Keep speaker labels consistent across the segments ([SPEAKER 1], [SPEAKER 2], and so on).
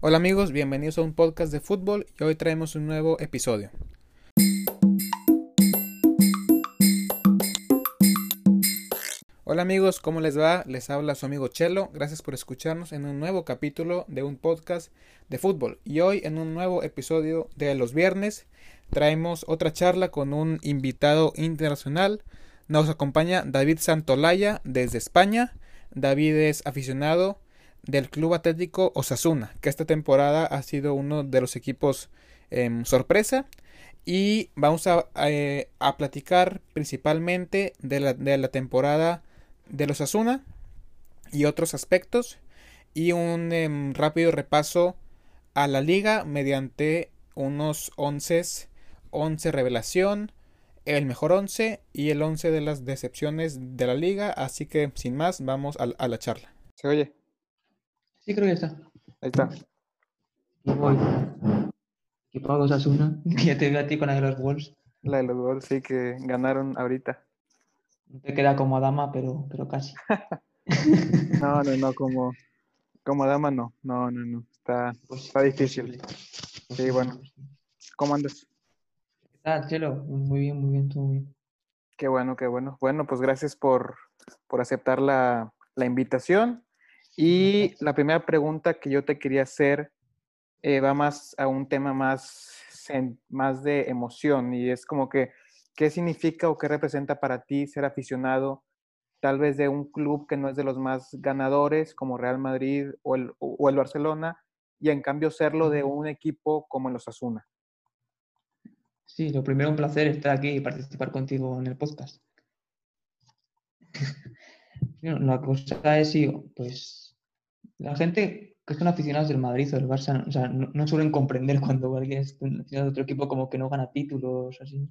[SPEAKER 1] Hola amigos, bienvenidos a un podcast de fútbol y hoy traemos un nuevo episodio. Hola amigos, ¿cómo les va? Les habla su amigo Chelo. Gracias por escucharnos en un nuevo capítulo de un podcast de fútbol. Y hoy en un nuevo episodio de los viernes traemos otra charla con un invitado internacional. Nos acompaña David Santolaya desde España. David es aficionado del Club Atlético Osasuna, que esta temporada ha sido uno de los equipos eh, sorpresa. Y vamos a, a, a platicar principalmente de la, de la, temporada de los Osasuna y otros aspectos. Y un eh, rápido repaso a la liga mediante unos 11, 11 revelación, el mejor 11 y el 11 de las decepciones de la liga. Así que sin más, vamos a, a la charla.
[SPEAKER 2] ¿Se oye? Sí, creo que está.
[SPEAKER 1] Ahí está.
[SPEAKER 2] Yo voy. Equipo de Osasuna. Ya te veo a ti con la de los Wolves.
[SPEAKER 1] La de los Wolves, sí, que ganaron ahorita.
[SPEAKER 2] No te queda como Adama, pero, pero casi.
[SPEAKER 1] no, no, no, como, como Adama no. No, no, no. Está, pues, está difícil. Sí, bueno. ¿Cómo andas?
[SPEAKER 2] ¿Qué tal, Chelo? Muy bien, muy bien, todo muy bien.
[SPEAKER 1] Qué bueno, qué bueno. Bueno, pues gracias por, por aceptar la, la invitación. Y la primera pregunta que yo te quería hacer eh, va más a un tema más, más de emoción y es como que, ¿qué significa o qué representa para ti ser aficionado tal vez de un club que no es de los más ganadores como Real Madrid o el, o el Barcelona y en cambio serlo de un equipo como el Osasuna?
[SPEAKER 2] Sí, lo primero un placer estar aquí y participar contigo en el podcast. la cosa es, sí, pues la gente que son aficionados del Madrid o del Barça, o sea, no, no, suelen comprender cuando alguien es aficionado de otro equipo como que no gana títulos así.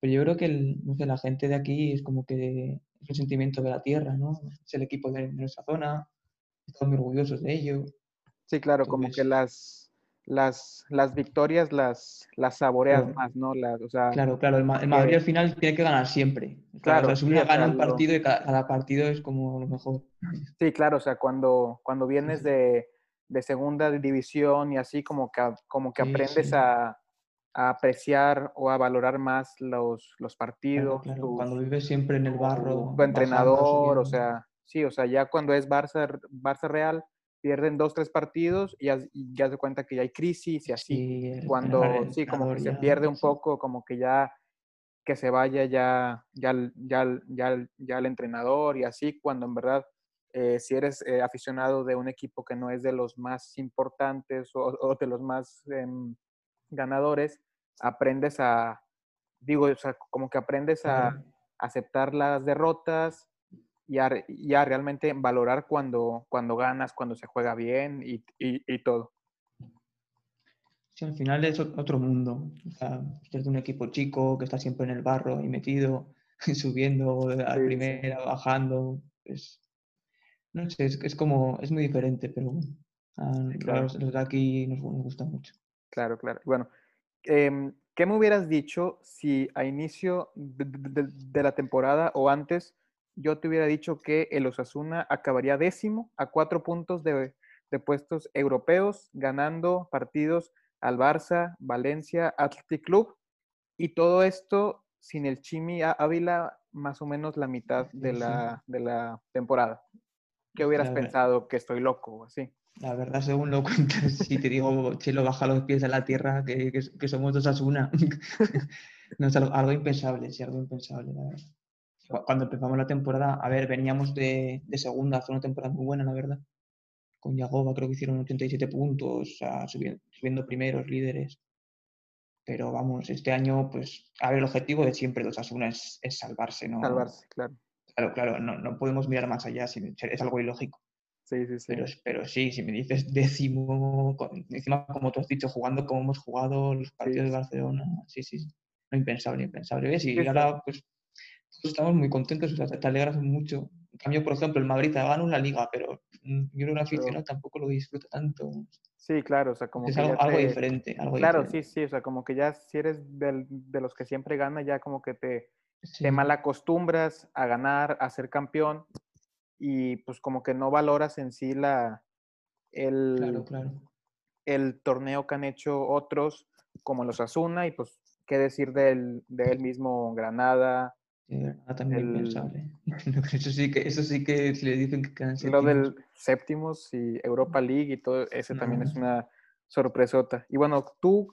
[SPEAKER 2] Pero yo creo que el, no sé, la gente de aquí es como que es un sentimiento de la tierra, ¿no? Es el equipo de, de nuestra zona, estamos muy orgullosos de ello.
[SPEAKER 1] Sí, claro, Entonces, como que las, las, las victorias las, las saboreas claro, más, ¿no? Las, o sea,
[SPEAKER 2] claro, claro, el, Ma el Madrid eh, al final tiene que ganar siempre. Claro, o sea, gana claro. un partido y cada, cada, partido es como lo mejor.
[SPEAKER 1] Sí, claro, o sea, cuando, cuando vienes de, de segunda división y así, como que, como que sí, aprendes sí. A, a, apreciar o a valorar más los, los partidos.
[SPEAKER 2] Claro, tu, cuando vives siempre en el barro.
[SPEAKER 1] Tu entrenador, bajando, o sea, sí, o sea, ya cuando es Barça, Barça Real, pierden dos, tres partidos y ya, ya se cuenta que ya hay crisis y así. Sí, cuando, el, sí, como que ya, se pierde un poco, como que ya que se vaya ya, ya, ya, ya, ya el entrenador y así, cuando en verdad, eh, si eres eh, aficionado de un equipo que no es de los más importantes o, o de los más eh, ganadores, aprendes a, digo, o sea, como que aprendes a aceptar las derrotas y a, y a realmente valorar cuando, cuando ganas, cuando se juega bien y, y, y todo.
[SPEAKER 2] Sí, al final es otro mundo. O sea, es de un equipo chico que está siempre en el barro y metido, subiendo a sí, primera, sí. bajando. Pues, no sé, es, es, como, es muy diferente, pero bueno, ah, a, sí, claro. los, los, de aquí nos, nos, gusta mucho.
[SPEAKER 1] Claro, claro. Bueno, eh, ¿qué me hubieras dicho si a inicio de, de, de, la temporada o antes yo te hubiera dicho que el Osasuna acabaría décimo a cuatro puntos de, de puestos europeos, ganando partidos al Barça, Valencia, Athletic Club y todo esto sin el Chimi Ávila más o menos la mitad de la, de la temporada. ¿Qué hubieras pensado? ¿Que estoy loco o así?
[SPEAKER 2] La verdad, según lo cuentas, si te digo, Chelo, baja los pies a la tierra, que, que, que somos dos a una. no, es algo, algo, impensable, sí, algo impensable, la verdad. Cuando empezamos la temporada, a ver, veníamos de, de segunda, fue una temporada muy buena, la verdad con Yagoba creo que hicieron 87 puntos, o sea, subiendo, subiendo, primeros líderes. Pero vamos, este año, pues, a ver, el objetivo de siempre de Osasuna es, es salvarse, ¿no?
[SPEAKER 1] Salvarse, claro.
[SPEAKER 2] Claro, claro, no, no podemos mirar más allá, es algo ilógico.
[SPEAKER 1] Sí, sí, sí.
[SPEAKER 2] Pero, pero sí, si me dices décimo, con, encima como tú has dicho, jugando como hemos jugado los partidos sí, de Barcelona, sí, sí, no impensable, impensable. ¿Ves? Y sí, ahora, pues, estamos muy contentos, o sea, te alegras mucho. En cambio, por ejemplo, el Madrid ha ganado la liga, pero mm, yo no aficionado tampoco lo disfruto tanto.
[SPEAKER 1] Sí, claro, o sea, como
[SPEAKER 2] es
[SPEAKER 1] que
[SPEAKER 2] algo, ya algo te... diferente. Algo
[SPEAKER 1] claro,
[SPEAKER 2] diferente.
[SPEAKER 1] sí, sí, o sea, como que ya si eres del, de los que siempre gana, ya como que te, sí. te malacostumbras a ganar, a ser campeón y pues como que no valoras en sí la, el,
[SPEAKER 2] claro, claro.
[SPEAKER 1] el torneo que han hecho otros, como los Asuna, y pues, ¿qué decir del, del mismo Granada?
[SPEAKER 2] Sí, Granada también el, impensable. eso, sí que, eso sí que si le dicen que quedan
[SPEAKER 1] Lo del séptimos y Europa League y todo, ese no. también es una sorpresota. Y bueno, tú,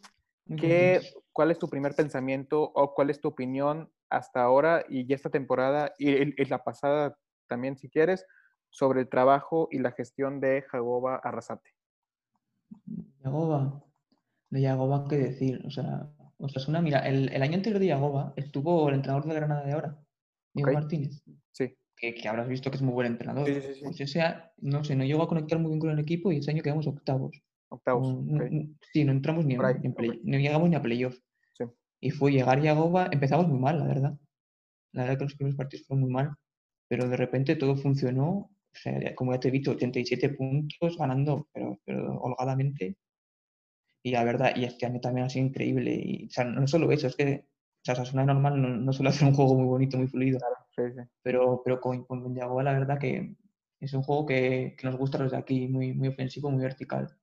[SPEAKER 1] ¿qué, ¿cuál es tu primer pensamiento o cuál es tu opinión hasta ahora y ya esta temporada y, y la pasada también, si quieres, sobre el trabajo y la gestión de Jagoba Arrasate?
[SPEAKER 2] Yagoba, de Yagoba, ¿qué decir? O sea, Osasuna, mira, el, el, año anterior de Yagoba estuvo el entrenador de Granada de ahora, Diego okay. Martínez.
[SPEAKER 1] Sí.
[SPEAKER 2] Que, que, habrás visto que es muy buen entrenador.
[SPEAKER 1] Sí, sí, sí. Pues,
[SPEAKER 2] o sea, no sé, no llegó a conectar muy bien con el equipo y ese año quedamos octavos.
[SPEAKER 1] Octavos. No,
[SPEAKER 2] okay. no, sí, no entramos ni, en, right. en play, okay. no llegamos ni a playoff.
[SPEAKER 1] Sí.
[SPEAKER 2] Y fue llegar Yagoba, empezamos muy mal, la verdad. La verdad que los primeros partidos fueron muy mal, pero de repente todo funcionó. O sea, como ya te he dicho, 87 puntos ganando, pero, pero holgadamente y la verdad, y este año también ha sido increíble. Y, o sea, no solo eso, es que o sea, Sasuna normal no, no, suele hacer un juego muy bonito, muy fluido.
[SPEAKER 1] Claro, sí, sí.
[SPEAKER 2] Pero, pero con, con Benjagoa, la verdad que es un juego que, que, nos gusta los de aquí, muy, muy ofensivo, muy vertical.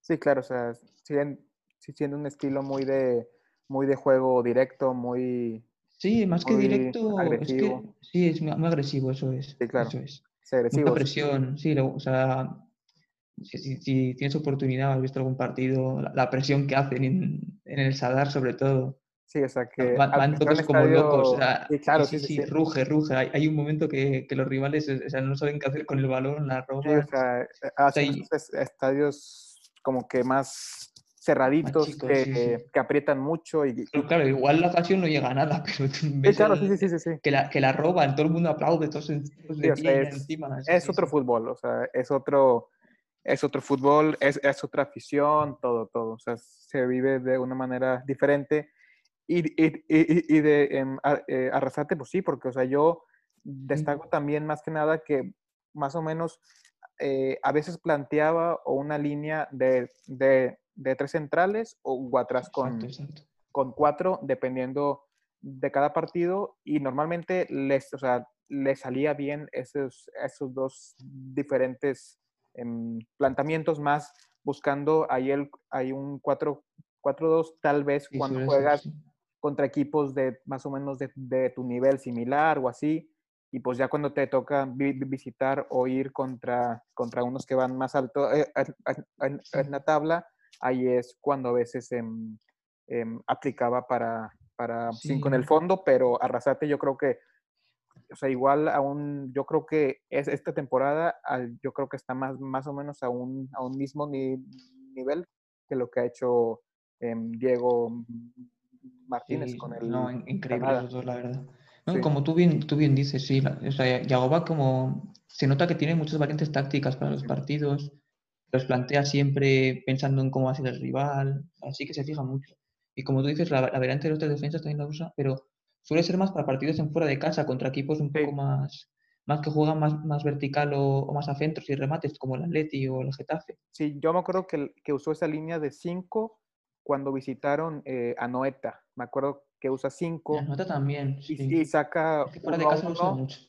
[SPEAKER 1] Sí, claro, o sea, siguen, sí, siendo un estilo muy de, muy de juego directo, muy.
[SPEAKER 2] Sí, más muy que directo, agresivo. Es que, sí, es muy, muy, agresivo, eso es.
[SPEAKER 1] Sí, claro.
[SPEAKER 2] Eso es.
[SPEAKER 1] es agresivo.
[SPEAKER 2] Mucha presión, sí, lo, o sea, si, si, si, tienes oportunidad, has visto algún partido, la, la presión que hacen en, en, el Sadar sobre todo.
[SPEAKER 1] Sí, o sea que...
[SPEAKER 2] Van, van todos como estadio... locos. O sea,
[SPEAKER 1] sí, claro,
[SPEAKER 2] sí, sí, sí, sí, ruge, ruge. Hay, hay un momento que, que, los rivales o sea, no saben qué hacer con el balón, la roban.
[SPEAKER 1] o sea, eh, hacen estadios como que más cerraditos, más chicos, que, que, aprietan mucho. Y...
[SPEAKER 2] Pero, claro, igual la ocasión no llega a nada, pero
[SPEAKER 1] ves claro, el,
[SPEAKER 2] Que, la, que la roban, todo el mundo aplaude, todos de
[SPEAKER 1] o sea, es, encima. Es, es otro fútbol, o sea, es otro es otro fútbol, es, es, otra afición, todo, todo. O sea, se vive de una manera diferente. Y, y, y, y de em, a, eh, Arrasate, pues sí, porque, o sea, yo destaco también más que nada que más o menos eh, a veces planteaba o una línea de, de, de tres centrales o atrás con,
[SPEAKER 2] exacto, exacto.
[SPEAKER 1] con cuatro, dependiendo de cada partido. Y normalmente les, o sea, les salía bien esos, esos dos diferentes en planteamientos más buscando ahí el hay un 4-4-2 tal vez sí, cuando sí, juegas sí. contra equipos de más o menos de, de, tu nivel similar o así y pues ya cuando te toca vi, visitar o ir contra contra unos que van más alto eh, en, en, la tabla ahí es cuando a veces em, em, aplicaba para para cinco en el fondo pero arrasate yo creo que o sea, igual aún, yo creo que es esta temporada, yo creo que está más, más o menos a un, a un mismo ni, nivel que lo que ha hecho eh, Diego Martínez
[SPEAKER 2] sí,
[SPEAKER 1] con el.
[SPEAKER 2] No, increíble los dos, la verdad. No, sí. Como tú bien, tú bien dices, sí, la, o sea, Yagoba como se nota que tiene muchas variantes tácticas para los sí. partidos, los plantea siempre pensando en cómo va a ser el rival, así que se fija mucho. Y como tú dices, la, la variante de los tres defensas también la usa, pero suele ser más para partidos en fuera de casa, contra equipos un poco más, más que juegan más, más vertical o, o más a centros y remates, como el Atleti o el Getafe.
[SPEAKER 1] Sí, yo me acuerdo que, que usó esa línea de 5 cuando visitaron eh, a Noeta. Me acuerdo que usa 5.
[SPEAKER 2] Noeta también.
[SPEAKER 1] Sí. Y, y, saca.
[SPEAKER 2] Es que fuera de casa uno, usa mucho.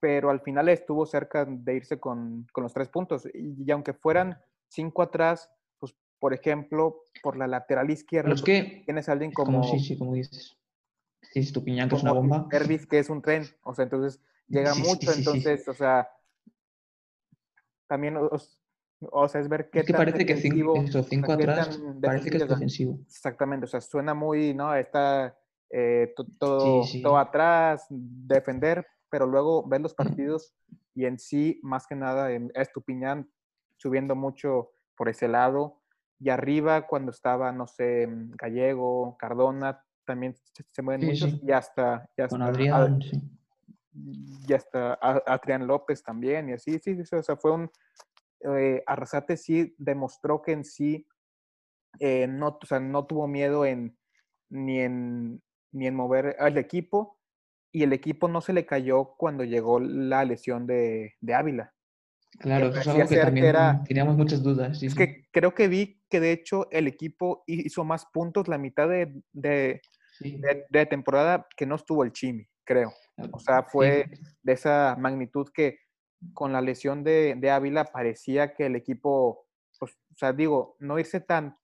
[SPEAKER 1] Pero al final estuvo cerca de irse con, con los tres puntos. Y, y aunque fueran cinco atrás, pues por ejemplo, por la lateral izquierda,
[SPEAKER 2] es que,
[SPEAKER 1] tienes a alguien como.
[SPEAKER 2] como sí, sí, como dices. Sí, Estupiñán, que es una bomba.
[SPEAKER 1] Hervis, que es un tren. O sea, entonces llega sí, mucho. Sí, entonces, sí, o sea, también, o, o, sea, es ver qué
[SPEAKER 2] es que tan parece que cinco, eso, cinco atrás parece que es defensivo.
[SPEAKER 1] Exactamente. O sea, suena muy, ¿no? Está eh, todo, todo atrás, defender, pero luego ves los partidos y en sí, más que nada, Estupiñán subiendo mucho por ese lado. Y arriba, cuando estaba, no sé, Gallego, Cardona, también se mueven sí, muchos sí. y hasta, ya
[SPEAKER 2] Con Adrián, sí.
[SPEAKER 1] y hasta Adrián López también y así, sí, sí, o sea, fue un eh, Arrasate sí demostró que en sí eh, no, o sea, no tuvo miedo en ni en ni en mover al equipo y el equipo no se le cayó cuando llegó la lesión de, de Ávila.
[SPEAKER 2] Claro, eso es algo que también era, teníamos muchas dudas.
[SPEAKER 1] es que creo que vi que de hecho el equipo hizo más puntos la mitad de, de, Sí. De, de, temporada que no estuvo el Chimi, creo. O sea, fue sí. de esa magnitud que con la lesión de, de, Ávila parecía que el equipo pues, o sea, digo, no irse tan,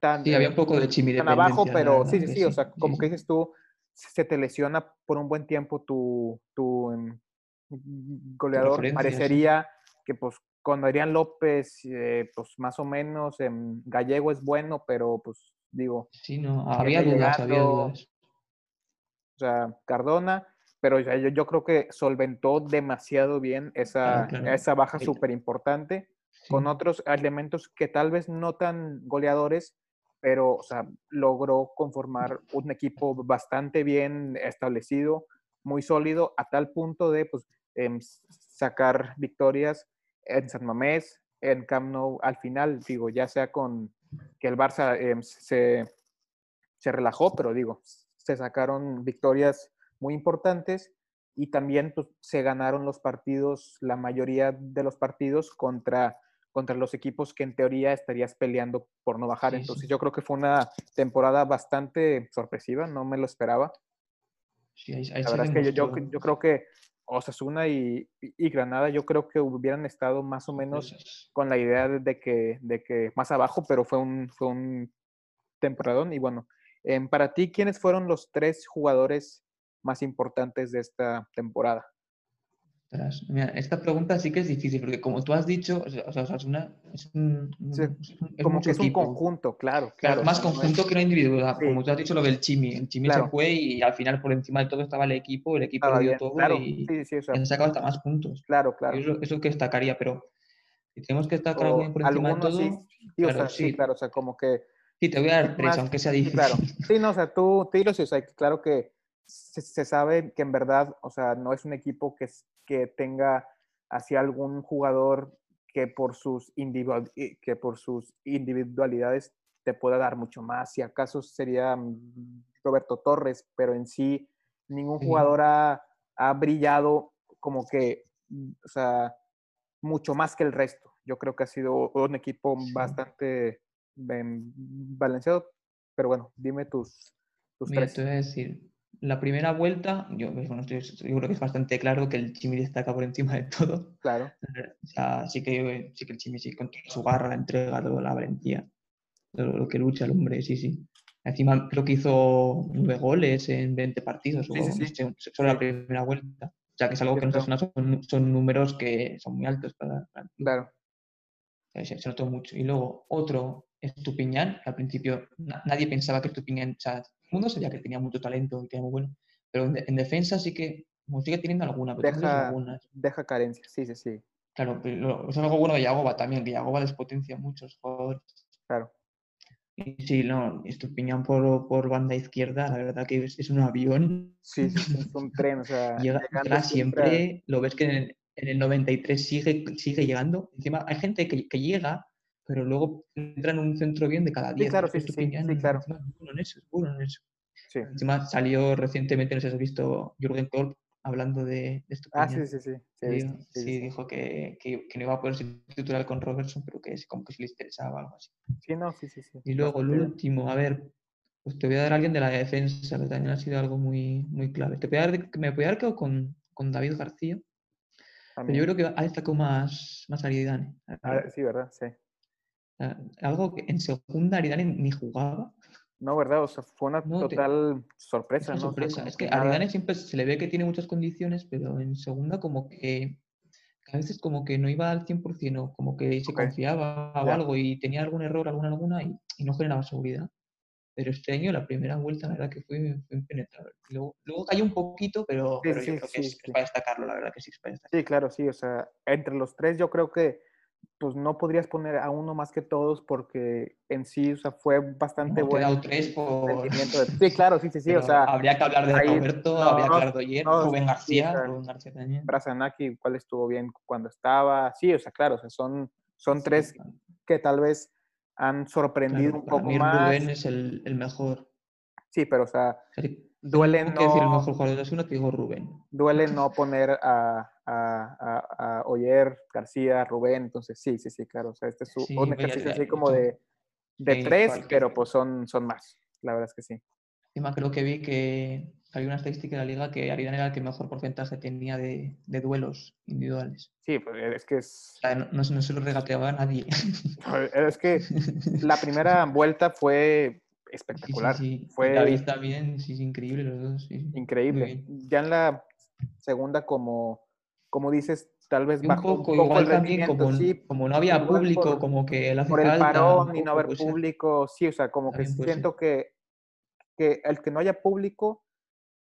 [SPEAKER 1] tan,
[SPEAKER 2] Sí, había un poco de
[SPEAKER 1] tan
[SPEAKER 2] chimidependencia.
[SPEAKER 1] abajo,
[SPEAKER 2] la
[SPEAKER 1] pero
[SPEAKER 2] verdad
[SPEAKER 1] sí, sí,
[SPEAKER 2] que
[SPEAKER 1] sí, o sea,
[SPEAKER 2] sí,
[SPEAKER 1] como
[SPEAKER 2] sí.
[SPEAKER 1] que dices tú, se te lesiona por un buen tiempo tu, tu em, goleador,
[SPEAKER 2] referencia,
[SPEAKER 1] parecería que pues con Adrián López, eh, pues más o menos, em, Gallego es bueno, pero pues digo,
[SPEAKER 2] Sí, no,
[SPEAKER 1] Siempre
[SPEAKER 2] había dudas, había
[SPEAKER 1] llegando.
[SPEAKER 2] dudas.
[SPEAKER 1] o sea, Cardona, pero ya yo, yo creo que solventó demasiado bien esa,
[SPEAKER 2] Claro, Ah, claro.
[SPEAKER 1] esa baja
[SPEAKER 2] Sí.
[SPEAKER 1] súper importante
[SPEAKER 2] Sí.
[SPEAKER 1] con otros elementos que tal vez no tan goleadores, pero o sea, logró conformar un equipo bastante bien establecido, muy sólido, a tal punto de pues, em, s- sacar victorias en San Mamés, en Camp Nou al final, digo, ya sea con que el Barça em, se, se relajó, pero digo, se sacaron victorias muy importantes y también pues, se ganaron los partidos, la mayoría de los partidos contra, contra los equipos que en teoría estarías peleando por no bajar.
[SPEAKER 2] Sí, sí.
[SPEAKER 1] Entonces yo creo que fue una temporada bastante sorpresiva, no me lo esperaba.
[SPEAKER 2] Sí, ahí- ahí
[SPEAKER 1] La
[SPEAKER 2] se
[SPEAKER 1] verdad es que yo, yo-
[SPEAKER 2] demostró.
[SPEAKER 1] yo creo que Osasuna y, y- y Granada yo creo que hubieran estado más o menos
[SPEAKER 2] Sorpresas.
[SPEAKER 1] con la idea de- de que, de que más abajo, pero fue un, fue un temporadón. Y bueno, em, para ti, ¿quiénes fueron los tres jugadores más importantes de esta temporada?
[SPEAKER 2] Ostras, mira, esta pregunta sí que es difícil, porque como tú has dicho, o sea, o sea, Osasuna es un, un-
[SPEAKER 1] Sí,
[SPEAKER 2] es un- es
[SPEAKER 1] Como
[SPEAKER 2] mucho
[SPEAKER 1] que es un
[SPEAKER 2] equipo.
[SPEAKER 1] conjunto, claro, claro.
[SPEAKER 2] Claro, más
[SPEAKER 1] o sea, no es-
[SPEAKER 2] conjunto que no individual,
[SPEAKER 1] Sí.
[SPEAKER 2] como tú has dicho lo del Chimi. El Chimi
[SPEAKER 1] Claro.
[SPEAKER 2] se fue y al final por encima de todo estaba el equipo, el equipo
[SPEAKER 1] estaba
[SPEAKER 2] lo dio
[SPEAKER 1] bien,
[SPEAKER 2] todo
[SPEAKER 1] claro,
[SPEAKER 2] y,
[SPEAKER 1] sí, sí, o sea,
[SPEAKER 2] y han sacado hasta más puntos.
[SPEAKER 1] claro, claro.
[SPEAKER 2] Eso es lo que destacaría, pero si tenemos que destacar algo
[SPEAKER 1] O
[SPEAKER 2] bien por encima de
[SPEAKER 1] alguno
[SPEAKER 2] todo,
[SPEAKER 1] así, sí, o
[SPEAKER 2] claro,
[SPEAKER 1] sea, sí,
[SPEAKER 2] sí.
[SPEAKER 1] claro, o sea, como que
[SPEAKER 2] sí, te voy a dar tres,
[SPEAKER 1] más-
[SPEAKER 2] aunque sea
[SPEAKER 1] Sí,
[SPEAKER 2] difícil.
[SPEAKER 1] claro. Sí, no, o sea, tú, Tiros, o sea, claro que se, se sabe que en verdad, o sea, no es un equipo que, es- que tenga hacia algún jugador que por sus individua- i- que por sus individualidades te pueda dar mucho más. Si acaso sería mm, Roberto Torres, pero en sí ningún
[SPEAKER 2] Sí.
[SPEAKER 1] jugador ha, ha brillado como que, mm, o sea, mucho más que el resto. Yo creo que ha sido un equipo
[SPEAKER 2] Sí.
[SPEAKER 1] bastante em, balanceado, pero bueno, dime tus, tus
[SPEAKER 2] Mira,
[SPEAKER 1] tres.
[SPEAKER 2] te voy a decir, la primera vuelta, yo, pues, bueno, estoy- yo creo que es bastante claro que el Chimi destaca por encima de todo.
[SPEAKER 1] Claro,
[SPEAKER 2] O sea, Ah, sí que, sí que el Chimi sí, con toda su garra, la entrega, toda la valentía, lo, lo que lucha el hombre, sí, sí. Encima creo que hizo nueve goles en 20 partidos,
[SPEAKER 1] Sí,
[SPEAKER 2] o
[SPEAKER 1] sí,
[SPEAKER 2] no
[SPEAKER 1] sí.
[SPEAKER 2] sé, solo la primera vuelta. O sea, que es algo que en
[SPEAKER 1] Cierto.
[SPEAKER 2] Osasuna son, son números que son muy altos para, para el club.
[SPEAKER 1] claro,
[SPEAKER 2] Eh, se, se notó mucho. Y luego otro es Tupiñán, que al principio na- nadie pensaba que Tupiñán, o sea, todo el mundo sabía que tenía mucho talento y que era muy bueno, pero en, de- en defensa sí que como sigue teniendo alguna, pero tampoco es
[SPEAKER 1] Deja-
[SPEAKER 2] algunas.
[SPEAKER 1] deja carencia, sí, sí, sí,
[SPEAKER 2] Claro, pero lo- eso es algo bueno de Yagoba también, que Yagoba despotencia mucho a los jugadores.
[SPEAKER 1] claro.
[SPEAKER 2] Y sí, no, y Tupiñán por, por banda izquierda, la verdad que es, es un avión.
[SPEAKER 1] Sí, sí, sí, es un tren, o sea,
[SPEAKER 2] Llega,
[SPEAKER 1] llegando
[SPEAKER 2] llega
[SPEAKER 1] siempre a-
[SPEAKER 2] siempre, lo ves que en el, en el 93 sigue, sigue llegando. Encima hay gente que, que llega, pero luego entra en un centro bien de cada 10.
[SPEAKER 1] claro,
[SPEAKER 2] Es que
[SPEAKER 1] sí, sí, sí,
[SPEAKER 2] Estupiñán,
[SPEAKER 1] sí, claro.
[SPEAKER 2] encima, es bueno en eso, es bueno en eso.
[SPEAKER 1] sí.
[SPEAKER 2] Encima salió recientemente, no sé si has visto Jürgen Klopp hablando de, de
[SPEAKER 1] Ah, sí,
[SPEAKER 2] Estupiñán.
[SPEAKER 1] sí, sí, sí, he
[SPEAKER 2] Sí,
[SPEAKER 1] visto, sí, sí,
[SPEAKER 2] sí,
[SPEAKER 1] sí.
[SPEAKER 2] dijo que, que, que no iba a poder ser titular con Robertson, pero que es como que se le interesaba o algo así.
[SPEAKER 1] Sí, no, sí, sí, sí.
[SPEAKER 2] Y luego el
[SPEAKER 1] bastante bien.
[SPEAKER 2] último, a ver, pues te voy a dar a alguien de la defensa, que también ha sido algo muy, muy clave. Te voy a dar, de- me voy a dar creo, con, con David García. Pero
[SPEAKER 1] También.
[SPEAKER 2] yo creo que ha destacado más, más Aridane. la
[SPEAKER 1] Ah,
[SPEAKER 2] verdad.
[SPEAKER 1] sí, ¿verdad? Sí.
[SPEAKER 2] Ah, Algo que en segunda Aridane ni jugaba.
[SPEAKER 1] No, ¿verdad? O sea, fue una
[SPEAKER 2] No, te-
[SPEAKER 1] total
[SPEAKER 2] Es
[SPEAKER 1] sorpresa,
[SPEAKER 2] una
[SPEAKER 1] ¿no? O sea,
[SPEAKER 2] sorpresa.
[SPEAKER 1] como
[SPEAKER 2] Es que
[SPEAKER 1] nada-
[SPEAKER 2] Aridane siempre se le ve que tiene muchas condiciones, pero en segunda como que que a veces como que no iba al 100% o como que se
[SPEAKER 1] Ok.
[SPEAKER 2] confiaba o
[SPEAKER 1] Ya.
[SPEAKER 2] algo y tenía algún error, alguna, alguna y, y no generaba seguridad. Pero este año la primera vuelta la verdad que fue, fue impenetrable. Luego, luego cayó un poquito, pero,
[SPEAKER 1] Sí,
[SPEAKER 2] pero yo
[SPEAKER 1] sí,
[SPEAKER 2] creo
[SPEAKER 1] sí,
[SPEAKER 2] que es, es
[SPEAKER 1] sí.
[SPEAKER 2] para destacarlo, la verdad que sí es para destacarlo.
[SPEAKER 1] Sí, claro, sí, o sea, entre los tres yo creo que pues no podrías poner a uno más que todos porque en sí, o sea, fue bastante
[SPEAKER 2] No, te he
[SPEAKER 1] bueno
[SPEAKER 2] dado tres
[SPEAKER 1] el
[SPEAKER 2] por...
[SPEAKER 1] rendimiento de- Sí, claro, sí, sí, sí, o
[SPEAKER 2] Pero
[SPEAKER 1] sea,
[SPEAKER 2] habría que hablar de
[SPEAKER 1] ahí-
[SPEAKER 2] Roberto,
[SPEAKER 1] no,
[SPEAKER 2] habría que hablar de Oyer,
[SPEAKER 1] no,
[SPEAKER 2] Rubén García,
[SPEAKER 1] claro.
[SPEAKER 2] Rubén García también.
[SPEAKER 1] Brazanaki cuál estuvo bien cuando estaba, sí, o sea, claro, o sea, son, son
[SPEAKER 2] Sí,
[SPEAKER 1] tres
[SPEAKER 2] claro,
[SPEAKER 1] que tal vez han sorprendido un
[SPEAKER 2] para
[SPEAKER 1] poco
[SPEAKER 2] mí
[SPEAKER 1] más,
[SPEAKER 2] Rubén es el, el mejor.
[SPEAKER 1] sí, pero o sea,
[SPEAKER 2] O sea, si
[SPEAKER 1] duele
[SPEAKER 2] tengo que decir el
[SPEAKER 1] no-
[SPEAKER 2] mejor jugador de Osasuna, te digo Rubén.
[SPEAKER 1] duele no poner a, a, a- a Oyer, García, Rubén, entonces sí, sí, sí, claro, o sea, este es un-
[SPEAKER 2] Sí,
[SPEAKER 1] un
[SPEAKER 2] voy a-
[SPEAKER 1] ejercicio
[SPEAKER 2] ya-
[SPEAKER 1] así
[SPEAKER 2] ya-
[SPEAKER 1] como
[SPEAKER 2] ya-
[SPEAKER 1] de, de tres,
[SPEAKER 2] Sí,
[SPEAKER 1] pues
[SPEAKER 2] cualquier-
[SPEAKER 1] pero pues son, son más, la verdad es que sí.
[SPEAKER 2] Encima creo que vi que, Había una estadística de la liga que Aridane era el que mejor porcentaje tenía de, de duelos individuales.
[SPEAKER 1] Sí, pues es que
[SPEAKER 2] O
[SPEAKER 1] es.
[SPEAKER 2] sea, no, no se- no se lo regateaba a nadie.
[SPEAKER 1] Es que la primera vuelta fue espectacular.
[SPEAKER 2] Sí, sí, sí.
[SPEAKER 1] Fue
[SPEAKER 2] David también, sí, es increíble los dos. sí, sí.
[SPEAKER 1] increíble. Ya en la segunda, como, como dices, tal vez
[SPEAKER 2] Y un
[SPEAKER 1] bajó
[SPEAKER 2] poco, igual también,
[SPEAKER 1] rendimiento,
[SPEAKER 2] como,
[SPEAKER 1] sí,
[SPEAKER 2] como no había
[SPEAKER 1] igual
[SPEAKER 2] público,
[SPEAKER 1] por-
[SPEAKER 2] como que él hace
[SPEAKER 1] por el
[SPEAKER 2] falta,
[SPEAKER 1] parón
[SPEAKER 2] un
[SPEAKER 1] y no
[SPEAKER 2] poco,
[SPEAKER 1] haber
[SPEAKER 2] pues,
[SPEAKER 1] público, sí, o sea, como que
[SPEAKER 2] También puede ser.
[SPEAKER 1] siento que, que el que no haya público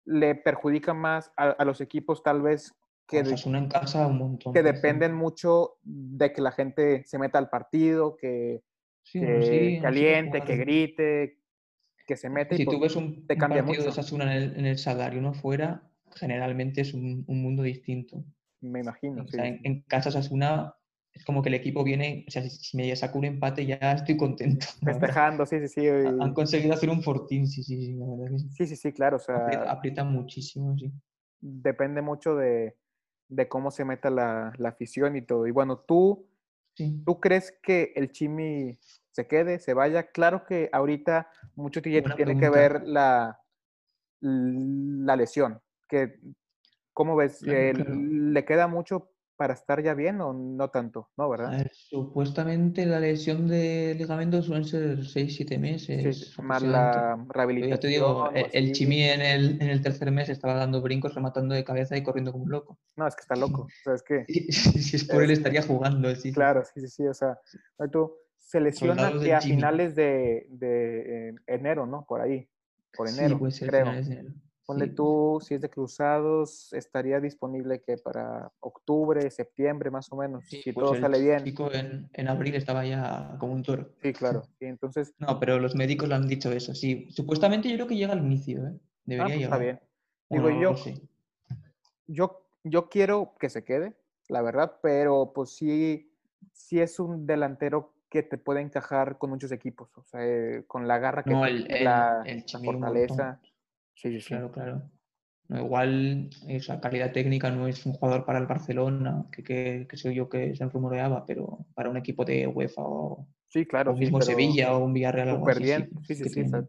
[SPEAKER 1] le perjudica más a, a los equipos tal vez que, de-
[SPEAKER 2] Osasuna en casa un montón. pues,
[SPEAKER 1] que
[SPEAKER 2] por
[SPEAKER 1] dependen
[SPEAKER 2] ejemplo.
[SPEAKER 1] mucho de que la gente se meta al partido, que,
[SPEAKER 2] Sí,
[SPEAKER 1] que
[SPEAKER 2] bueno, sí, no sé qué
[SPEAKER 1] caliente, que
[SPEAKER 2] jugar.
[SPEAKER 1] grite, que se mete. y
[SPEAKER 2] Si
[SPEAKER 1] pues,
[SPEAKER 2] tú ves un,
[SPEAKER 1] te
[SPEAKER 2] un
[SPEAKER 1] cambia mucho.
[SPEAKER 2] partido de Osasuna en el, en el Sadar y uno fuera, generalmente es un, un mundo distinto.
[SPEAKER 1] me imagino,
[SPEAKER 2] O
[SPEAKER 1] Mm, sí.
[SPEAKER 2] sea, en, en casa Osasuna es como que el equipo viene, o sea, si, si me saco un empate ya estoy contento. la verdad.
[SPEAKER 1] Festejando, sí, sí, sí. y-
[SPEAKER 2] Ha- Han conseguido hacer un fortín, sí, sí, sí, la verdad que sí.
[SPEAKER 1] Sí, sí, sí, claro, o
[SPEAKER 2] Aprieta,
[SPEAKER 1] sea,
[SPEAKER 2] aprieta muchísimo, sí.
[SPEAKER 1] depende mucho de, de cómo se meta la, la afición y todo. Y bueno, tú...
[SPEAKER 2] sí.
[SPEAKER 1] ¿Tú crees que el Chimi se quede, se vaya? Claro que ahorita mucho tiene
[SPEAKER 2] Buena
[SPEAKER 1] tiene que
[SPEAKER 2] pregunta.
[SPEAKER 1] ver la, la lesión. Que, ¿Cómo ves?
[SPEAKER 2] Claro,
[SPEAKER 1] Eh,
[SPEAKER 2] claro.
[SPEAKER 1] ¿Le queda mucho para estar ya bien o no tanto? ¿No,
[SPEAKER 2] A
[SPEAKER 1] verdad?
[SPEAKER 2] ver, supuestamente la lesión de ligamento suelen ser 6-7
[SPEAKER 1] Sí,
[SPEAKER 2] meses.
[SPEAKER 1] más
[SPEAKER 2] aproximadamente.
[SPEAKER 1] la
[SPEAKER 2] Pero
[SPEAKER 1] rehabilitación.
[SPEAKER 2] Ya te digo, el,
[SPEAKER 1] o
[SPEAKER 2] el
[SPEAKER 1] así.
[SPEAKER 2] Chimi en el, en el tercer mes estaba dando brincos, rematando de cabeza y corriendo como un loco.
[SPEAKER 1] No, es que está loco. O sea, es que,
[SPEAKER 2] Si si es por él estaría jugando, sí. sí.
[SPEAKER 1] claro, sí, sí, sí. O sea, oye, tú se lesiona
[SPEAKER 2] Soldados
[SPEAKER 1] que
[SPEAKER 2] del
[SPEAKER 1] a
[SPEAKER 2] Chimi.
[SPEAKER 1] finales de, de, eh, enero, ¿no? Por ahí. Por
[SPEAKER 2] Sí,
[SPEAKER 1] enero,
[SPEAKER 2] puede ser
[SPEAKER 1] creo.
[SPEAKER 2] finales de enero.
[SPEAKER 1] Ponle
[SPEAKER 2] Sí,
[SPEAKER 1] tú, si es de cruzados, estaría disponible que para octubre, septiembre, más o menos,
[SPEAKER 2] sí,
[SPEAKER 1] si
[SPEAKER 2] pues
[SPEAKER 1] todo
[SPEAKER 2] el
[SPEAKER 1] sale bien. Sí,
[SPEAKER 2] chico en, en abril estaba ya como un toro.
[SPEAKER 1] claro. Sí, entonces, ah,
[SPEAKER 2] No, pero los médicos le han dicho eso, sí. Supuestamente yo creo que llega al inicio, ¿eh?
[SPEAKER 1] ah,
[SPEAKER 2] Debería
[SPEAKER 1] pues está
[SPEAKER 2] llegar.
[SPEAKER 1] bien.
[SPEAKER 2] Bueno,
[SPEAKER 1] Digo,
[SPEAKER 2] no
[SPEAKER 1] yo-
[SPEAKER 2] lo sé.
[SPEAKER 1] Yo, yo quiero que se quede, la verdad, pero pues sí, sí es un delantero que te puede encajar con muchos equipos, o sea, eh, con la garra que
[SPEAKER 2] No,
[SPEAKER 1] tiene,
[SPEAKER 2] el- el-
[SPEAKER 1] la,
[SPEAKER 2] el
[SPEAKER 1] la
[SPEAKER 2] Chimi un montón.
[SPEAKER 1] fortaleza. Sí, sí, sí.
[SPEAKER 2] Claro, claro. No, igual esa calidad técnica no es un jugador para el Barcelona, que, que, que sé yo que se rumoreaba, pero para un equipo de UEFA o,
[SPEAKER 1] Sí, claro.
[SPEAKER 2] o
[SPEAKER 1] sí,
[SPEAKER 2] mismo
[SPEAKER 1] pero
[SPEAKER 2] Sevilla o un Villarreal o algo
[SPEAKER 1] Súper
[SPEAKER 2] así.
[SPEAKER 1] bien. Sí, sí, sí.
[SPEAKER 2] que
[SPEAKER 1] o
[SPEAKER 2] tienen
[SPEAKER 1] sea,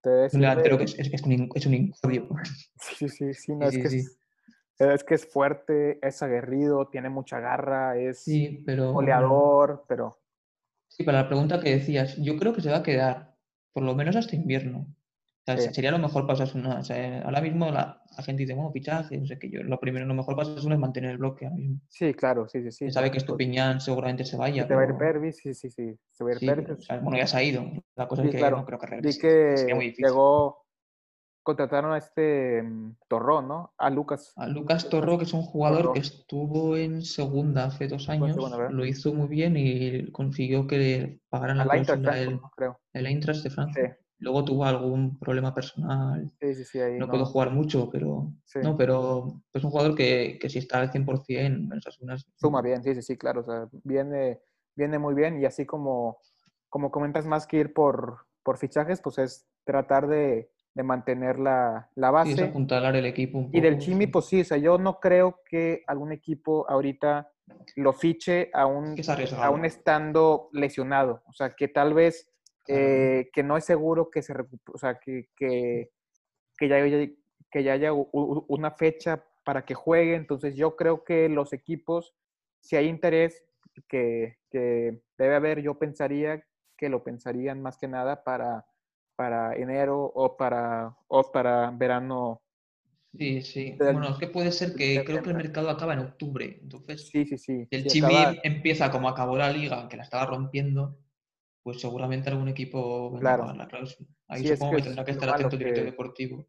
[SPEAKER 1] te
[SPEAKER 2] Un delantero
[SPEAKER 1] sirve-
[SPEAKER 2] que es, es, es un, in- es un incordio.
[SPEAKER 1] Sí, sí, sí, no,
[SPEAKER 2] Sí,
[SPEAKER 1] es que
[SPEAKER 2] sí,
[SPEAKER 1] es- Es que es fuerte, es aguerrido, tiene mucha garra, es
[SPEAKER 2] Sí, pero
[SPEAKER 1] goleador, pero
[SPEAKER 2] sí, para la pregunta que decías, yo creo que se va a quedar, por lo menos hasta invierno. O sea,
[SPEAKER 1] Sí.
[SPEAKER 2] sería lo mejor para Osasuna. O sea, ahora mismo la, la gente dice, bueno, fichaje, no sé qué. Yo, lo primero, lo mejor para Osasuna es mantener el bloque ahora mismo.
[SPEAKER 1] sí, claro, sí, sí, sí.
[SPEAKER 2] Se sabe que
[SPEAKER 1] pues,
[SPEAKER 2] Estupiñán seguramente se
[SPEAKER 1] que
[SPEAKER 2] vaya.
[SPEAKER 1] te va a ir
[SPEAKER 2] pero-
[SPEAKER 1] Pervis, sí, sí, sí, se va a ir
[SPEAKER 2] Sí,
[SPEAKER 1] Pervis.
[SPEAKER 2] o sea, bueno, ya se ha ido. La cosa
[SPEAKER 1] Sí,
[SPEAKER 2] es que
[SPEAKER 1] claro.
[SPEAKER 2] no creo que
[SPEAKER 1] Vi
[SPEAKER 2] regrese. sería muy
[SPEAKER 1] que
[SPEAKER 2] difícil.
[SPEAKER 1] llegó, contrataron a este mm, Torrón, ¿no? A Lucas.
[SPEAKER 2] A Lucas Torro, que es un jugador
[SPEAKER 1] Torró.
[SPEAKER 2] que estuvo en segunda hace dos
[SPEAKER 1] en
[SPEAKER 2] años,
[SPEAKER 1] segunda, ¿verdad?
[SPEAKER 2] lo hizo muy bien y consiguió que le pagaran
[SPEAKER 1] A
[SPEAKER 2] la
[SPEAKER 1] la Eintracht
[SPEAKER 2] cláusula del,
[SPEAKER 1] Frankfurt, ¿no? creo.
[SPEAKER 2] del Eintracht de
[SPEAKER 1] Sí,
[SPEAKER 2] Francia. Luego tuvo algún problema personal,
[SPEAKER 1] sí, sí, sí, ahí
[SPEAKER 2] no
[SPEAKER 1] no,
[SPEAKER 2] pudo jugar mucho, pero
[SPEAKER 1] sí,
[SPEAKER 2] no, pero es un jugador que, que si está al 100% en Osasuna es-
[SPEAKER 1] Suma bien, sí, sí, sí, claro. O sea, viene, viene muy bien y así como, como comentas más que ir por, por fichajes, pues es tratar de, de mantener la, la
[SPEAKER 2] sí,
[SPEAKER 1] base.
[SPEAKER 2] es apuntalar el equipo un
[SPEAKER 1] Ah, Y del
[SPEAKER 2] poco,
[SPEAKER 1] Chimi,
[SPEAKER 2] sí.
[SPEAKER 1] pues sí, o sea, yo no creo que algún equipo ahorita lo fiche
[SPEAKER 2] Es
[SPEAKER 1] aún,
[SPEAKER 2] que es arriesgado.
[SPEAKER 1] aún estando lesionado. O sea, que tal vez
[SPEAKER 2] Claro.
[SPEAKER 1] eh, que no es seguro que se recu- o sea, que, que, que ya, haya- que ya haya u- u- una fecha para que juegue. Entonces yo creo que los equipos, si hay interés que, que debe haber, yo pensaría que lo pensarían más que nada para, para enero o para, o para verano.
[SPEAKER 2] Sí, sí.
[SPEAKER 1] del-
[SPEAKER 2] Bueno, es que puede ser que creo que el
[SPEAKER 1] septiembre.
[SPEAKER 2] mercado acaba en octubre, entonces
[SPEAKER 1] Sí, sí, sí.
[SPEAKER 2] Si el
[SPEAKER 1] sí,
[SPEAKER 2] Chimi
[SPEAKER 1] acaba-
[SPEAKER 2] empieza como acabó la liga, que la estaba rompiendo, pues seguramente algún equipo vendrá a
[SPEAKER 1] Claro.
[SPEAKER 2] pagar la cláusula. Ahí
[SPEAKER 1] Sí, es
[SPEAKER 2] supongo
[SPEAKER 1] que
[SPEAKER 2] que,
[SPEAKER 1] es
[SPEAKER 2] tendrá que
[SPEAKER 1] lo
[SPEAKER 2] estar
[SPEAKER 1] malo
[SPEAKER 2] atento el director
[SPEAKER 1] que-
[SPEAKER 2] deportivo.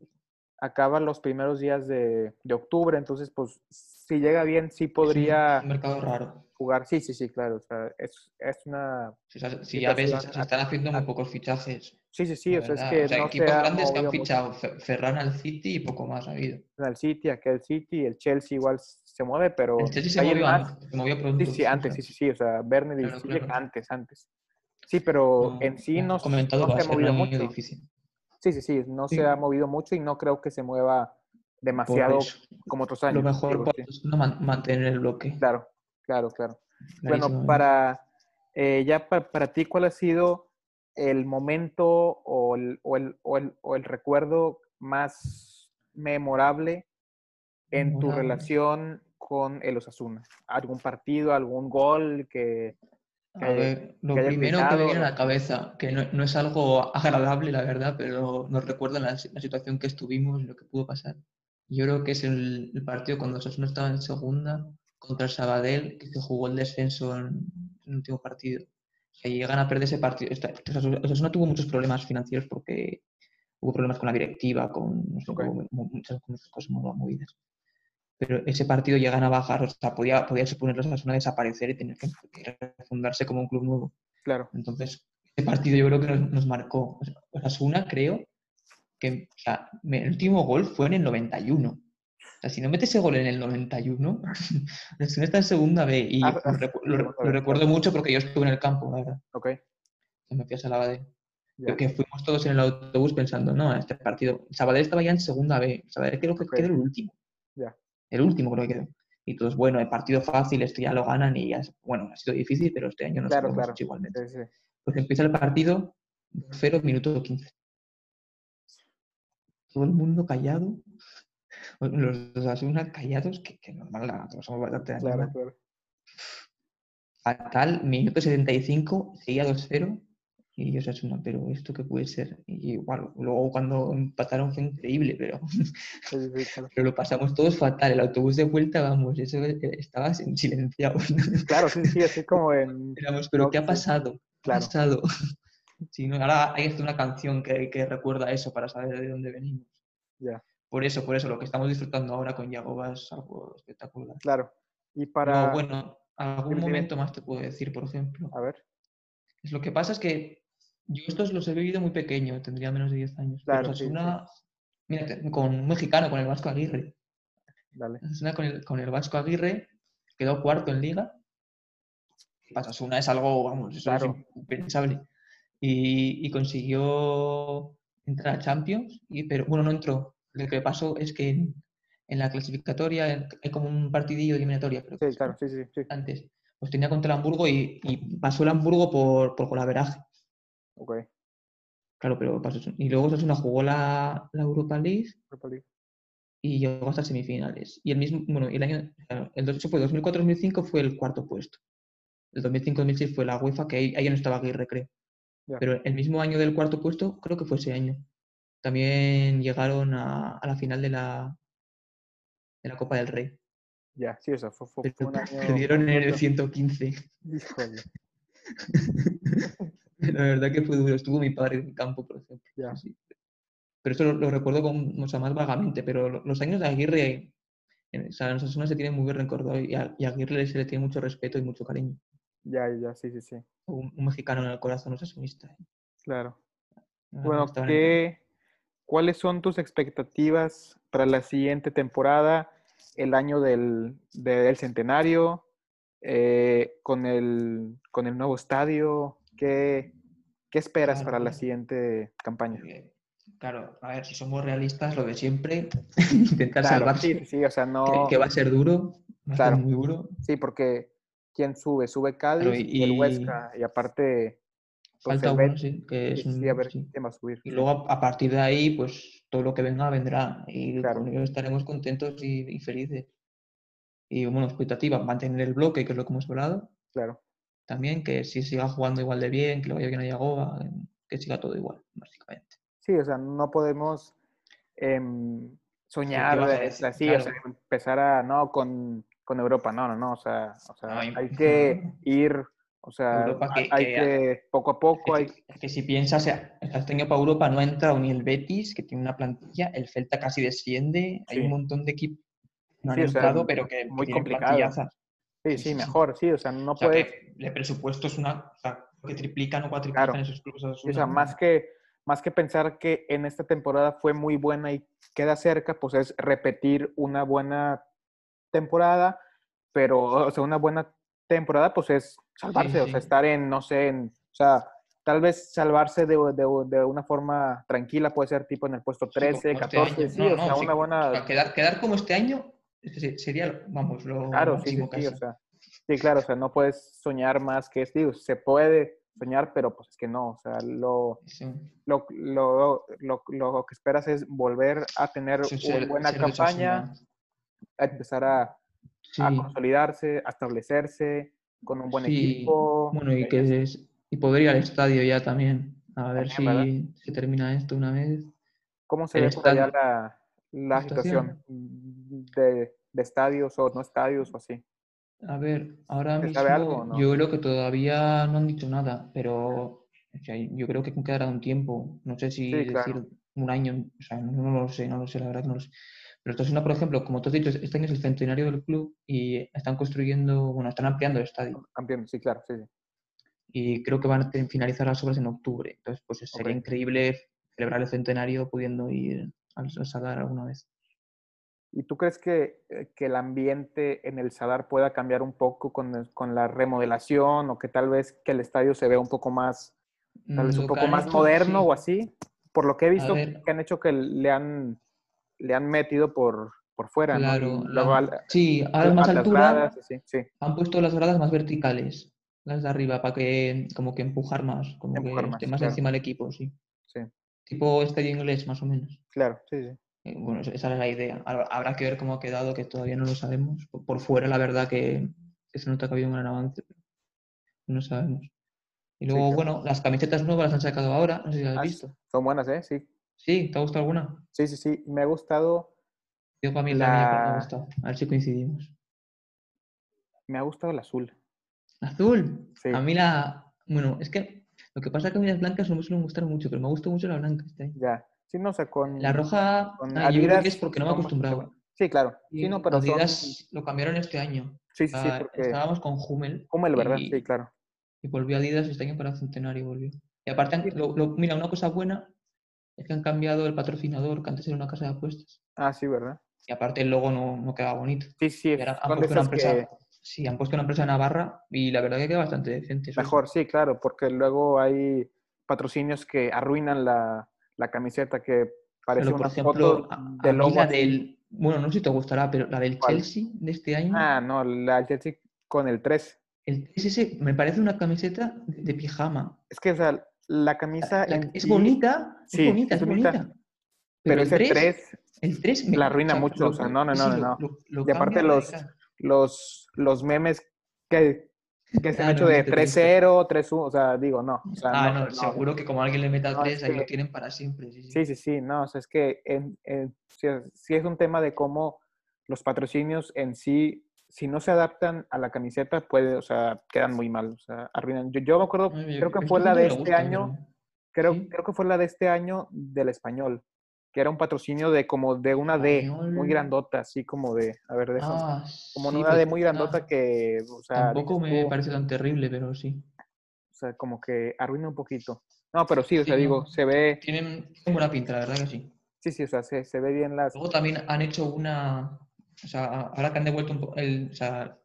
[SPEAKER 1] acaba los primeros días de, de octubre, entonces, pues, si llega bien, sí
[SPEAKER 2] Es un
[SPEAKER 1] podría
[SPEAKER 2] mercado raro.
[SPEAKER 1] jugar. Sí, sí, sí, claro. O sea, es, es una...
[SPEAKER 2] Si, se- si
[SPEAKER 1] Sí,
[SPEAKER 2] ya
[SPEAKER 1] pero
[SPEAKER 2] ves,
[SPEAKER 1] sí,
[SPEAKER 2] se,
[SPEAKER 1] a-
[SPEAKER 2] están haciendo muy
[SPEAKER 1] a-
[SPEAKER 2] pocos fichajes.
[SPEAKER 1] Sí, sí, sí,
[SPEAKER 2] la
[SPEAKER 1] o sea, es
[SPEAKER 2] verdad.
[SPEAKER 1] que
[SPEAKER 2] O sea,
[SPEAKER 1] no
[SPEAKER 2] equipos
[SPEAKER 1] se ha
[SPEAKER 2] grandes que han
[SPEAKER 1] movido mucho.
[SPEAKER 2] fichado Fe- Ferran al City y poco más ha habido.
[SPEAKER 1] El City, aquel City, el Chelsea igual se mueve, pero
[SPEAKER 2] El Chelsea se
[SPEAKER 1] alguien
[SPEAKER 2] movió,
[SPEAKER 1] más-
[SPEAKER 2] antes, se movió pronto.
[SPEAKER 1] Sí, sí, antes, sí, sí, sí, o sea, Werner y
[SPEAKER 2] Claro,
[SPEAKER 1] Ziyech
[SPEAKER 2] claro.
[SPEAKER 1] antes, antes. Sí, pero
[SPEAKER 2] No,
[SPEAKER 1] en sí
[SPEAKER 2] como
[SPEAKER 1] no,
[SPEAKER 2] has comentado,
[SPEAKER 1] no
[SPEAKER 2] va a
[SPEAKER 1] se ha
[SPEAKER 2] ser
[SPEAKER 1] movido
[SPEAKER 2] un año
[SPEAKER 1] mucho.
[SPEAKER 2] difícil.
[SPEAKER 1] Sí, sí, sí, no
[SPEAKER 2] Sí.
[SPEAKER 1] se ha movido mucho y no creo que se mueva
[SPEAKER 2] Por
[SPEAKER 1] demasiado
[SPEAKER 2] eso,
[SPEAKER 1] como otros
[SPEAKER 2] Lo
[SPEAKER 1] años.
[SPEAKER 2] mejor
[SPEAKER 1] digo,
[SPEAKER 2] para
[SPEAKER 1] sí.
[SPEAKER 2] Osasuna man- mantener el bloque.
[SPEAKER 1] Claro, claro, claro. Bueno,
[SPEAKER 2] clarísimamente.
[SPEAKER 1] para eh, ya pa- para, ti, ¿cuál ha sido el momento o el, o el, o el- o el recuerdo más memorable en tu
[SPEAKER 2] Memorable.
[SPEAKER 1] relación con el Osasuna? ¿Algún partido, algún gol que...
[SPEAKER 2] A
[SPEAKER 1] que-
[SPEAKER 2] ver, lo
[SPEAKER 1] que hayas
[SPEAKER 2] primero que me
[SPEAKER 1] gritado,
[SPEAKER 2] viene a
[SPEAKER 1] ¿no?
[SPEAKER 2] la cabeza, que no, no es algo agradable, la verdad, pero nos recuerda la, si- la situación que estuvimos, lo que pudo pasar. Yo creo que es el, el partido cuando Osasuna estaba en segunda contra el Sabadell, que se jugó el descenso en, en el último partido. Si llegan a perder ese partido, está- Osasuna Osasuna tuvo muchos problemas financieros porque hubo problemas con la directiva, con, no sé,
[SPEAKER 1] Ok.
[SPEAKER 2] hubo mu- muchas, muchas cosas muy movidas. pero ese partido llegan a bajar, o sea, podía, podía suponer a Osasuna desaparecer y tener que fundarse como un club nuevo.
[SPEAKER 1] Claro,
[SPEAKER 2] Entonces, ese partido yo creo que nos, nos marcó. O sea, Osasuna, creo que o sea, me- el último gol fue en el 91. O sea, si no mete ese gol en el 91, Osasuna está en segunda B y
[SPEAKER 1] Ah, ah,
[SPEAKER 2] lo, recu- lo-
[SPEAKER 1] segunda
[SPEAKER 2] lo
[SPEAKER 1] B.
[SPEAKER 2] recuerdo mucho porque yo estuve en el campo, la verdad.
[SPEAKER 1] ok.
[SPEAKER 2] que Me fui a Salabadell.
[SPEAKER 1] ya.
[SPEAKER 2] Creo que fuimos todos en el autobús pensando, no, este partido. Sabadell estaba ya en segunda B. Sabadell creo que
[SPEAKER 1] Ok.
[SPEAKER 2] quedó el último.
[SPEAKER 1] Ya.
[SPEAKER 2] El último creo que quedó. Y todos, bueno, el partido fácil, esto ya lo ganan y ya. es- Bueno, ha sido difícil, pero este año nos
[SPEAKER 1] Claro,
[SPEAKER 2] lo hemos
[SPEAKER 1] claro.
[SPEAKER 2] hecho igualmente.
[SPEAKER 1] Sí, sí.
[SPEAKER 2] Pues empieza el partido, 0 minuto 15. Todo el mundo callado. Los dos Asuna callados, que, que normal, la- todos somos bastante
[SPEAKER 1] Claro,
[SPEAKER 2] animales.
[SPEAKER 1] claro.
[SPEAKER 2] Fatal, minuto 75, seguía 2-0 y yo Osasuna, pero esto qué puede ser. Y igual, luego cuando empataron fue increíble, pero,
[SPEAKER 1] Sí, sí, sí, claro.
[SPEAKER 2] pero lo pasamos todos fatal. El autobús de vuelta, vamos, eso eh, estaba sin- silenciado.
[SPEAKER 1] Claro, sí, sí, así como en...
[SPEAKER 2] Éramos, pero ¿qué ha
[SPEAKER 1] Sí.
[SPEAKER 2] pasado? ¿Qué ha
[SPEAKER 1] Claro,
[SPEAKER 2] pasado? Sí, no, ahora hay hasta una canción que, que recuerda eso para saber de dónde venimos.
[SPEAKER 1] Ya.
[SPEAKER 2] Por eso, por eso, lo que estamos disfrutando ahora con Yagoba es algo espectacular.
[SPEAKER 1] claro. Y para...
[SPEAKER 2] Luego, bueno, algún
[SPEAKER 1] Dime, dime.
[SPEAKER 2] momento más te puedo decir, por ejemplo.
[SPEAKER 1] A ver,
[SPEAKER 2] Pues Lo que pasa es que yo estos los he vivido muy pequeño, tendría menos de 10 años. pero
[SPEAKER 1] Claro, sí, sí.
[SPEAKER 2] Osasuna, mira, te- con un mexicano, con el Vasco Aguirre.
[SPEAKER 1] dale.
[SPEAKER 2] Osasuna con el, con el Vasco Aguirre quedó cuarto en liga. Para Osasuna es algo, vamos, eso
[SPEAKER 1] Claro.
[SPEAKER 2] es impensable. Y, y consiguió entrar a Champions, y, pero bueno, no entró. Lo que pasó es que en, en la clasificatoria en- hay como un partidillo de eliminatoria, creo que
[SPEAKER 1] Sí,
[SPEAKER 2] se
[SPEAKER 1] claro,
[SPEAKER 2] llama,
[SPEAKER 1] sí, sí, sí.
[SPEAKER 2] antes. Pues tenía contra el Hamburgo y, y pasó el Hamburgo por, por golaveraje.
[SPEAKER 1] Ok.
[SPEAKER 2] Claro, pero pasó. Y luego Osasuna jugó la, la Europa League
[SPEAKER 1] Europa League.
[SPEAKER 2] y llegó hasta semifinales. Y el mismo, bueno, el año, claro, el dos- eso fue 2004-2005 fue el cuarto puesto. El 2005-2006 fue la UEFA, que ahí, ahí no estaba Aguirre, creo.
[SPEAKER 1] Ya.
[SPEAKER 2] Pero el mismo año del cuarto puesto, creo que fue ese año. También llegaron a, a la final de la, de la Copa del Rey.
[SPEAKER 1] Ya, sí, o sea, fue, fue- fue
[SPEAKER 2] Pero
[SPEAKER 1] un año...
[SPEAKER 2] perdieron en el
[SPEAKER 1] mucho.
[SPEAKER 2] 115.
[SPEAKER 1] Híjole,
[SPEAKER 2] La verdad que fue duro. Estuvo mi padre en el campo, por ejemplo.
[SPEAKER 1] Ya.
[SPEAKER 2] sí. Pero esto lo, lo recuerdo con, o sea, más vagamente. Pero lo- los años de Aguirre, en, o sea, en Osasuna se tiene muy bien recordado y a, y a Aguirre se le tiene mucho respeto y mucho cariño.
[SPEAKER 1] ya, ya, sí, sí, sí.
[SPEAKER 2] Un, un mexicano en el corazón osasunista. ¿eh?
[SPEAKER 1] Claro.
[SPEAKER 2] No, no
[SPEAKER 1] Bueno,
[SPEAKER 2] estaba en el-
[SPEAKER 1] ¿qué, ¿cuáles son tus expectativas para la siguiente temporada, el año del, del centenario, eh, con, el, con el nuevo estadio? ¿Qué, qué esperas para la
[SPEAKER 2] Claro. Eh,
[SPEAKER 1] siguiente campaña?
[SPEAKER 2] Porque, Claro, a ver, si somos realistas, lo de siempre, intentar
[SPEAKER 1] Claro,
[SPEAKER 2] salvarse,
[SPEAKER 1] sí, sí, sí, o sea,
[SPEAKER 2] que-
[SPEAKER 1] no.
[SPEAKER 2] que, va a ser duro, va a
[SPEAKER 1] Claro.
[SPEAKER 2] ser muy duro.
[SPEAKER 1] Sí, porque ¿quién sube? Sube Cádiz
[SPEAKER 2] Claro,
[SPEAKER 1] y, el
[SPEAKER 2] y-
[SPEAKER 1] Huesca. Y aparte, pues,
[SPEAKER 2] Falta
[SPEAKER 1] el
[SPEAKER 2] uno,
[SPEAKER 1] Bet-
[SPEAKER 2] sí, que es
[SPEAKER 1] sí,
[SPEAKER 2] un-
[SPEAKER 1] sí, a ver
[SPEAKER 2] sí.
[SPEAKER 1] quién va a subir.
[SPEAKER 2] Y luego a a partir de ahí, pues todo lo que venga vendrá y
[SPEAKER 1] Claro.
[SPEAKER 2] con ello estaremos contentos y, y felices. Y bueno, expectativa, mantener el bloque, que es lo que hemos hablado,
[SPEAKER 1] Claro,
[SPEAKER 2] también que si siga jugando igual de bien, que lo vaya bien a Yagoba, que siga todo igual, básicamente.
[SPEAKER 1] sí, o sea, no podemos em, soñar
[SPEAKER 2] vas a
[SPEAKER 1] de-
[SPEAKER 2] decir?
[SPEAKER 1] así, o sea,
[SPEAKER 2] Claro.
[SPEAKER 1] empezar a, no, con, con Europa, no, no, no, o sea, o sea,
[SPEAKER 2] No, hay-
[SPEAKER 1] hay que
[SPEAKER 2] no.
[SPEAKER 1] ir, o sea,
[SPEAKER 2] Europa que-
[SPEAKER 1] hay- hay
[SPEAKER 2] que-
[SPEAKER 1] que, poco a poco, hay,
[SPEAKER 2] Es que, es que si piensas, eh, has tenido para Europa, no ha entrado ni el Betis, que tiene una plantilla, el Celta casi desciende, hay
[SPEAKER 1] Sí.
[SPEAKER 2] un montón de equipos que no han
[SPEAKER 1] Sí, o sea,
[SPEAKER 2] entrado, pero que, que
[SPEAKER 1] muy
[SPEAKER 2] tienen
[SPEAKER 1] complicado. Pues
[SPEAKER 2] plantillazas.
[SPEAKER 1] sí,
[SPEAKER 2] sí,
[SPEAKER 1] sí,
[SPEAKER 2] sí.
[SPEAKER 1] mejor, sí, o sea, no
[SPEAKER 2] O sea,
[SPEAKER 1] puedes,
[SPEAKER 2] que el presupuesto es una. o sea, que triplican o cuatriplican
[SPEAKER 1] Claro.
[SPEAKER 2] esos clubes.
[SPEAKER 1] sí, o sea, más que, más que pensar que en esta temporada fue muy buena y queda cerca, pues es repetir una buena temporada, pero, o sea, una buena temporada, pues es salvarse, o
[SPEAKER 2] sí.
[SPEAKER 1] sea, estar en, no sé, en, o sea, tal vez salvarse de, de- de una forma tranquila, puede ser tipo en el puesto
[SPEAKER 2] Sí,
[SPEAKER 1] 13,
[SPEAKER 2] como este
[SPEAKER 1] 14,
[SPEAKER 2] año.
[SPEAKER 1] sí,
[SPEAKER 2] No,
[SPEAKER 1] o
[SPEAKER 2] no,
[SPEAKER 1] sea,
[SPEAKER 2] sí,
[SPEAKER 1] una buena,
[SPEAKER 2] o sea, quedar, quedar como este año es que se- sería, lo- vamos, lo
[SPEAKER 1] claro, sí, sí,
[SPEAKER 2] máximo
[SPEAKER 1] sí, o
[SPEAKER 2] casi.
[SPEAKER 1] sea, sí, claro, o sea, no puedes soñar más que esto, digo, se puede, soñar, pero pues es que no, o sea, lo, sí. lo, lo, lo, lo, que esperas es volver a tener sí, una ser, buena ser campaña, a empezar a, sí. a, consolidarse, a establecerse con un buen equipo. eh,
[SPEAKER 2] Bueno, y, que es, y poder ir al estadio ya también, a ver también, si se si termina esto una vez.
[SPEAKER 1] ¿Cómo se El ve estadio. por allá la, la, la situación de, de estadios o no estadios o así?
[SPEAKER 2] A ver, ahora mismo algo, ¿no? yo creo que todavía no han dicho nada, pero o sea, yo creo que quedará un tiempo. No sé si sí, decir claro. un año, o sea, no, no, lo sé, no lo sé, la verdad que no lo sé. Pero Osasuna, por ejemplo, como tú has dicho, este año es el centenario del club y están construyendo, bueno, están ampliando el estadio.
[SPEAKER 1] Ampliando, sí, claro, sí, sí.
[SPEAKER 2] Y creo que van a finalizar las obras en octubre. Entonces, pues sería okay. increíble celebrar el centenario pudiendo ir al Sadar alguna vez.
[SPEAKER 1] ¿Y tú crees que, eh, que, el ambiente en el Sadar pueda cambiar un poco con, con, la remodelación o que tal vez que el estadio se vea un poco más, tal
[SPEAKER 2] Mm,
[SPEAKER 1] vez un poco más hecho, moderno sí. o así? Por lo que he visto que han hecho que le han, le han metido por, por fuera.
[SPEAKER 2] Claro,
[SPEAKER 1] ¿no?
[SPEAKER 2] Luego, la, la, sí, a la, más altura gradas, sí, sí. han puesto las gradas más verticales, las de arriba, para que como que empujar más, como empujar que más, esté más claro. encima del equipo, sí. sí. Tipo estadio inglés, más o menos.
[SPEAKER 1] Claro, sí, sí.
[SPEAKER 2] Eh, Bueno, esa es la idea. Habrá que ver cómo ha quedado, que todavía no lo sabemos. Por fuera, la verdad que, que se nota que ha habido un gran avance. No sabemos. Y luego, sí, claro. bueno, las camisetas nuevas las han sacado ahora. No sé si las has ah, visto.
[SPEAKER 1] Son buenas, ¿eh? Sí.
[SPEAKER 2] ¿Sí? ¿Te ha gustado alguna?
[SPEAKER 1] Sí, sí, sí. Me ha gustado.
[SPEAKER 2] Yo para mí la, la mía, pero me ha gustado. A ver si coincidimos.
[SPEAKER 1] Me ha gustado el azul.
[SPEAKER 2] ¿Azul? Sí. A mí la... Bueno, es que lo que pasa es que a mí las blancas no me suelen gustar mucho, pero me ha gustado mucho la blanca. Este año.
[SPEAKER 1] Ya. Sí, no, o sea, con.
[SPEAKER 2] La roja, con ah, Adidas, yo creo que es porque no me acostumbraba.
[SPEAKER 1] Sí, claro.
[SPEAKER 2] Sí, no, pero Adidas son... lo cambiaron este año.
[SPEAKER 1] Sí, sí, sí. Porque...
[SPEAKER 2] Estábamos con Hummel.
[SPEAKER 1] Hummel, ¿verdad? Y, sí, claro.
[SPEAKER 2] Y volvió Adidas este año para Centenario, volvió. Y aparte, sí. lo, lo, mira, una cosa buena es que han cambiado el patrocinador, que antes era una casa de apuestas.
[SPEAKER 1] Ah, sí, ¿verdad?
[SPEAKER 2] Y aparte el logo no, no quedaba bonito.
[SPEAKER 1] Sí, sí.
[SPEAKER 2] Ahora han, puesto una empresa, que... sí han puesto una empresa de Navarra y la verdad que queda bastante decente.
[SPEAKER 1] Mejor, sí, claro, porque luego hay patrocinios que arruinan la, la camiseta que parece pero,
[SPEAKER 2] una por ejemplo, foto de a, a mí la del bueno no sé si te gustará pero la del ¿Cuál? Chelsea de este año
[SPEAKER 1] ah no la Chelsea con el 3
[SPEAKER 2] el 3 ese me parece una camiseta de pijama
[SPEAKER 1] es que o sea la camisa
[SPEAKER 2] la, la, es, sí, bonita, sí, es, bonita, es bonita es
[SPEAKER 1] pero,
[SPEAKER 2] bonita
[SPEAKER 1] pero ese 3, 3,
[SPEAKER 2] el 3
[SPEAKER 1] me, la arruina o sea, mucho lo, o sea no no no no, no. Lo, lo, y aparte los los los memes que que se ah, han hecho no, de 3-0, 3-1, o sea, digo, no. O sea,
[SPEAKER 2] ah, no, no seguro no. que como alguien le meta 3, ahí que... lo tienen para siempre.
[SPEAKER 1] Sí, sí, sí, sí, sí no, o sea, es que en, en, si, si, es un tema de cómo los patrocinios en sí, si no se adaptan a la camiseta, puede, o sea, quedan muy mal, o sea, arruinan. Yo, yo me acuerdo, Ay, creo que fue la de este gusta, año, creo, ¿Sí? creo que fue la de este año del español, que era un patrocinio de como de una D muy grandota, así como de, a ver, de ah, esas, como sí, una D muy grandota ah, que, o sea,
[SPEAKER 2] tampoco dices, me oh, parece tan terrible, pero sí.
[SPEAKER 1] O sea, como que arruina un poquito. No, pero sí, o sí, sea, no. digo, se ve
[SPEAKER 2] tienen buena pinta, la verdad que sí.
[SPEAKER 1] Sí, sí, o sea, se, se, ve bien las
[SPEAKER 2] Luego también han hecho una o sea, ahora que han devuelto un po... el, o sea,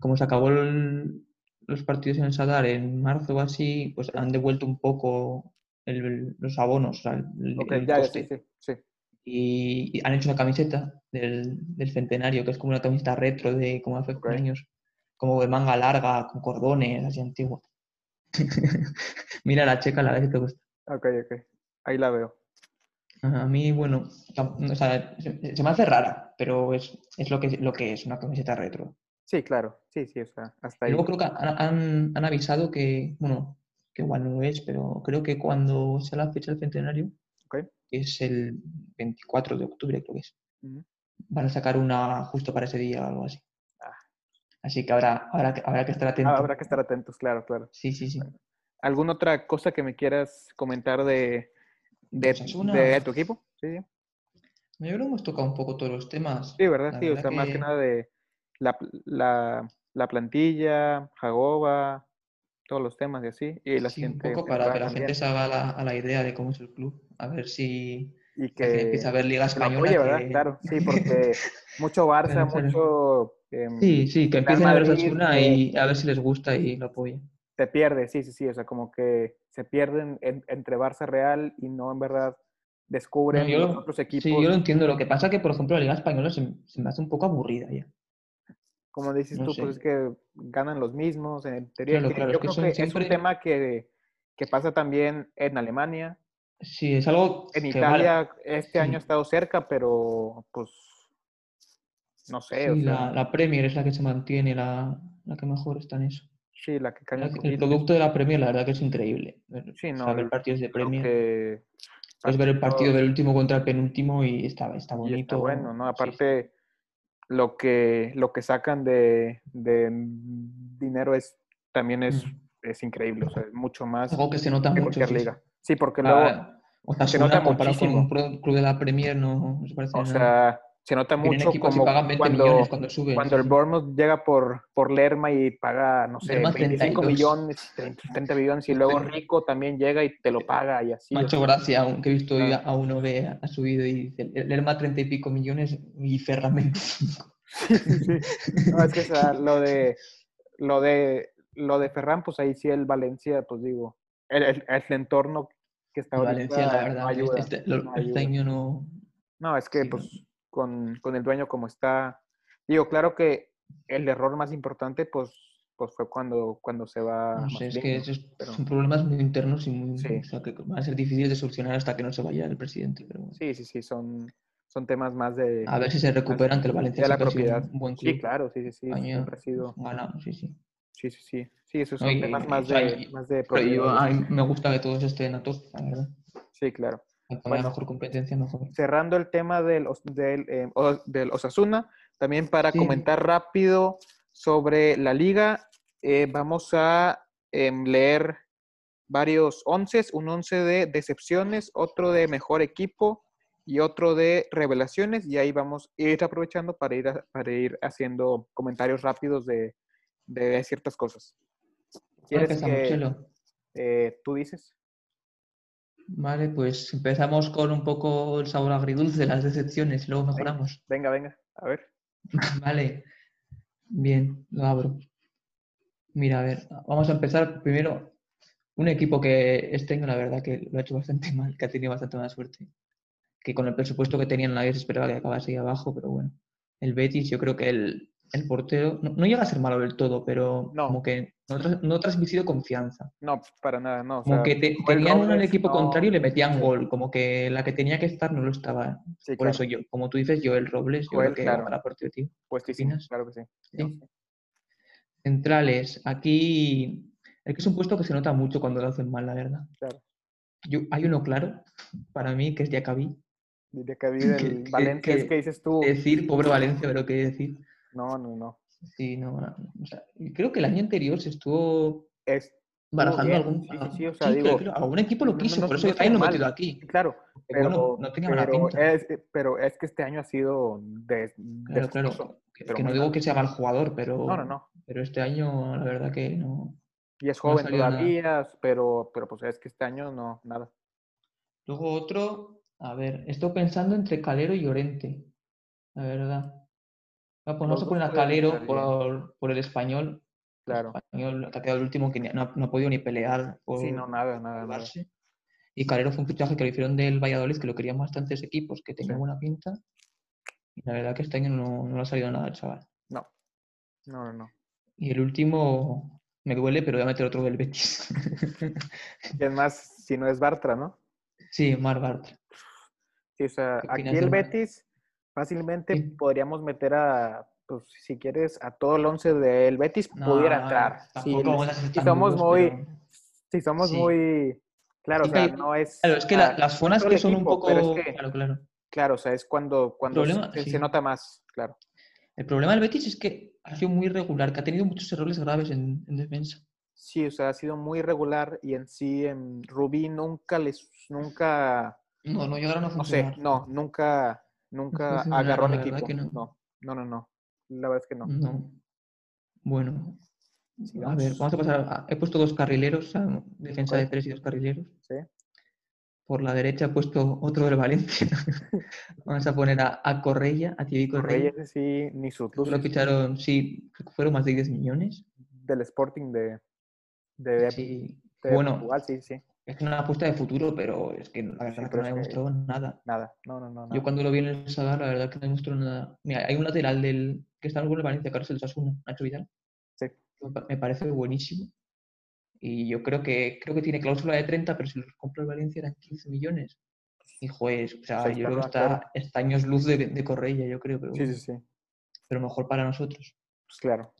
[SPEAKER 2] como se acabó el... los partidos en el Sadar en marzo o así, pues han devuelto un poco el, el, los abonos, o sea, el,
[SPEAKER 1] okay, ya, sí, sí, sí.
[SPEAKER 2] Y, y, han hecho una camiseta del, del, centenario, que es como una camiseta retro de como hace okay. años, como de manga larga, con cordones, así antigua. Mira la checa, la vez que te gusta.
[SPEAKER 1] Ok, ok, ahí la veo.
[SPEAKER 2] A mí, bueno, o sea, se, se, me hace rara, pero es, es lo, que, lo que es una camiseta retro.
[SPEAKER 1] Sí, claro, sí, sí, o sea, hasta ahí.
[SPEAKER 2] Luego creo que han, han, han avisado que, bueno, que igual no lo es, pero creo que cuando sea la fecha del centenario,
[SPEAKER 1] okay.
[SPEAKER 2] que es el 24 de octubre, creo que es, uh -huh. van a sacar una justo para ese día o algo así. Ah. Así que habrá, habrá, habrá que estar atentos.
[SPEAKER 1] Ah, habrá que estar atentos, claro, claro.
[SPEAKER 2] Sí, sí, sí.
[SPEAKER 1] ¿Alguna otra cosa que me quieras comentar de, de, una... de tu equipo? Sí, sí.
[SPEAKER 2] No, yo creo que hemos tocado un poco todos los temas.
[SPEAKER 1] Sí, ¿verdad? La sí, verdad o sea, que... más que nada de la, la, la plantilla, Jagoba, todos los temas y así. Y la
[SPEAKER 2] sí, gente, un poco para que la gente se haga la, a la idea de cómo es el club. A ver si y que, que empieza a ver Liga Española.
[SPEAKER 1] Oye, ¿verdad? Que... Claro, sí, porque mucho Barça, mucho... em,
[SPEAKER 2] Eh, sí, sí, que empiecen Madrid, a ver Osasuna y a ver si les gusta y lo apoyan.
[SPEAKER 1] Se pierde, sí, sí, sí. O sea, como que se pierden en, entre Barça Real y no en verdad descubren no,
[SPEAKER 2] yo,
[SPEAKER 1] otros equipos.
[SPEAKER 2] Sí, yo lo entiendo. Lo que pasa es que, por ejemplo, la Liga Española se, se me hace un poco aburrida ya
[SPEAKER 1] como dices
[SPEAKER 2] No
[SPEAKER 1] tú,
[SPEAKER 2] sé.
[SPEAKER 1] pues es que ganan los mismos, en teoría.
[SPEAKER 2] Claro,
[SPEAKER 1] que
[SPEAKER 2] claro,
[SPEAKER 1] yo
[SPEAKER 2] es que
[SPEAKER 1] creo
[SPEAKER 2] son
[SPEAKER 1] que es un
[SPEAKER 2] siempre-
[SPEAKER 1] tema que, que pasa también en Alemania.
[SPEAKER 2] Sí, es algo
[SPEAKER 1] En
[SPEAKER 2] que,
[SPEAKER 1] Italia
[SPEAKER 2] vale,
[SPEAKER 1] este año
[SPEAKER 2] sí.
[SPEAKER 1] ha estado cerca, pero pues no sé, eh, o
[SPEAKER 2] sí,
[SPEAKER 1] sea,
[SPEAKER 2] la, la Premier es la que se mantiene, la, la que mejor está en eso.
[SPEAKER 1] sí, la que
[SPEAKER 2] La-
[SPEAKER 1] cambia un
[SPEAKER 2] el
[SPEAKER 1] poquito.
[SPEAKER 2] producto de la Premier, la verdad que es increíble. Ver-
[SPEAKER 1] Sí, no,
[SPEAKER 2] o sea, ver
[SPEAKER 1] el-
[SPEAKER 2] partidos de
[SPEAKER 1] Creo
[SPEAKER 2] Premier,
[SPEAKER 1] que
[SPEAKER 2] puedes ver el partido
[SPEAKER 1] partidos-
[SPEAKER 2] del último contra el penúltimo y está, está
[SPEAKER 1] Y
[SPEAKER 2] bonito.
[SPEAKER 1] está bueno, ¿no?
[SPEAKER 2] sí,
[SPEAKER 1] Aparte, lo que lo que sacan de, de dinero es también es,
[SPEAKER 2] Mm.
[SPEAKER 1] es increíble, o sea, es mucho
[SPEAKER 2] es
[SPEAKER 1] más
[SPEAKER 2] Mm. algo que se nota
[SPEAKER 1] que
[SPEAKER 2] mucho.
[SPEAKER 1] cualquier
[SPEAKER 2] sí, sí.
[SPEAKER 1] liga. Sí, porque luego,
[SPEAKER 2] Ah,
[SPEAKER 1] se
[SPEAKER 2] Osasuna
[SPEAKER 1] nota
[SPEAKER 2] comparado con
[SPEAKER 1] muchísimo.
[SPEAKER 2] un pro- club de la Premier no, no se parece
[SPEAKER 1] o
[SPEAKER 2] en nada.
[SPEAKER 1] sea, se nota
[SPEAKER 2] Tienen
[SPEAKER 1] mucho
[SPEAKER 2] equipos y
[SPEAKER 1] como
[SPEAKER 2] pagan 20
[SPEAKER 1] cuando,
[SPEAKER 2] millones cuando suben.
[SPEAKER 1] cuando
[SPEAKER 2] sí,
[SPEAKER 1] el
[SPEAKER 2] sí.
[SPEAKER 1] Bournemouth llega por, por Lerma y paga, no sé,
[SPEAKER 2] Lerma
[SPEAKER 1] 25
[SPEAKER 2] 32.
[SPEAKER 1] millones, 30, 30 millones, y luego Rico también llega y te lo paga y así.
[SPEAKER 2] Me ha
[SPEAKER 1] o
[SPEAKER 2] hecho
[SPEAKER 1] sea,
[SPEAKER 2] gracia, aunque he visto hoy
[SPEAKER 1] Ah.
[SPEAKER 2] a a uno que ha subido y dice, el Lerma 30 y pico millones y Ferran 25.
[SPEAKER 1] No, es que o sea, lo de lo de lo de Ferran, pues ahí sí el Valencia, pues digo, el, el, el entorno que está
[SPEAKER 2] El
[SPEAKER 1] ahorita
[SPEAKER 2] Valencia, la verdad,
[SPEAKER 1] no ayuda.
[SPEAKER 2] este, lo-
[SPEAKER 1] no
[SPEAKER 2] este
[SPEAKER 1] ayuda.
[SPEAKER 2] año no...
[SPEAKER 1] No, es que
[SPEAKER 2] sí, no.
[SPEAKER 1] pues con, con el dueño como está, digo, claro que el error más importante pues pues fue cuando cuando se va
[SPEAKER 2] No sé, es
[SPEAKER 1] Marcelino.
[SPEAKER 2] que esos
[SPEAKER 1] pero-
[SPEAKER 2] son problemas muy internos y muy,
[SPEAKER 1] Sí.
[SPEAKER 2] o sea, que van a ser difíciles de solucionar hasta que no se vaya el presidente. Pero bueno.
[SPEAKER 1] Sí, sí, sí, son son temas más de
[SPEAKER 2] a ver si se recuperan, que el Valencia
[SPEAKER 1] la
[SPEAKER 2] siempre ha sido
[SPEAKER 1] propiedad.
[SPEAKER 2] un buen club.
[SPEAKER 1] Sí, claro, sí, sí, sí,
[SPEAKER 2] Año.
[SPEAKER 1] siempre ha sido-
[SPEAKER 2] Ganamos, sí, sí.
[SPEAKER 1] sí, sí, sí. Sí, esos
[SPEAKER 2] No,
[SPEAKER 1] son
[SPEAKER 2] y-
[SPEAKER 1] temas
[SPEAKER 2] y- o
[SPEAKER 1] más
[SPEAKER 2] sea,
[SPEAKER 1] de
[SPEAKER 2] y-
[SPEAKER 1] más de
[SPEAKER 2] Pero yo-
[SPEAKER 1] propiedad.
[SPEAKER 2] a mí me gusta que todos estén a tope, la verdad.
[SPEAKER 1] Sí, claro.
[SPEAKER 2] Cuanto
[SPEAKER 1] Bueno.
[SPEAKER 2] más mejor competencia, mejor.
[SPEAKER 1] cerrando el tema del, Os- del, eh, O- del Osasuna, también para
[SPEAKER 2] Sí.
[SPEAKER 1] comentar rápido sobre la liga, eh, vamos a em, leer varios once, un once de decepciones, otro de mejor equipo y otro de revelaciones, y ahí vamos a ir aprovechando para ir, a- para ir haciendo comentarios rápidos de, de ciertas cosas. ¿Quieres
[SPEAKER 2] Empezamos,
[SPEAKER 1] que
[SPEAKER 2] Chelo.
[SPEAKER 1] eh, tú dices?
[SPEAKER 2] Vale, pues empezamos con un poco el sabor agridulce, las decepciones, y luego mejoramos.
[SPEAKER 1] Venga, venga, a ver.
[SPEAKER 2] Vale. Bien, lo abro. Mira, a ver, vamos a empezar primero. Un equipo que este año, la verdad, que lo ha hecho bastante mal, que ha tenido bastante mala suerte. Que con el presupuesto que tenían, nadie se esperaba que acabase ahí abajo, pero bueno. El Betis, yo creo que el, el portero no, no llega a ser malo del todo, pero
[SPEAKER 1] No.
[SPEAKER 2] como que no, tra- no ha transmitido confianza.
[SPEAKER 1] No, para nada, no. o
[SPEAKER 2] Como
[SPEAKER 1] sea,
[SPEAKER 2] que te-
[SPEAKER 1] Joel
[SPEAKER 2] tenían uno al
[SPEAKER 1] Robles,
[SPEAKER 2] equipo
[SPEAKER 1] no.
[SPEAKER 2] contrario y le metían
[SPEAKER 1] Sí.
[SPEAKER 2] gol. Como que la que tenía que estar no lo estaba.
[SPEAKER 1] sí,
[SPEAKER 2] Por
[SPEAKER 1] claro.
[SPEAKER 2] eso yo, como tú dices, yo el Robles, yo
[SPEAKER 1] Joel,
[SPEAKER 2] creo que
[SPEAKER 1] claro.
[SPEAKER 2] para partido, tío.
[SPEAKER 1] Puestísimo,
[SPEAKER 2] ¿Opinas?
[SPEAKER 1] claro que sí.
[SPEAKER 2] Sí. Centrales, aquí es que es un puesto que se nota mucho cuando lo hacen mal, la verdad.
[SPEAKER 1] Claro.
[SPEAKER 2] Yo- hay uno claro, para mí, que es Diacabí.
[SPEAKER 1] Diría que vi del
[SPEAKER 2] que-
[SPEAKER 1] Valencia, es
[SPEAKER 2] que-
[SPEAKER 1] que dices tú.
[SPEAKER 2] Decir, pobre Valencia, pero qué decir.
[SPEAKER 1] No, no, no.
[SPEAKER 2] Sí, no, no, o sea, creo que el año anterior se estuvo
[SPEAKER 1] Es,
[SPEAKER 2] barajando
[SPEAKER 1] bien,
[SPEAKER 2] algún, ah,
[SPEAKER 1] sí, sí, sí, o sea,
[SPEAKER 2] que-
[SPEAKER 1] digo,
[SPEAKER 2] que algún equipo
[SPEAKER 1] no-
[SPEAKER 2] lo
[SPEAKER 1] no-
[SPEAKER 2] quiso,
[SPEAKER 1] no-
[SPEAKER 2] por
[SPEAKER 1] no
[SPEAKER 2] eso yo
[SPEAKER 1] estuvo
[SPEAKER 2] también lo he
[SPEAKER 1] mal.
[SPEAKER 2] metido aquí.
[SPEAKER 1] claro,
[SPEAKER 2] Pero
[SPEAKER 1] pero,
[SPEAKER 2] bueno, no pues. tenía mala
[SPEAKER 1] pero,
[SPEAKER 2] pinta.
[SPEAKER 1] es, pero es que este año ha sido de,
[SPEAKER 2] Claro, claro,
[SPEAKER 1] desastroso.
[SPEAKER 2] que,
[SPEAKER 1] pero
[SPEAKER 2] que no
[SPEAKER 1] muy
[SPEAKER 2] digo
[SPEAKER 1] mal.
[SPEAKER 2] que sea mal jugador, pero,
[SPEAKER 1] No, no, no.
[SPEAKER 2] pero este año la verdad que no,
[SPEAKER 1] Y es
[SPEAKER 2] No ha
[SPEAKER 1] joven
[SPEAKER 2] salido nada.
[SPEAKER 1] todavía, pero, pero pues es que este año no, nada.
[SPEAKER 2] Luego otro, a ver, estoy pensando entre Calero y Llorente, la verdad. Ah, pues
[SPEAKER 1] Los
[SPEAKER 2] vamos a
[SPEAKER 1] dos
[SPEAKER 2] poner a
[SPEAKER 1] pueden
[SPEAKER 2] Calero
[SPEAKER 1] estar
[SPEAKER 2] por, por el español. El
[SPEAKER 1] Claro.
[SPEAKER 2] español que ha quedado el último que ni- no ha, no ha podido ni pelear por
[SPEAKER 1] Sí, no, nada, nada, nada.
[SPEAKER 2] salvarse. Y Calero fue un fichaje que lo hicieron del Valladolid, que lo querían bastantes equipos, que tenía
[SPEAKER 1] Sí.
[SPEAKER 2] buena pinta. Y la verdad que este año no, no le ha salido nada al chaval.
[SPEAKER 1] No. No, no, no.
[SPEAKER 2] Y el último, me duele, pero voy a meter otro del Betis.
[SPEAKER 1] Y es más, si no es Bartra, ¿no?
[SPEAKER 2] sí, Mar Bartra.
[SPEAKER 1] Sí, o sea,
[SPEAKER 2] ¿Qué
[SPEAKER 1] aquí
[SPEAKER 2] opinas
[SPEAKER 1] el
[SPEAKER 2] del Barça?
[SPEAKER 1] Betis fácilmente
[SPEAKER 2] Sí.
[SPEAKER 1] podríamos meter a, pues si quieres, a todo el once del Betis pudiera
[SPEAKER 2] No,
[SPEAKER 1] entrar. Si,
[SPEAKER 2] tampoco vamos a ser
[SPEAKER 1] si
[SPEAKER 2] tan
[SPEAKER 1] somos
[SPEAKER 2] duros,
[SPEAKER 1] muy-
[SPEAKER 2] pero-
[SPEAKER 1] si somos
[SPEAKER 2] sí.
[SPEAKER 1] muy, claro, o
[SPEAKER 2] Es que
[SPEAKER 1] sea,
[SPEAKER 2] yo-
[SPEAKER 1] no es,
[SPEAKER 2] Claro, es que
[SPEAKER 1] ah,
[SPEAKER 2] la- las zonas
[SPEAKER 1] todo el
[SPEAKER 2] que son un
[SPEAKER 1] equipo,
[SPEAKER 2] poco.
[SPEAKER 1] pero es que-
[SPEAKER 2] Claro, claro.
[SPEAKER 1] claro, o sea, es cuando, cuando se-
[SPEAKER 2] problema,
[SPEAKER 1] se,
[SPEAKER 2] sí.
[SPEAKER 1] se nota más, claro.
[SPEAKER 2] El problema del Betis es que ha sido muy irregular, que ha tenido muchos errores graves en, en defensa.
[SPEAKER 1] Sí, o sea, ha sido muy regular y en sí, en Rubí nunca les, nunca,
[SPEAKER 2] No, no llegaron a
[SPEAKER 1] no sé,
[SPEAKER 2] funcionar.
[SPEAKER 1] no, nunca, nunca
[SPEAKER 2] funcionaron,
[SPEAKER 1] agarró al
[SPEAKER 2] la verdad
[SPEAKER 1] equipo.
[SPEAKER 2] que no.
[SPEAKER 1] No, no, no, no. La verdad es que no.
[SPEAKER 2] No. Bueno. A
[SPEAKER 1] Sigamos.
[SPEAKER 2] ver, vamos a pasar. a- He puesto dos carrileros, o sea, defensa
[SPEAKER 1] Ok.
[SPEAKER 2] de tres y dos carrileros.
[SPEAKER 1] Sí.
[SPEAKER 2] Por la derecha he puesto otro del Valencia. vamos a poner a, a Correia, a Tibi Correia.
[SPEAKER 1] Reyes sí, ni su
[SPEAKER 2] que Lo ficharon, sí, creo que fueron más de 10 millones.
[SPEAKER 1] del Sporting de, de,
[SPEAKER 2] Sí.
[SPEAKER 1] de
[SPEAKER 2] Bueno,
[SPEAKER 1] Portugal, sí, sí.
[SPEAKER 2] Es una apuesta de futuro, pero es que la verdad
[SPEAKER 1] Sí,
[SPEAKER 2] es que
[SPEAKER 1] pero
[SPEAKER 2] no
[SPEAKER 1] es
[SPEAKER 2] me ha
[SPEAKER 1] que-
[SPEAKER 2] demostrado nada.
[SPEAKER 1] Nada, no, no, no. nada.
[SPEAKER 2] Yo cuando lo vi en el Sadar, la verdad es que no demostró nada. Mira, hay un lateral del que está en el gol de Valencia, Carlos El Sasuna, Nacho Vidal.
[SPEAKER 1] Sí.
[SPEAKER 2] Me pa- Me parece buenísimo. Y yo creo que creo que tiene cláusula de 30, pero si los compra el Valencia eran 15 millones. Y joder, o sea,
[SPEAKER 1] Sí,
[SPEAKER 2] yo
[SPEAKER 1] está
[SPEAKER 2] creo que
[SPEAKER 1] más
[SPEAKER 2] está, está años luz de, de Correia, yo creo, pero,
[SPEAKER 1] Sí, sí, sí.
[SPEAKER 2] pero mejor para nosotros.
[SPEAKER 1] Pues claro.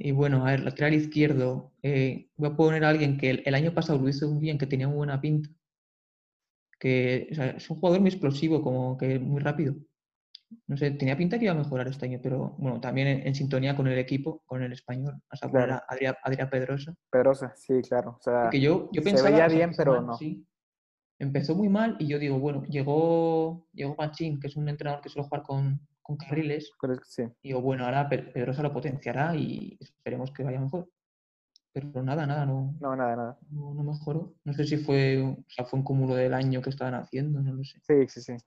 [SPEAKER 2] Y bueno, a ver, lateral izquierdo. eh, voy a poner a alguien que el, el año pasado lo hizo muy bien, que tenía muy buena pinta. Que o sea, es un jugador muy explosivo, como que muy rápido. No sé, tenía pinta que iba a mejorar este año, pero bueno, también en, en sintonía con el equipo, con el español. Vas a poner
[SPEAKER 1] Claro.
[SPEAKER 2] a Adrián Pedrosa.
[SPEAKER 1] Pedrosa, sí, claro. O sea,
[SPEAKER 2] Que yo, yo
[SPEAKER 1] se
[SPEAKER 2] pensaba,
[SPEAKER 1] veía
[SPEAKER 2] o sea,
[SPEAKER 1] bien,
[SPEAKER 2] empezó
[SPEAKER 1] pero
[SPEAKER 2] mal,
[SPEAKER 1] no.
[SPEAKER 2] sí. Empezó muy mal y yo digo, bueno, llegó, llegó Machín, que es un entrenador que suele jugar con, con carriles.
[SPEAKER 1] creo que sí.
[SPEAKER 2] Y Digo, bueno, ahora Pe- Pedrosa lo potenciará y esperemos que vaya mejor. Pero nada, nada, no,
[SPEAKER 1] No, nada, nada.
[SPEAKER 2] no, no mejoró. No sé si fue, un- o sea, fue un cúmulo del año que estaban haciendo, no lo sé.
[SPEAKER 1] Sí, sí, sí.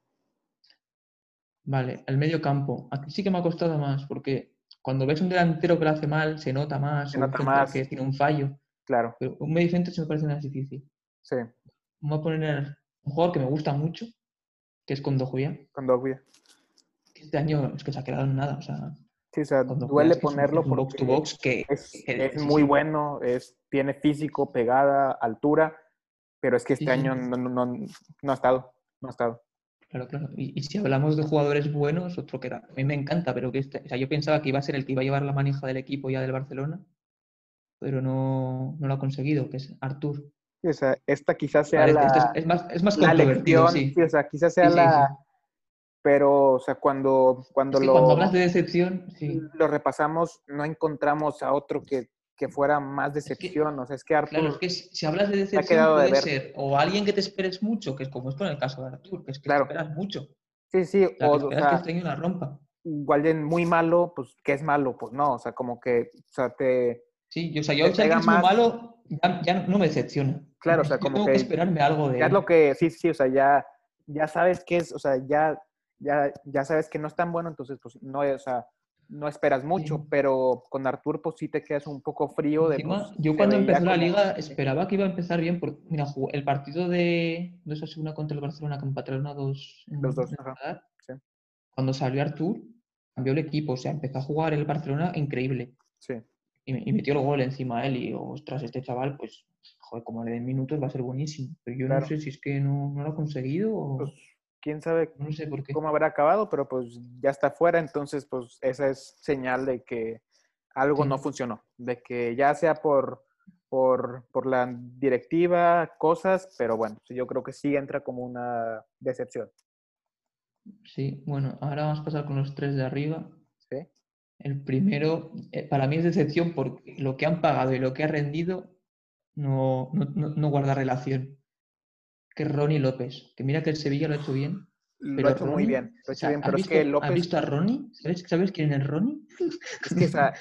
[SPEAKER 2] Vale, el medio campo. Aquí sí que me ha costado más, porque cuando ves un delantero que lo hace mal, se nota más,
[SPEAKER 1] Se
[SPEAKER 2] o un
[SPEAKER 1] nota
[SPEAKER 2] central
[SPEAKER 1] más.
[SPEAKER 2] que tiene un fallo.
[SPEAKER 1] Claro,
[SPEAKER 2] Pero un medio centro se me parece más difícil.
[SPEAKER 1] sí.
[SPEAKER 2] Voy a poner un jugador que me gusta mucho, que es Condojubia,
[SPEAKER 1] Con Dogbia.
[SPEAKER 2] que este año es que se ha quedado en nada. O sea,
[SPEAKER 1] Sí, o sea,
[SPEAKER 2] Condovia
[SPEAKER 1] duele
[SPEAKER 2] es que es un-
[SPEAKER 1] ponerlo
[SPEAKER 2] es un box to
[SPEAKER 1] porque
[SPEAKER 2] box que
[SPEAKER 1] es,
[SPEAKER 2] que-
[SPEAKER 1] es
[SPEAKER 2] sí,
[SPEAKER 1] muy
[SPEAKER 2] sí.
[SPEAKER 1] bueno, es, tiene físico, pegada, altura, pero es que este
[SPEAKER 2] Sí, sí.
[SPEAKER 1] año no, no, no, no ha estado. No ha estado.
[SPEAKER 2] Claro, claro. Y, y si hablamos de jugadores buenos, otro que da- a mí me encanta, pero que este- o sea, yo pensaba que iba a ser el que iba a llevar la manija del equipo ya del Barcelona, pero no, no lo ha conseguido, que es Artur.
[SPEAKER 1] Sí, o sea, esta quizás sea
[SPEAKER 2] Vale,
[SPEAKER 1] la,
[SPEAKER 2] este es, es más, es más
[SPEAKER 1] la
[SPEAKER 2] controvertido,
[SPEAKER 1] lección.
[SPEAKER 2] sí.
[SPEAKER 1] sí, o sea, quizás
[SPEAKER 2] Sí,
[SPEAKER 1] sea
[SPEAKER 2] sí,
[SPEAKER 1] la.
[SPEAKER 2] sí.
[SPEAKER 1] Pero, o sea, cuando,
[SPEAKER 2] Es
[SPEAKER 1] cuando
[SPEAKER 2] que
[SPEAKER 1] lo. Mm.
[SPEAKER 2] cuando hablas de decepción, sí.
[SPEAKER 1] lo repasamos, no encontramos a otro que, que fuera más
[SPEAKER 2] que-
[SPEAKER 1] decepción. o sea, es que Arthur,
[SPEAKER 2] Claro, es que si, si hablas de decepción
[SPEAKER 1] quedado de
[SPEAKER 2] puede
[SPEAKER 1] ver.
[SPEAKER 2] ser o alguien que te esperes mucho, que es como es con el caso de Artur, que es que
[SPEAKER 1] Claro.
[SPEAKER 2] te esperas mucho.
[SPEAKER 1] sí, sí,
[SPEAKER 2] O sea,
[SPEAKER 1] o,
[SPEAKER 2] que
[SPEAKER 1] o
[SPEAKER 2] esperas que
[SPEAKER 1] sea,
[SPEAKER 2] este año la rompa.
[SPEAKER 1] igual alguien muy malo, pues, ¿qué es malo? Pues no, o sea, como que, o sea, te,
[SPEAKER 2] Sí, yo, o sea, yo
[SPEAKER 1] Te
[SPEAKER 2] si
[SPEAKER 1] pega
[SPEAKER 2] alguien es muy
[SPEAKER 1] más.
[SPEAKER 2] malo, ya, ya no me decepciona.
[SPEAKER 1] Claro, o sea,
[SPEAKER 2] Yo
[SPEAKER 1] como
[SPEAKER 2] tengo
[SPEAKER 1] que
[SPEAKER 2] esperarme algo de
[SPEAKER 1] ya es
[SPEAKER 2] él.
[SPEAKER 1] lo que, sí, sí, o sea, ya, ya sabes qué es, o sea, ya, ya, ya sabes que no es tan bueno, entonces, pues, no, es- o sea, no esperas mucho,
[SPEAKER 2] Sí.
[SPEAKER 1] pero con Arthur, pues, sí te quedas un poco frío de,
[SPEAKER 2] Encima,
[SPEAKER 1] pues,
[SPEAKER 2] yo
[SPEAKER 1] se
[SPEAKER 2] cuando
[SPEAKER 1] veía
[SPEAKER 2] empezó la
[SPEAKER 1] como-
[SPEAKER 2] liga esperaba que iba a empezar bien. Porque, mira, jugó el partido de, de esa segunda contra el Barcelona que empataron a dos. en-
[SPEAKER 1] Los dos,
[SPEAKER 2] en
[SPEAKER 1] ajá,
[SPEAKER 2] Sadar,
[SPEAKER 1] sí.
[SPEAKER 2] Cuando salió Artur, cambió el equipo. O sea, empezó a jugar el Barcelona increíble.
[SPEAKER 1] Sí,
[SPEAKER 2] Y, me- y metió el gol encima a él. Y digo, ostras, este chaval, pues, joder, como le den minutos va a ser buenísimo. Pero yo
[SPEAKER 1] Claro.
[SPEAKER 2] no sé si es que no, no lo ha conseguido o
[SPEAKER 1] pues, quién sabe
[SPEAKER 2] no sé por qué.
[SPEAKER 1] cómo habrá acabado, pero pues ya está fuera, entonces pues esa es señal de que algo
[SPEAKER 2] Sí.
[SPEAKER 1] no funcionó, de que ya sea por, por, por la directiva, cosas, pero bueno, sí, yo creo que sí entra como una decepción.
[SPEAKER 2] Sí, bueno, ahora vamos a pasar con los tres de arriba.
[SPEAKER 1] ¿sí?
[SPEAKER 2] El primero, eh, para mí es decepción porque lo que han pagado y lo que ha rendido no, no, no- no guarda relación. Que es Ronnie López, que mira que el Sevilla lo ha hecho bien.
[SPEAKER 1] Lo
[SPEAKER 2] Pero
[SPEAKER 1] ha hecho muy
[SPEAKER 2] Ronnie,
[SPEAKER 1] bien, lo ha
[SPEAKER 2] o
[SPEAKER 1] hecho
[SPEAKER 2] sea,
[SPEAKER 1] bien,
[SPEAKER 2] ¿has
[SPEAKER 1] pero es
[SPEAKER 2] visto-
[SPEAKER 1] que
[SPEAKER 2] ¿Has
[SPEAKER 1] López,
[SPEAKER 2] visto a Ronnie? ¿Sabes, sabes quién es Ronnie?
[SPEAKER 1] es que, o sea,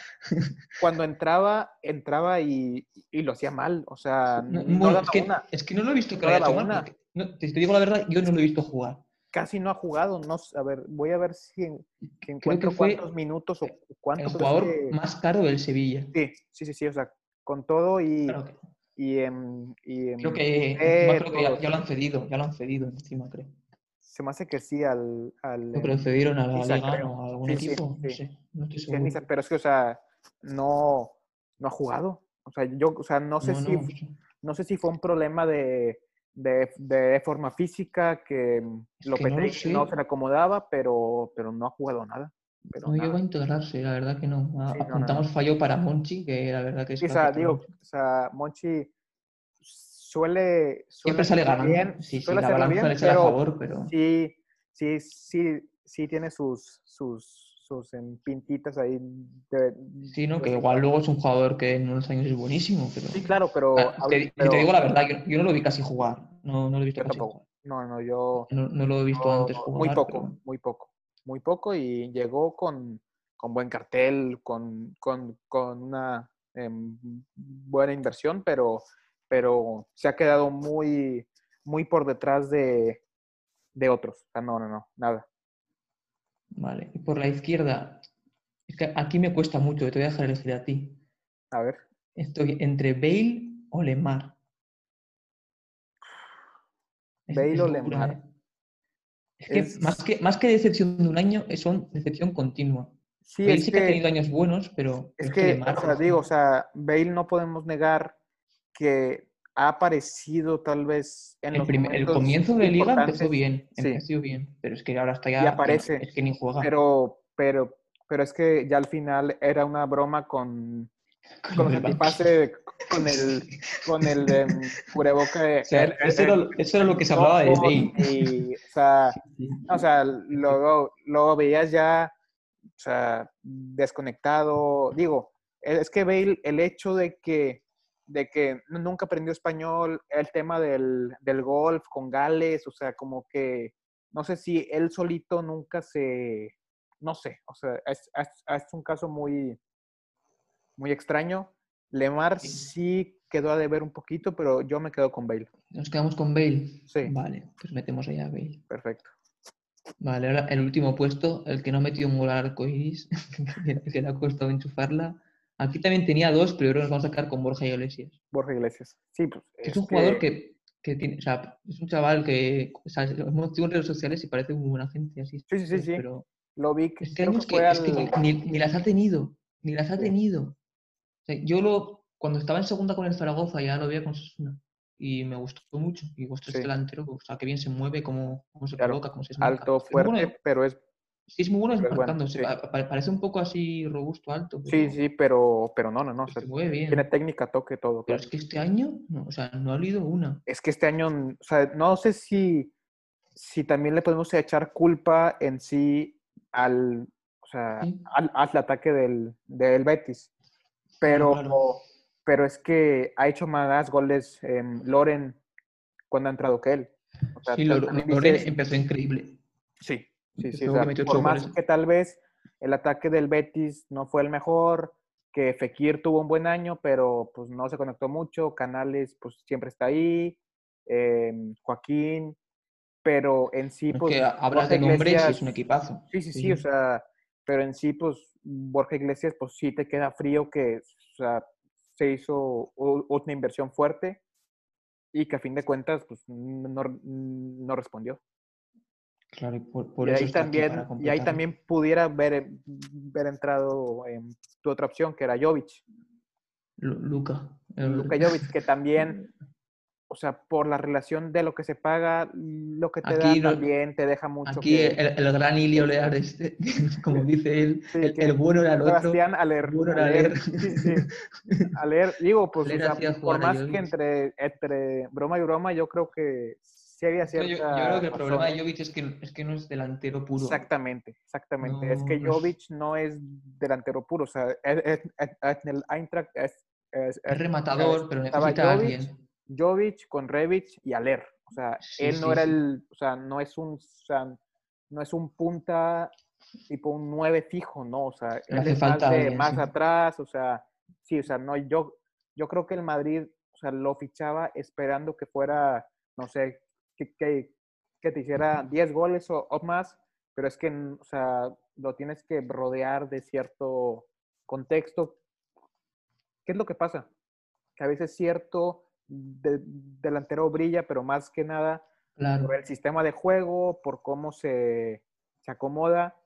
[SPEAKER 1] cuando entraba, entraba y, y lo hacía mal, o sea,
[SPEAKER 2] No,
[SPEAKER 1] no,
[SPEAKER 2] bueno,
[SPEAKER 1] daba
[SPEAKER 2] es, que,
[SPEAKER 1] una,
[SPEAKER 2] es que no lo he visto
[SPEAKER 1] No
[SPEAKER 2] que lo haya
[SPEAKER 1] daba
[SPEAKER 2] hecho mal,
[SPEAKER 1] una.
[SPEAKER 2] porque- no, te, te digo la verdad, yo no lo he visto jugar.
[SPEAKER 1] casi no ha jugado, no, sé, a ver, voy a ver si, en- si
[SPEAKER 2] Creo que
[SPEAKER 1] encuentro
[SPEAKER 2] fue
[SPEAKER 1] cuántos minutos o
[SPEAKER 2] el el
[SPEAKER 1] cuántos...
[SPEAKER 2] jugador
[SPEAKER 1] este-
[SPEAKER 2] más caro del Sevilla.
[SPEAKER 1] Sí, sí, sí, sí, o sea, con todo y,
[SPEAKER 2] Claro que-
[SPEAKER 1] y, em, y em,
[SPEAKER 2] creo
[SPEAKER 1] eh,
[SPEAKER 2] que, encima creo que ya,
[SPEAKER 1] todos.
[SPEAKER 2] ya lo han cedido, ya lo han cedido encima, creo.
[SPEAKER 1] se me hace que sí al, al
[SPEAKER 2] Lo
[SPEAKER 1] em,
[SPEAKER 2] procedieron a la
[SPEAKER 1] Niza,
[SPEAKER 2] liga
[SPEAKER 1] creo.
[SPEAKER 2] o a algún
[SPEAKER 1] Sí, sí,
[SPEAKER 2] equipo, no
[SPEAKER 1] sí.
[SPEAKER 2] sé, no estoy
[SPEAKER 1] sí, al Niza,
[SPEAKER 2] seguro.
[SPEAKER 1] pero es que, o sea, no, no ha jugado. O sea, yo, o sea, no sé
[SPEAKER 2] No,
[SPEAKER 1] si
[SPEAKER 2] no,
[SPEAKER 1] f- no sé si fue un problema de, de, de forma física que em,
[SPEAKER 2] Es que no lo
[SPEAKER 1] Lopetegui
[SPEAKER 2] sé.
[SPEAKER 1] no, se le acomodaba, pero, pero no ha jugado nada. Pero
[SPEAKER 2] no llegó
[SPEAKER 1] nada.
[SPEAKER 2] a integrarse, la verdad que no. A-
[SPEAKER 1] Sí, no, no,
[SPEAKER 2] Apuntamos fallo para Monchi, que la verdad que es
[SPEAKER 1] Sí, o
[SPEAKER 2] que
[SPEAKER 1] sea,
[SPEAKER 2] afecta
[SPEAKER 1] digo,
[SPEAKER 2] mucho.
[SPEAKER 1] o sea, Monchi suele, suele
[SPEAKER 2] siempre sale
[SPEAKER 1] hacerla
[SPEAKER 2] ganando.
[SPEAKER 1] bien,
[SPEAKER 2] sí, sí,
[SPEAKER 1] suele
[SPEAKER 2] la
[SPEAKER 1] hacerla
[SPEAKER 2] balanza
[SPEAKER 1] bien,
[SPEAKER 2] le sale a
[SPEAKER 1] pero-
[SPEAKER 2] favor, pero
[SPEAKER 1] sí, sí, sí, sí tiene sus, sus, sus em, pintitas ahí. De,
[SPEAKER 2] sí, ¿no?
[SPEAKER 1] de-
[SPEAKER 2] Que igual luego es un jugador que en unos años es buenísimo, pero...
[SPEAKER 1] Sí, claro, pero,
[SPEAKER 2] Ah,
[SPEAKER 1] a
[SPEAKER 2] te,
[SPEAKER 1] ver,
[SPEAKER 2] si te
[SPEAKER 1] pero-
[SPEAKER 2] digo la verdad, yo, yo no lo vi casi jugar. No, no lo he visto
[SPEAKER 1] Yo
[SPEAKER 2] casi
[SPEAKER 1] tampoco.
[SPEAKER 2] jugar.
[SPEAKER 1] no, no, yo
[SPEAKER 2] No, no lo he visto
[SPEAKER 1] yo-
[SPEAKER 2] antes jugar.
[SPEAKER 1] muy poco,
[SPEAKER 2] pero-
[SPEAKER 1] muy poco, muy poco y llegó con, con buen cartel, con, con, con una em, buena inversión, pero, pero se ha quedado muy, muy por detrás de, de otros. Ah, no, no, no, nada.
[SPEAKER 2] Vale, y por la izquierda. Es que aquí me cuesta mucho, te voy a dejar elegir a ti.
[SPEAKER 1] A ver,
[SPEAKER 2] Estoy entre Bale o Lemar.
[SPEAKER 1] Bale
[SPEAKER 2] es
[SPEAKER 1] o
[SPEAKER 2] locura,
[SPEAKER 1] Lemar.
[SPEAKER 2] ¿eh? Es que,
[SPEAKER 1] Es-
[SPEAKER 2] Más que más que decepción de un año, eh, son decepción continua.
[SPEAKER 1] Sí, este
[SPEAKER 2] Bale
[SPEAKER 1] es
[SPEAKER 2] sí que, ha
[SPEAKER 1] que,
[SPEAKER 2] tenido años buenos, pero
[SPEAKER 1] es
[SPEAKER 2] pero
[SPEAKER 1] que,
[SPEAKER 2] Lemar,
[SPEAKER 1] o sea, digo, o sea, Bale no podemos negar que ha aparecido tal vez en
[SPEAKER 2] el,
[SPEAKER 1] los
[SPEAKER 2] prim- el
[SPEAKER 1] momentos
[SPEAKER 2] comienzo de liga empezó
[SPEAKER 1] importantes,
[SPEAKER 2] bien,
[SPEAKER 1] sí.
[SPEAKER 2] empezó bien, pero es que ahora está ya
[SPEAKER 1] Y aparece,
[SPEAKER 2] es que ni juega.
[SPEAKER 1] Pero, pero, pero es que ya al final era una broma con,
[SPEAKER 2] Con
[SPEAKER 1] con
[SPEAKER 2] el
[SPEAKER 1] los
[SPEAKER 2] banquillo.
[SPEAKER 1] antipases, con el, con el em, cureboca. de-
[SPEAKER 2] O sea,
[SPEAKER 1] el- el-
[SPEAKER 2] eso, era, lo- eso era lo que se hablaba de Bale.
[SPEAKER 1] y, o sea, no, o sea, lo, lo veías ya, o sea, desconectado. Digo, e-, es que Bale, el hecho de que, de que nunca aprendió español, el tema del, del golf con Gales, o sea, como que, no sé si él solito nunca se, no sé, o sea, es, es- es un caso muy, muy extraño. Lemar
[SPEAKER 2] Sí.
[SPEAKER 1] sí quedó a deber un poquito, pero yo me quedo con Bale.
[SPEAKER 2] Nos quedamos con Bale.
[SPEAKER 1] Sí.
[SPEAKER 2] Vale, pues metemos allá a Bale.
[SPEAKER 1] Perfecto.
[SPEAKER 2] Vale, ahora el último puesto, el que no metió un gol al arco iris, que- que le ha costado enchufarla. Aquí también tenía dos, pero yo creo que nos vamos a sacar con Borja Iglesias.
[SPEAKER 1] Borja Iglesias. Sí, pues.
[SPEAKER 2] Es un
[SPEAKER 1] este,
[SPEAKER 2] jugador que, que tiene, o sea, es un chaval que o sea, es muy activo en redes sociales y parece muy buena gente, así.
[SPEAKER 1] Sí, sí, sí, sí.
[SPEAKER 2] Pero
[SPEAKER 1] Lo vi que,
[SPEAKER 2] este
[SPEAKER 1] creo
[SPEAKER 2] año
[SPEAKER 1] que
[SPEAKER 2] es que,
[SPEAKER 1] fue
[SPEAKER 2] es que
[SPEAKER 1] al-
[SPEAKER 2] ni, ni las ha tenido, ni las ha
[SPEAKER 1] Sí.
[SPEAKER 2] tenido. O sea, yo lo, cuando estaba en segunda con el Zaragoza ya lo veía con Sasuna y me gustó mucho. Y digo, este
[SPEAKER 1] Sí.
[SPEAKER 2] delantero, o sea, que bien se mueve, cómo, cómo se
[SPEAKER 1] Claro,
[SPEAKER 2] coloca, cómo se desmarca.
[SPEAKER 1] alto,
[SPEAKER 2] Es muy bueno,
[SPEAKER 1] fuerte, pero es.
[SPEAKER 2] sí, es muy bueno
[SPEAKER 1] pero es bueno,
[SPEAKER 2] desmarcando. se
[SPEAKER 1] sí.
[SPEAKER 2] pa- pa- Parece un poco así robusto, alto.
[SPEAKER 1] Sí,
[SPEAKER 2] pero-
[SPEAKER 1] sí, pero, pero no, no, no. o
[SPEAKER 2] pero
[SPEAKER 1] sea,
[SPEAKER 2] se mueve bien.
[SPEAKER 1] tiene técnica, toque, todo.
[SPEAKER 2] Pero
[SPEAKER 1] claro.
[SPEAKER 2] es que este año, no, o sea, no ha habido una.
[SPEAKER 1] Es que este año, o sea, no sé si, si también le podemos echar culpa en sí al, o sea,
[SPEAKER 2] Sí.
[SPEAKER 1] al, al ataque del, del Betis. Pero,
[SPEAKER 2] claro.
[SPEAKER 1] pero es que ha hecho más goles em, Loren cuando ha entrado que él. O sea,
[SPEAKER 2] Sí,
[SPEAKER 1] tú
[SPEAKER 2] Lor-
[SPEAKER 1] también
[SPEAKER 2] Loren
[SPEAKER 1] dices-
[SPEAKER 2] empezó increíble.
[SPEAKER 1] Sí, sí, sí.
[SPEAKER 2] Creo
[SPEAKER 1] o
[SPEAKER 2] que
[SPEAKER 1] sea,
[SPEAKER 2] metió
[SPEAKER 1] por
[SPEAKER 2] ocho
[SPEAKER 1] más
[SPEAKER 2] goles.
[SPEAKER 1] que tal vez el ataque del Betis no fue el mejor, que Fekir tuvo un buen año, pero pues no se conectó mucho, Canales pues siempre está ahí, em, Joaquín, pero en sí pues...
[SPEAKER 2] que
[SPEAKER 1] Borja
[SPEAKER 2] hablas de nombres y es
[SPEAKER 1] Iglesias-
[SPEAKER 2] un equipazo.
[SPEAKER 1] Sí, sí, sí, o sea, pero en sí pues Borja Iglesias pues sí te queda frío que o sea, se hizo u- una inversión fuerte y que a fin de cuentas pues no, no respondió.
[SPEAKER 2] Claro, y por, por
[SPEAKER 1] y
[SPEAKER 2] eso
[SPEAKER 1] ahí
[SPEAKER 2] está aquí,
[SPEAKER 1] también
[SPEAKER 2] para
[SPEAKER 1] y ahí
[SPEAKER 2] completarlo.
[SPEAKER 1] también pudiera haber, haber entrado en tu otra opción que era Jovic
[SPEAKER 2] Lu- Luca. el-
[SPEAKER 1] Luka Jovic que también o sea por la relación de lo que se paga lo que te
[SPEAKER 2] Aquí
[SPEAKER 1] da
[SPEAKER 2] lo-
[SPEAKER 1] también te deja mucho
[SPEAKER 2] Aquí
[SPEAKER 1] que-
[SPEAKER 2] el, el gran Ilio Lear, este, como dice él,
[SPEAKER 1] Sí,
[SPEAKER 2] el,
[SPEAKER 1] que
[SPEAKER 2] el bueno era el otro.
[SPEAKER 1] Sebastián a leer,
[SPEAKER 2] bueno era Aller.
[SPEAKER 1] sí, sí, Aller, digo pues o
[SPEAKER 2] Aller
[SPEAKER 1] sea,
[SPEAKER 2] hacía
[SPEAKER 1] por
[SPEAKER 2] jugar a
[SPEAKER 1] más
[SPEAKER 2] Jovic.
[SPEAKER 1] que entre entre broma y broma yo creo que sí había
[SPEAKER 2] Yo,
[SPEAKER 1] cierta
[SPEAKER 2] yo- yo creo que el
[SPEAKER 1] razón,
[SPEAKER 2] problema
[SPEAKER 1] ¿eh?
[SPEAKER 2] de Jovic es que, es que no es delantero puro.
[SPEAKER 1] Exactamente, exactamente. es
[SPEAKER 2] No,
[SPEAKER 1] que
[SPEAKER 2] no pues. es-
[SPEAKER 1] Jovic no es delantero puro, o sea, es- es- es- es- en el Eintracht es, es-
[SPEAKER 2] Es
[SPEAKER 1] es
[SPEAKER 2] rematador, pero
[SPEAKER 1] estaba
[SPEAKER 2] necesita a
[SPEAKER 1] Jovic,
[SPEAKER 2] alguien.
[SPEAKER 1] Jovic con Revic y Aler. O sea,
[SPEAKER 2] Sí,
[SPEAKER 1] él no
[SPEAKER 2] sí,
[SPEAKER 1] era
[SPEAKER 2] sí.
[SPEAKER 1] el, o sea, no es un, o sea, no es un punta tipo un 9 fijo, no, o sea,
[SPEAKER 2] Le
[SPEAKER 1] él
[SPEAKER 2] hace
[SPEAKER 1] es más,
[SPEAKER 2] falta
[SPEAKER 1] de-
[SPEAKER 2] alguien,
[SPEAKER 1] más
[SPEAKER 2] sí.
[SPEAKER 1] atrás, o sea, sí, o sea, no, yo, yo creo que el Madrid, o sea, lo fichaba esperando que fuera, no sé, que, que, que te hiciera 10 goles o, o más, pero es que, n- o sea, lo tienes que rodear de cierto contexto. ¿Qué es lo que pasa? Que a veces cierto de- delantero brilla, pero más que nada
[SPEAKER 2] Claro.
[SPEAKER 1] por el sistema de juego, por cómo se, se acomoda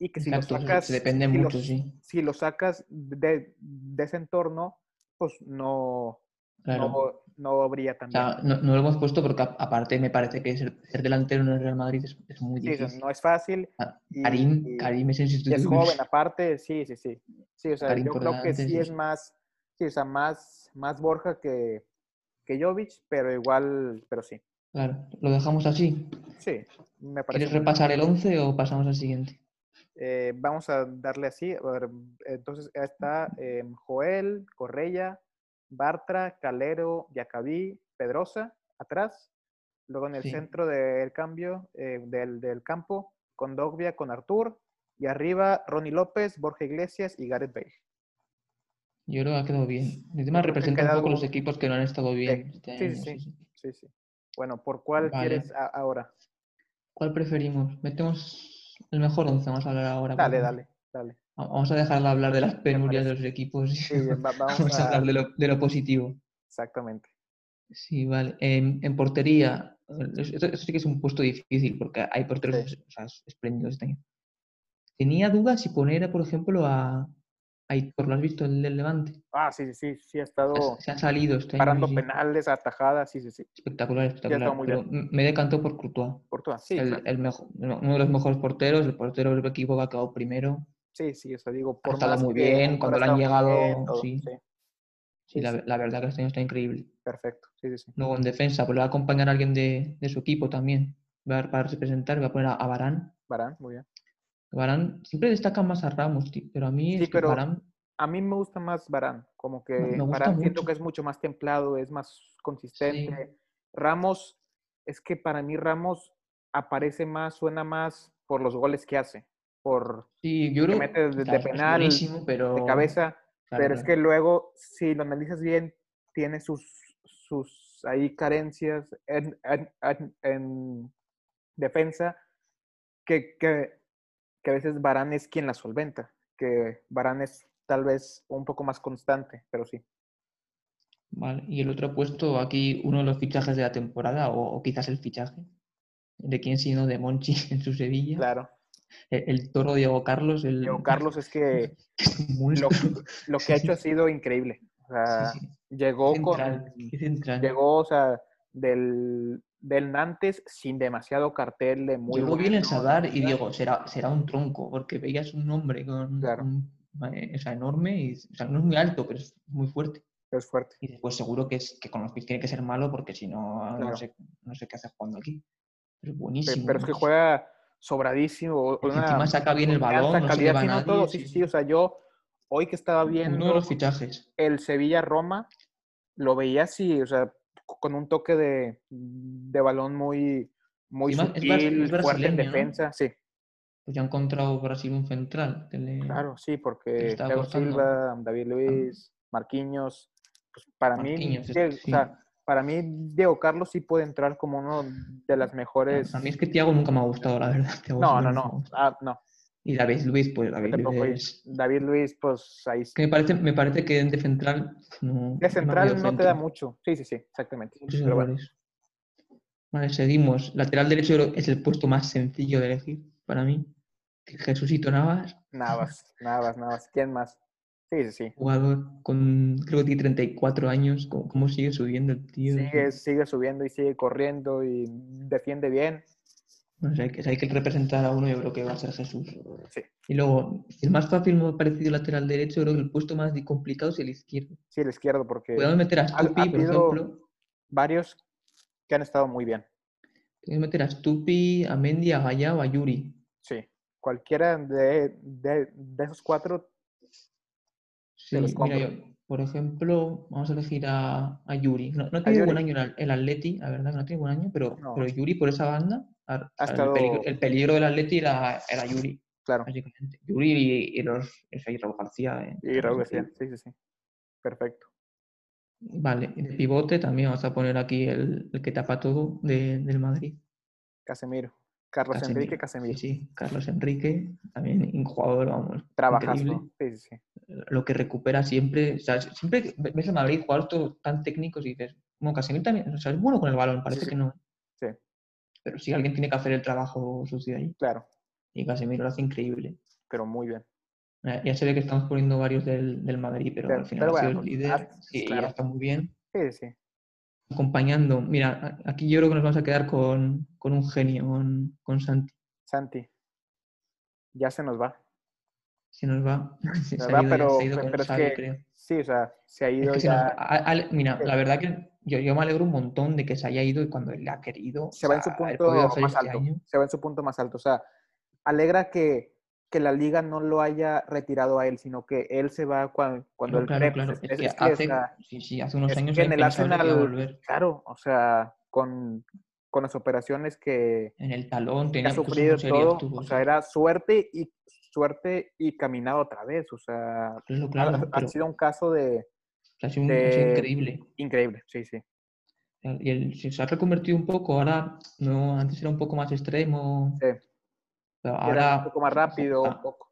[SPEAKER 1] y que si
[SPEAKER 2] Exacto,
[SPEAKER 1] lo
[SPEAKER 2] se-
[SPEAKER 1] sacas,
[SPEAKER 2] se depende
[SPEAKER 1] si lo-
[SPEAKER 2] mucho, sí.
[SPEAKER 1] si lo sacas de, de ese entorno, pues no,
[SPEAKER 2] Claro.
[SPEAKER 1] no, no brilla tan
[SPEAKER 2] O
[SPEAKER 1] bien.
[SPEAKER 2] sea, no, no lo hemos puesto porque a- aparte me parece que ser, ser delantero en el Real Madrid es, es muy
[SPEAKER 1] Sí, o sea,
[SPEAKER 2] difícil.
[SPEAKER 1] no es fácil.
[SPEAKER 2] Ah,
[SPEAKER 1] y-
[SPEAKER 2] Karim,
[SPEAKER 1] y-
[SPEAKER 2] Karim es
[SPEAKER 1] y es
[SPEAKER 2] insustituible.
[SPEAKER 1] joven aparte, sí, sí, sí. Sí, o sea,
[SPEAKER 2] Karim
[SPEAKER 1] yo
[SPEAKER 2] por
[SPEAKER 1] creo que
[SPEAKER 2] delante,
[SPEAKER 1] sí
[SPEAKER 2] sí,
[SPEAKER 1] es
[SPEAKER 2] sí.
[SPEAKER 1] más, sí, o sea, más, más Borja que, que Jovic, pero igual, pero sí.
[SPEAKER 2] Claro, lo dejamos así.
[SPEAKER 1] Sí, me parece.
[SPEAKER 2] ¿Quieres repasar el 11 o pasamos al siguiente?
[SPEAKER 1] Eh, vamos a darle así. a ver, entonces ya está em, Joel, Correia, Bartra, Calero, Yacabí, Pedrosa, atrás. Luego en el
[SPEAKER 2] Sí.
[SPEAKER 1] centro del cambio, eh, del, del campo, con Dogbia, con Artur. Y arriba, Ronnie López, Borja Iglesias y Gareth Bale.
[SPEAKER 2] Yo creo que ha quedado bien. Encima
[SPEAKER 1] creo que ha
[SPEAKER 2] representa un poco
[SPEAKER 1] quedado-
[SPEAKER 2] los equipos que no han estado bien. este
[SPEAKER 1] sí,
[SPEAKER 2] año,
[SPEAKER 1] sí. Sí, sí. Bueno, ¿por cuál
[SPEAKER 2] Vale.
[SPEAKER 1] quieres a- ahora?
[SPEAKER 2] ¿Cuál preferimos? Metemos el mejor 11, vamos a hablar ahora.
[SPEAKER 1] Dale,
[SPEAKER 2] porque
[SPEAKER 1] dale, dale.
[SPEAKER 2] va- Vamos a dejar de hablar de las penurias de
[SPEAKER 1] parece.
[SPEAKER 2] los equipos. y
[SPEAKER 1] Sí, va- vamos,
[SPEAKER 2] vamos a
[SPEAKER 1] a...
[SPEAKER 2] hablar de lo, de lo positivo.
[SPEAKER 1] Exactamente.
[SPEAKER 2] Sí, vale. Em, En, en portería, Eso, eso sí que es un puesto difícil porque hay porteros o sea, espléndidos. Este año. Tenía dudas si poner, por ejemplo, a Aitor, ¿lo has visto? El del Levante.
[SPEAKER 1] Ah, sí, sí, sí, sí, ha estado
[SPEAKER 2] Se, se ha salido este año,
[SPEAKER 1] Oh, parando
[SPEAKER 2] sí, sí.
[SPEAKER 1] penales, atajadas, sí, sí, sí.
[SPEAKER 2] Espectacular, espectacular.
[SPEAKER 1] estado muy
[SPEAKER 2] pero m- me decantó por Courtois.
[SPEAKER 1] Courtois, sí,
[SPEAKER 2] el,
[SPEAKER 1] claro.
[SPEAKER 2] el mejor, uno uno de los mejores porteros, el portero del equipo que ha quedado primero.
[SPEAKER 1] sí, sí, o sea, digo,
[SPEAKER 2] Ha estado
[SPEAKER 1] más
[SPEAKER 2] muy
[SPEAKER 1] que-
[SPEAKER 2] bien,
[SPEAKER 1] por
[SPEAKER 2] cuando le
[SPEAKER 1] estar
[SPEAKER 2] han
[SPEAKER 1] muy
[SPEAKER 2] llegado,
[SPEAKER 1] bien, todo,
[SPEAKER 2] sí.
[SPEAKER 1] sí,
[SPEAKER 2] Sí,
[SPEAKER 1] Sí,
[SPEAKER 2] la,
[SPEAKER 1] sí.
[SPEAKER 2] la verdad que este año está increíble.
[SPEAKER 1] perfecto, sí, sí, sí.
[SPEAKER 2] Luego en defensa, pues le va a acompañar a alguien de, de su equipo también. Va a, va a representar, va a poner a, a Varane.
[SPEAKER 1] Varane, muy bien.
[SPEAKER 2] Varane siempre destaca más a Ramos, tío, pero a mí
[SPEAKER 1] Sí,
[SPEAKER 2] es que
[SPEAKER 1] pero-
[SPEAKER 2] Varane-
[SPEAKER 1] A mí me gusta más Barán, como que
[SPEAKER 2] me gusta
[SPEAKER 1] Varane siento
[SPEAKER 2] mucho.
[SPEAKER 1] que es mucho más templado, es más consistente. Ramos, es que para mí Ramos aparece más, suena más por los goles que hace, por
[SPEAKER 2] sí, yo
[SPEAKER 1] que
[SPEAKER 2] creo
[SPEAKER 1] mete de-
[SPEAKER 2] o sea,
[SPEAKER 1] de
[SPEAKER 2] es
[SPEAKER 1] penal,
[SPEAKER 2] buenísimo, pero
[SPEAKER 1] de cabeza,
[SPEAKER 2] claro,
[SPEAKER 1] pero es
[SPEAKER 2] claro.
[SPEAKER 1] que luego, si lo analizas bien, tiene sus, sus ahí carencias en, en- en- en defensa que, que, que a veces Barán es quien la solventa, que Barán es tal vez un poco más constante, pero sí.
[SPEAKER 2] Vale, y el otro puesto, aquí uno de los fichajes de la temporada, o, o quizás el fichaje, de quién sino de Monchi en su Sevilla,
[SPEAKER 1] Claro.
[SPEAKER 2] el, el toro Diego Carlos, el
[SPEAKER 1] Diego Carlos es que
[SPEAKER 2] es un
[SPEAKER 1] lo,
[SPEAKER 2] monstruo.
[SPEAKER 1] lo que ah, ha hecho ha sido increíble. O sea,
[SPEAKER 2] Sí, sí.
[SPEAKER 1] llegó
[SPEAKER 2] Central,
[SPEAKER 1] con,
[SPEAKER 2] qué central.
[SPEAKER 1] llegó, o sea, del, del Nantes sin demasiado cartel de muy
[SPEAKER 2] Llegó bien el
[SPEAKER 1] bueno,
[SPEAKER 2] Sadar y
[SPEAKER 1] ¿verdad?
[SPEAKER 2] digo, será, será un tronco, porque veías un hombre con,
[SPEAKER 1] Claro.
[SPEAKER 2] un- eh, o sea, enorme, y, o sea, no es muy alto, pero es muy fuerte.
[SPEAKER 1] es fuerte.
[SPEAKER 2] Y después seguro que, es, que con los pies tiene que ser malo, porque si no,
[SPEAKER 1] Claro.
[SPEAKER 2] no, sé, no sé qué hace jugando aquí. Pero es
[SPEAKER 1] Pe-
[SPEAKER 2] buenísimo.
[SPEAKER 1] eh, pero es que
[SPEAKER 2] buenísimo.
[SPEAKER 1] juega sobradísimo. o-
[SPEAKER 2] Y
[SPEAKER 1] Una,
[SPEAKER 2] encima saca bien el
[SPEAKER 1] confianza,
[SPEAKER 2] balón, no se le
[SPEAKER 1] calidad,
[SPEAKER 2] va a
[SPEAKER 1] sí, no,
[SPEAKER 2] nadie.
[SPEAKER 1] todo. Sí, sí, sí, O sea, yo hoy que estaba
[SPEAKER 2] Uno de
[SPEAKER 1] viendo
[SPEAKER 2] los fichajes.
[SPEAKER 1] el Sevilla-Roma, lo veía así, o sea, con un toque de, de balón muy, muy
[SPEAKER 2] Y más- es bar-
[SPEAKER 1] sutil,
[SPEAKER 2] es
[SPEAKER 1] fuerte en
[SPEAKER 2] brasileño, ¿no?
[SPEAKER 1] defensa. Sí,
[SPEAKER 2] Pues ya ha encontrado Brasil un central. que le-
[SPEAKER 1] claro, sí, porque
[SPEAKER 2] está
[SPEAKER 1] Thiago
[SPEAKER 2] costando.
[SPEAKER 1] Silva, David Luis, Marquinhos, pues para
[SPEAKER 2] Marquinhos,
[SPEAKER 1] mí,
[SPEAKER 2] es-
[SPEAKER 1] Diego- o
[SPEAKER 2] sí.
[SPEAKER 1] sea, para mí Diego Carlos sí puede entrar como uno de las mejores.
[SPEAKER 2] A mí es que Thiago nunca me ha gustado, la verdad. Thiago
[SPEAKER 1] No,
[SPEAKER 2] siempre
[SPEAKER 1] no,
[SPEAKER 2] me ha
[SPEAKER 1] no,
[SPEAKER 2] gustado.
[SPEAKER 1] ah, no.
[SPEAKER 2] Y David Luis, pues David
[SPEAKER 1] Tampoco
[SPEAKER 2] Luis
[SPEAKER 1] hay-
[SPEAKER 2] es-
[SPEAKER 1] David Luis, pues ahí
[SPEAKER 2] Que me parece, me parece que de central pues, no.
[SPEAKER 1] De central no te da
[SPEAKER 2] mucho.
[SPEAKER 1] mucho. Sí, sí, sí, exactamente.
[SPEAKER 2] Muchos
[SPEAKER 1] Pero bueno,
[SPEAKER 2] errores. Vale, seguimos. Lateral derecho creo que es el puesto más sencillo de elegir para mí. Jesucito Navas,
[SPEAKER 1] Navas, Navas, Navas. ¿Quién más? Sí, sí, sí.
[SPEAKER 2] jugador con creo que tiene 34 años. ¿Cómo, cómo sigue subiendo el tío?
[SPEAKER 1] Sigue, sigue subiendo y sigue corriendo y defiende bien.
[SPEAKER 2] No sé, hay que, hay que representar a uno, yo creo que va a ser Jesús.
[SPEAKER 1] Sí,
[SPEAKER 2] Y luego, el más fácil me ha parecido lateral derecho, creo que el puesto más di- complicado es el izquierdo.
[SPEAKER 1] sí, el izquierdo, porque
[SPEAKER 2] Podemos meter a
[SPEAKER 1] ha
[SPEAKER 2] Stupi, por
[SPEAKER 1] habido-
[SPEAKER 2] ejemplo.
[SPEAKER 1] varios que han estado muy bien.
[SPEAKER 2] Podemos meter a Stupi, a Mendy, a Gallá o a Yuri.
[SPEAKER 1] Sí, cualquiera de, de, de esos cuatro,
[SPEAKER 2] Sí,
[SPEAKER 1] los
[SPEAKER 2] mira,
[SPEAKER 1] compro.
[SPEAKER 2] yo, por ejemplo, vamos a elegir a, a Yuri. No, no ha tenido buen año el, Al- el Atleti, la verdad que no ha tenido buen año, pero,
[SPEAKER 1] No.
[SPEAKER 2] pero Yuri por esa banda, a- o sea,
[SPEAKER 1] estado-
[SPEAKER 2] el, peligro, el peligro del Atleti era, era Yuri,
[SPEAKER 1] claro.
[SPEAKER 2] básicamente. Yuri y, y los ese y Raúl García. eh,
[SPEAKER 1] Y Raúl
[SPEAKER 2] sí.
[SPEAKER 1] García, sí, sí, sí. Perfecto.
[SPEAKER 2] Vale, y de pivote también vamos a poner aquí el, el que tapa todo de- del Madrid.
[SPEAKER 1] Casemiro. Carlos Enrique Casemiro.
[SPEAKER 2] Sí, sí, Carlos Enrique, también un jugador, vamos, increíble.
[SPEAKER 1] Trabajazo. Sí, sí, sí.
[SPEAKER 2] lo que recupera siempre. O sea, siempre que ve- ves a Madrid jugar estos tan técnicos y dices, bueno, Casemiro también, o sea, es bueno con el balón, parece
[SPEAKER 1] sí.
[SPEAKER 2] que no.
[SPEAKER 1] Sí.
[SPEAKER 2] Pero sí, alguien tiene que hacer el trabajo sucio ahí.
[SPEAKER 1] Claro,
[SPEAKER 2] Y Casemiro lo hace increíble.
[SPEAKER 1] pero muy bien.
[SPEAKER 2] Eh, Ya se ve que estamos poniendo varios del, del Madrid, pero
[SPEAKER 1] Pero-
[SPEAKER 2] al final
[SPEAKER 1] pero
[SPEAKER 2] ha sido
[SPEAKER 1] bueno,
[SPEAKER 2] el líder
[SPEAKER 1] ah,
[SPEAKER 2] sí, y
[SPEAKER 1] claro.
[SPEAKER 2] ya está muy bien.
[SPEAKER 1] Sí, sí, sí.
[SPEAKER 2] Acompañando, mira, a- aquí yo creo que nos vamos a quedar con, con un genio, con, con Santi.
[SPEAKER 1] Santi. Ya se nos va.
[SPEAKER 2] Se nos va. Se,
[SPEAKER 1] Nos
[SPEAKER 2] se
[SPEAKER 1] va,
[SPEAKER 2] ha ido, ya,
[SPEAKER 1] pero-
[SPEAKER 2] se ha ido con
[SPEAKER 1] pero es
[SPEAKER 2] Xavi,
[SPEAKER 1] que-
[SPEAKER 2] creo.
[SPEAKER 1] Sí, o sea, se ha
[SPEAKER 2] Es
[SPEAKER 1] ido
[SPEAKER 2] que se nos-
[SPEAKER 1] ya.
[SPEAKER 2] a- a- mira,
[SPEAKER 1] Sí.
[SPEAKER 2] la verdad que yo, yo me alegro un montón de que se haya ido y cuando él ha querido.
[SPEAKER 1] se va en su
[SPEAKER 2] o sea, haber
[SPEAKER 1] punto
[SPEAKER 2] podido hacer
[SPEAKER 1] más
[SPEAKER 2] este
[SPEAKER 1] alto.
[SPEAKER 2] año.
[SPEAKER 1] Se va en su punto más alto. O sea, alegra que, que la liga no lo haya retirado a él, sino que él se va cuan- cuando,
[SPEAKER 2] Claro,
[SPEAKER 1] él cree.
[SPEAKER 2] claro, claro.
[SPEAKER 1] pues,
[SPEAKER 2] Es
[SPEAKER 1] es-
[SPEAKER 2] que
[SPEAKER 1] es que, o
[SPEAKER 2] hace,
[SPEAKER 1] sea,
[SPEAKER 2] sí, sí, hace unos
[SPEAKER 1] es
[SPEAKER 2] años
[SPEAKER 1] que en
[SPEAKER 2] era
[SPEAKER 1] el
[SPEAKER 2] impensable que iba a
[SPEAKER 1] Arsenal-
[SPEAKER 2] volver.
[SPEAKER 1] claro, o sea, con, con las operaciones que,
[SPEAKER 2] En el talón
[SPEAKER 1] que ha
[SPEAKER 2] tenía incluso
[SPEAKER 1] sufrido
[SPEAKER 2] muy serias,
[SPEAKER 1] todo,
[SPEAKER 2] tuvo,
[SPEAKER 1] o
[SPEAKER 2] sí.
[SPEAKER 1] sea, era suerte y suerte y caminado otra vez. O sea,
[SPEAKER 2] Claro,
[SPEAKER 1] ha-
[SPEAKER 2] claro,
[SPEAKER 1] ha,
[SPEAKER 2] pero
[SPEAKER 1] sido un caso de
[SPEAKER 2] ha sido un- ha sido
[SPEAKER 1] de-
[SPEAKER 2] increíble.
[SPEAKER 1] increíble, sí, sí.
[SPEAKER 2] Y él se se ha reconvertido un poco, ahora no, antes era un poco más extremo.
[SPEAKER 1] Sí.
[SPEAKER 2] pero
[SPEAKER 1] Era
[SPEAKER 2] Ahora,
[SPEAKER 1] un poco más rápido,
[SPEAKER 2] Ah,
[SPEAKER 1] un poco.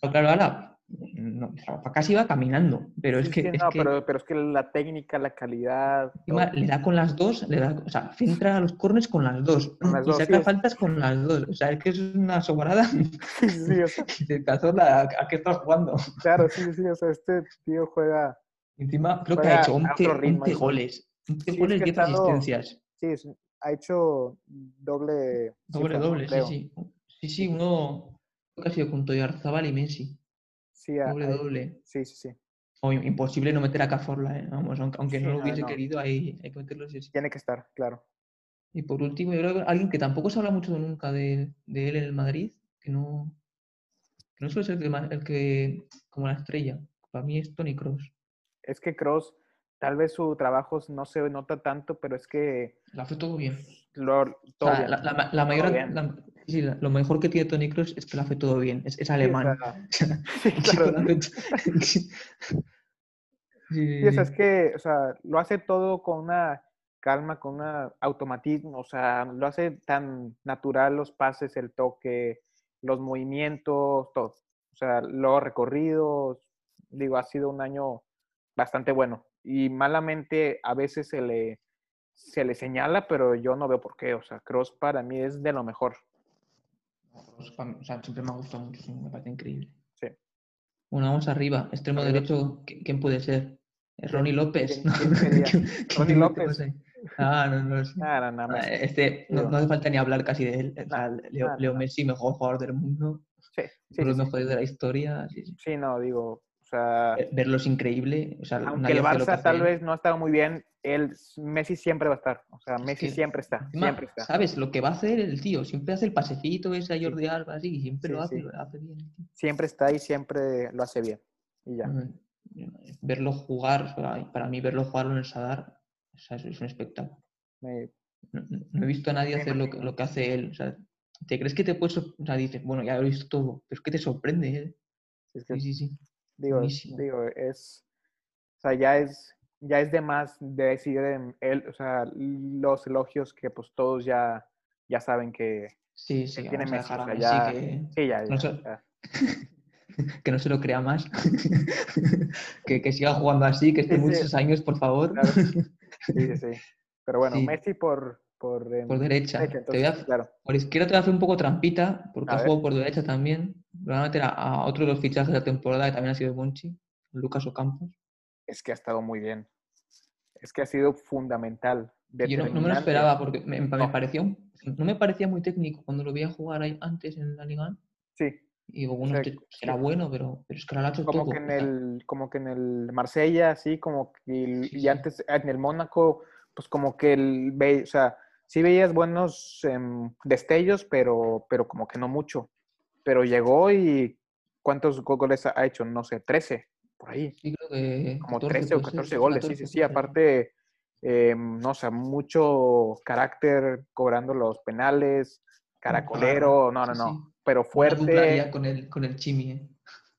[SPEAKER 2] pero claro, ahora no, Rafa casi va caminando, pero es
[SPEAKER 1] Sí,
[SPEAKER 2] que...
[SPEAKER 1] sí,
[SPEAKER 2] es
[SPEAKER 1] no,
[SPEAKER 2] que-
[SPEAKER 1] Pero, pero es que la técnica, la calidad.
[SPEAKER 2] Encima
[SPEAKER 1] todo.
[SPEAKER 2] le da con las dos, le da, o sea, centra a los cornes con las dos.
[SPEAKER 1] Con las
[SPEAKER 2] y
[SPEAKER 1] dos,
[SPEAKER 2] saca
[SPEAKER 1] sí.
[SPEAKER 2] faltas con las dos. O sea, es que es una sobrada
[SPEAKER 1] Sí, sí, sí, o sea,
[SPEAKER 2] de cazola a, a que estás jugando.
[SPEAKER 1] claro, sí, sí, o sea, este tío juega.
[SPEAKER 2] Encima creo que
[SPEAKER 1] Juega
[SPEAKER 2] ha hecho
[SPEAKER 1] a
[SPEAKER 2] 11,
[SPEAKER 1] otro ritmo,
[SPEAKER 2] 11
[SPEAKER 1] eso.
[SPEAKER 2] goles. 11
[SPEAKER 1] Sí, es
[SPEAKER 2] goles,
[SPEAKER 1] que
[SPEAKER 2] 10
[SPEAKER 1] ha estado-
[SPEAKER 2] asistencias.
[SPEAKER 1] Sí, es- ha hecho doble.
[SPEAKER 2] Doble,
[SPEAKER 1] cifra, ¿no?
[SPEAKER 2] doble,
[SPEAKER 1] pues, Creo.
[SPEAKER 2] sí, sí. Sí, sí, uno creo que ha sido con Toyarzabal y Messi.
[SPEAKER 1] Sí, ha-
[SPEAKER 2] Doble,
[SPEAKER 1] ha-
[SPEAKER 2] doble.
[SPEAKER 1] sí, sí, sí.
[SPEAKER 2] O imposible no meter a Cazorla, eh, vamos, aunque, aunque
[SPEAKER 1] Sí,
[SPEAKER 2] no lo
[SPEAKER 1] no,
[SPEAKER 2] hubiese
[SPEAKER 1] no.
[SPEAKER 2] querido, hay, hay que meterlo sí o sí.
[SPEAKER 1] Tiene que estar, claro.
[SPEAKER 2] Y por último, yo creo que alguien que tampoco se habla mucho nunca de, de él en el Madrid, que no, que no suele ser el que ma- el que, como la estrella. Para mí es Tony Cross.
[SPEAKER 1] Es que Cross, tal vez su trabajo no se nota tanto, pero es que
[SPEAKER 2] La hace todo bien.
[SPEAKER 1] lo,
[SPEAKER 2] O
[SPEAKER 1] todo
[SPEAKER 2] sea,
[SPEAKER 1] bien.
[SPEAKER 2] la, la ma- la mayor,
[SPEAKER 1] bien.
[SPEAKER 2] la- sí, la- lo mejor que tiene Tony Cross es que la hace todo bien. Es, es
[SPEAKER 1] Sí, o
[SPEAKER 2] alemán.
[SPEAKER 1] sea, claro.
[SPEAKER 2] El chico lo hace t- Sí,
[SPEAKER 1] sí, o sea, es
[SPEAKER 2] sí,
[SPEAKER 1] que, o sea, lo hace todo con una calma, con un automatismo, o sea, lo hace tan natural los pases, el toque, los movimientos, todo. O sea, los recorridos, digo, ha sido un año bastante bueno. Y malamente a veces se le, se le señala, pero yo no veo por qué. O sea, Cross para mí es de lo mejor.
[SPEAKER 2] Cross pa' mí- o sea, siempre me ha gustado mucho, sí, me parece increíble.
[SPEAKER 1] Sí.
[SPEAKER 2] Bueno, vamos arriba. Extremo
[SPEAKER 1] Arriba.
[SPEAKER 2] derecho, ¿qui- ¿quién puede ser? Eh, Ronnie López.
[SPEAKER 1] quién- quién sería?
[SPEAKER 2] ¿Qué- qué
[SPEAKER 1] Ronnie
[SPEAKER 2] metemos
[SPEAKER 1] López.
[SPEAKER 2] ahí? Ah, no, no sé.
[SPEAKER 1] Nada, nada
[SPEAKER 2] Ah,
[SPEAKER 1] más.
[SPEAKER 2] Este, no,
[SPEAKER 1] Digo.
[SPEAKER 2] no hace falta ni hablar casi de él. O sea, Leo,
[SPEAKER 1] nada,
[SPEAKER 2] Leo
[SPEAKER 1] nada.
[SPEAKER 2] Messi, mejor jugador del mundo,
[SPEAKER 1] Sí, Ah, sí,
[SPEAKER 2] uno de los
[SPEAKER 1] sí,
[SPEAKER 2] mejores de la historia. sí, sí.
[SPEAKER 1] sí, no, digo, o sea,
[SPEAKER 2] Ver- Verlo es increíble. O sea,
[SPEAKER 1] aunque
[SPEAKER 2] nadie
[SPEAKER 1] el
[SPEAKER 2] hace lo que
[SPEAKER 1] Barça
[SPEAKER 2] hace
[SPEAKER 1] tal
[SPEAKER 2] él.
[SPEAKER 1] vez no ha estado muy bien, el Messi siempre va a estar, o sea, Messi
[SPEAKER 2] que-
[SPEAKER 1] siempre está,
[SPEAKER 2] Encima,
[SPEAKER 1] siempre está.
[SPEAKER 2] ¿Sabes? Lo que va a hacer el tío. Siempre hace el pasecito ese a Jordi Alba, así, y siempre
[SPEAKER 1] Sí,
[SPEAKER 2] lo hace,
[SPEAKER 1] sí.
[SPEAKER 2] lo hace bien. el tío.
[SPEAKER 1] Siempre está y siempre lo hace bien. Y ya.
[SPEAKER 2] Mm, Verlo jugar, o sea, para mí verlo jugar en el Sadar o sea, es- es un espectáculo.
[SPEAKER 1] Me-
[SPEAKER 2] No, no- no he visto a nadie
[SPEAKER 1] Me
[SPEAKER 2] hacer lo que, lo que hace él. O sea, ¿te crees que te puedes... sor- O sea, dices, bueno, ya lo he visto todo, pero es que te sorprende él.
[SPEAKER 1] es que,
[SPEAKER 2] Sí, sí, sí.
[SPEAKER 1] digo,
[SPEAKER 2] buenísimo.
[SPEAKER 1] digo, es, o sea, ya es, ya es de más de decir en él, o sea, los elogios que pues todos ya, ya saben que,
[SPEAKER 2] Sí, sí,
[SPEAKER 1] tiene
[SPEAKER 2] vamos a dejar a
[SPEAKER 1] Messi, o sea,
[SPEAKER 2] Messi que...
[SPEAKER 1] sí, ya,
[SPEAKER 2] No
[SPEAKER 1] ya,
[SPEAKER 2] sé.
[SPEAKER 1] o sea,
[SPEAKER 2] que no se lo crea más. que, que siga jugando así, que esté
[SPEAKER 1] Sí, sí.
[SPEAKER 2] muchos años, por favor.
[SPEAKER 1] claro, sí, sí, sí. Pero bueno,
[SPEAKER 2] Sí.
[SPEAKER 1] Messi por, por, em,
[SPEAKER 2] Por derecha.
[SPEAKER 1] derecha,
[SPEAKER 2] Te voy a-
[SPEAKER 1] entonces, claro.
[SPEAKER 2] por izquierda te voy a hacer un poco trampita, porque
[SPEAKER 1] A
[SPEAKER 2] ha
[SPEAKER 1] ver.
[SPEAKER 2] jugado por derecha también. Lo van a meter a, a otro de los fichajes de la temporada, que también ha sido Monchi, Lucas Ocampos.
[SPEAKER 1] Es que ha estado muy bien. Es que ha sido fundamental.
[SPEAKER 2] Yo no, no me lo
[SPEAKER 1] determinante. Oh.
[SPEAKER 2] esperaba, porque me, me
[SPEAKER 1] No.
[SPEAKER 2] parecía un- no me parecía muy técnico cuando lo veía jugar ahí antes en la Liga.
[SPEAKER 1] Sí,
[SPEAKER 2] Y digo, bueno,
[SPEAKER 1] sea,
[SPEAKER 2] este será
[SPEAKER 1] sí.
[SPEAKER 2] bueno, pero, pero es que ahora lo ha hecho
[SPEAKER 1] como
[SPEAKER 2] todo,
[SPEAKER 1] que en
[SPEAKER 2] o sea,
[SPEAKER 1] el, como que en el Marsella, así, como que el-
[SPEAKER 2] Sí,
[SPEAKER 1] y
[SPEAKER 2] sí.
[SPEAKER 1] antes ah, en el Mónaco, pues como que el ve- o sea, sí veías buenos em, destellos, pero, pero como que no mucho. Pero llegó y ¿cuántos go- goles ha ha hecho? No sé, 13, por ahí.
[SPEAKER 2] sí, creo que pues,
[SPEAKER 1] Como
[SPEAKER 2] 14
[SPEAKER 1] 13 o
[SPEAKER 2] puede ser,
[SPEAKER 1] 14 goles, sí,
[SPEAKER 2] 14,
[SPEAKER 1] sí, sí. Aparte, em, no sé, mucho carácter cobrando los penales, caracolero, no, no,
[SPEAKER 2] sí,
[SPEAKER 1] no.
[SPEAKER 2] sí.
[SPEAKER 1] pero
[SPEAKER 2] Una dupla
[SPEAKER 1] fuerte,
[SPEAKER 2] ya con el, con el Chimi, ¿eh?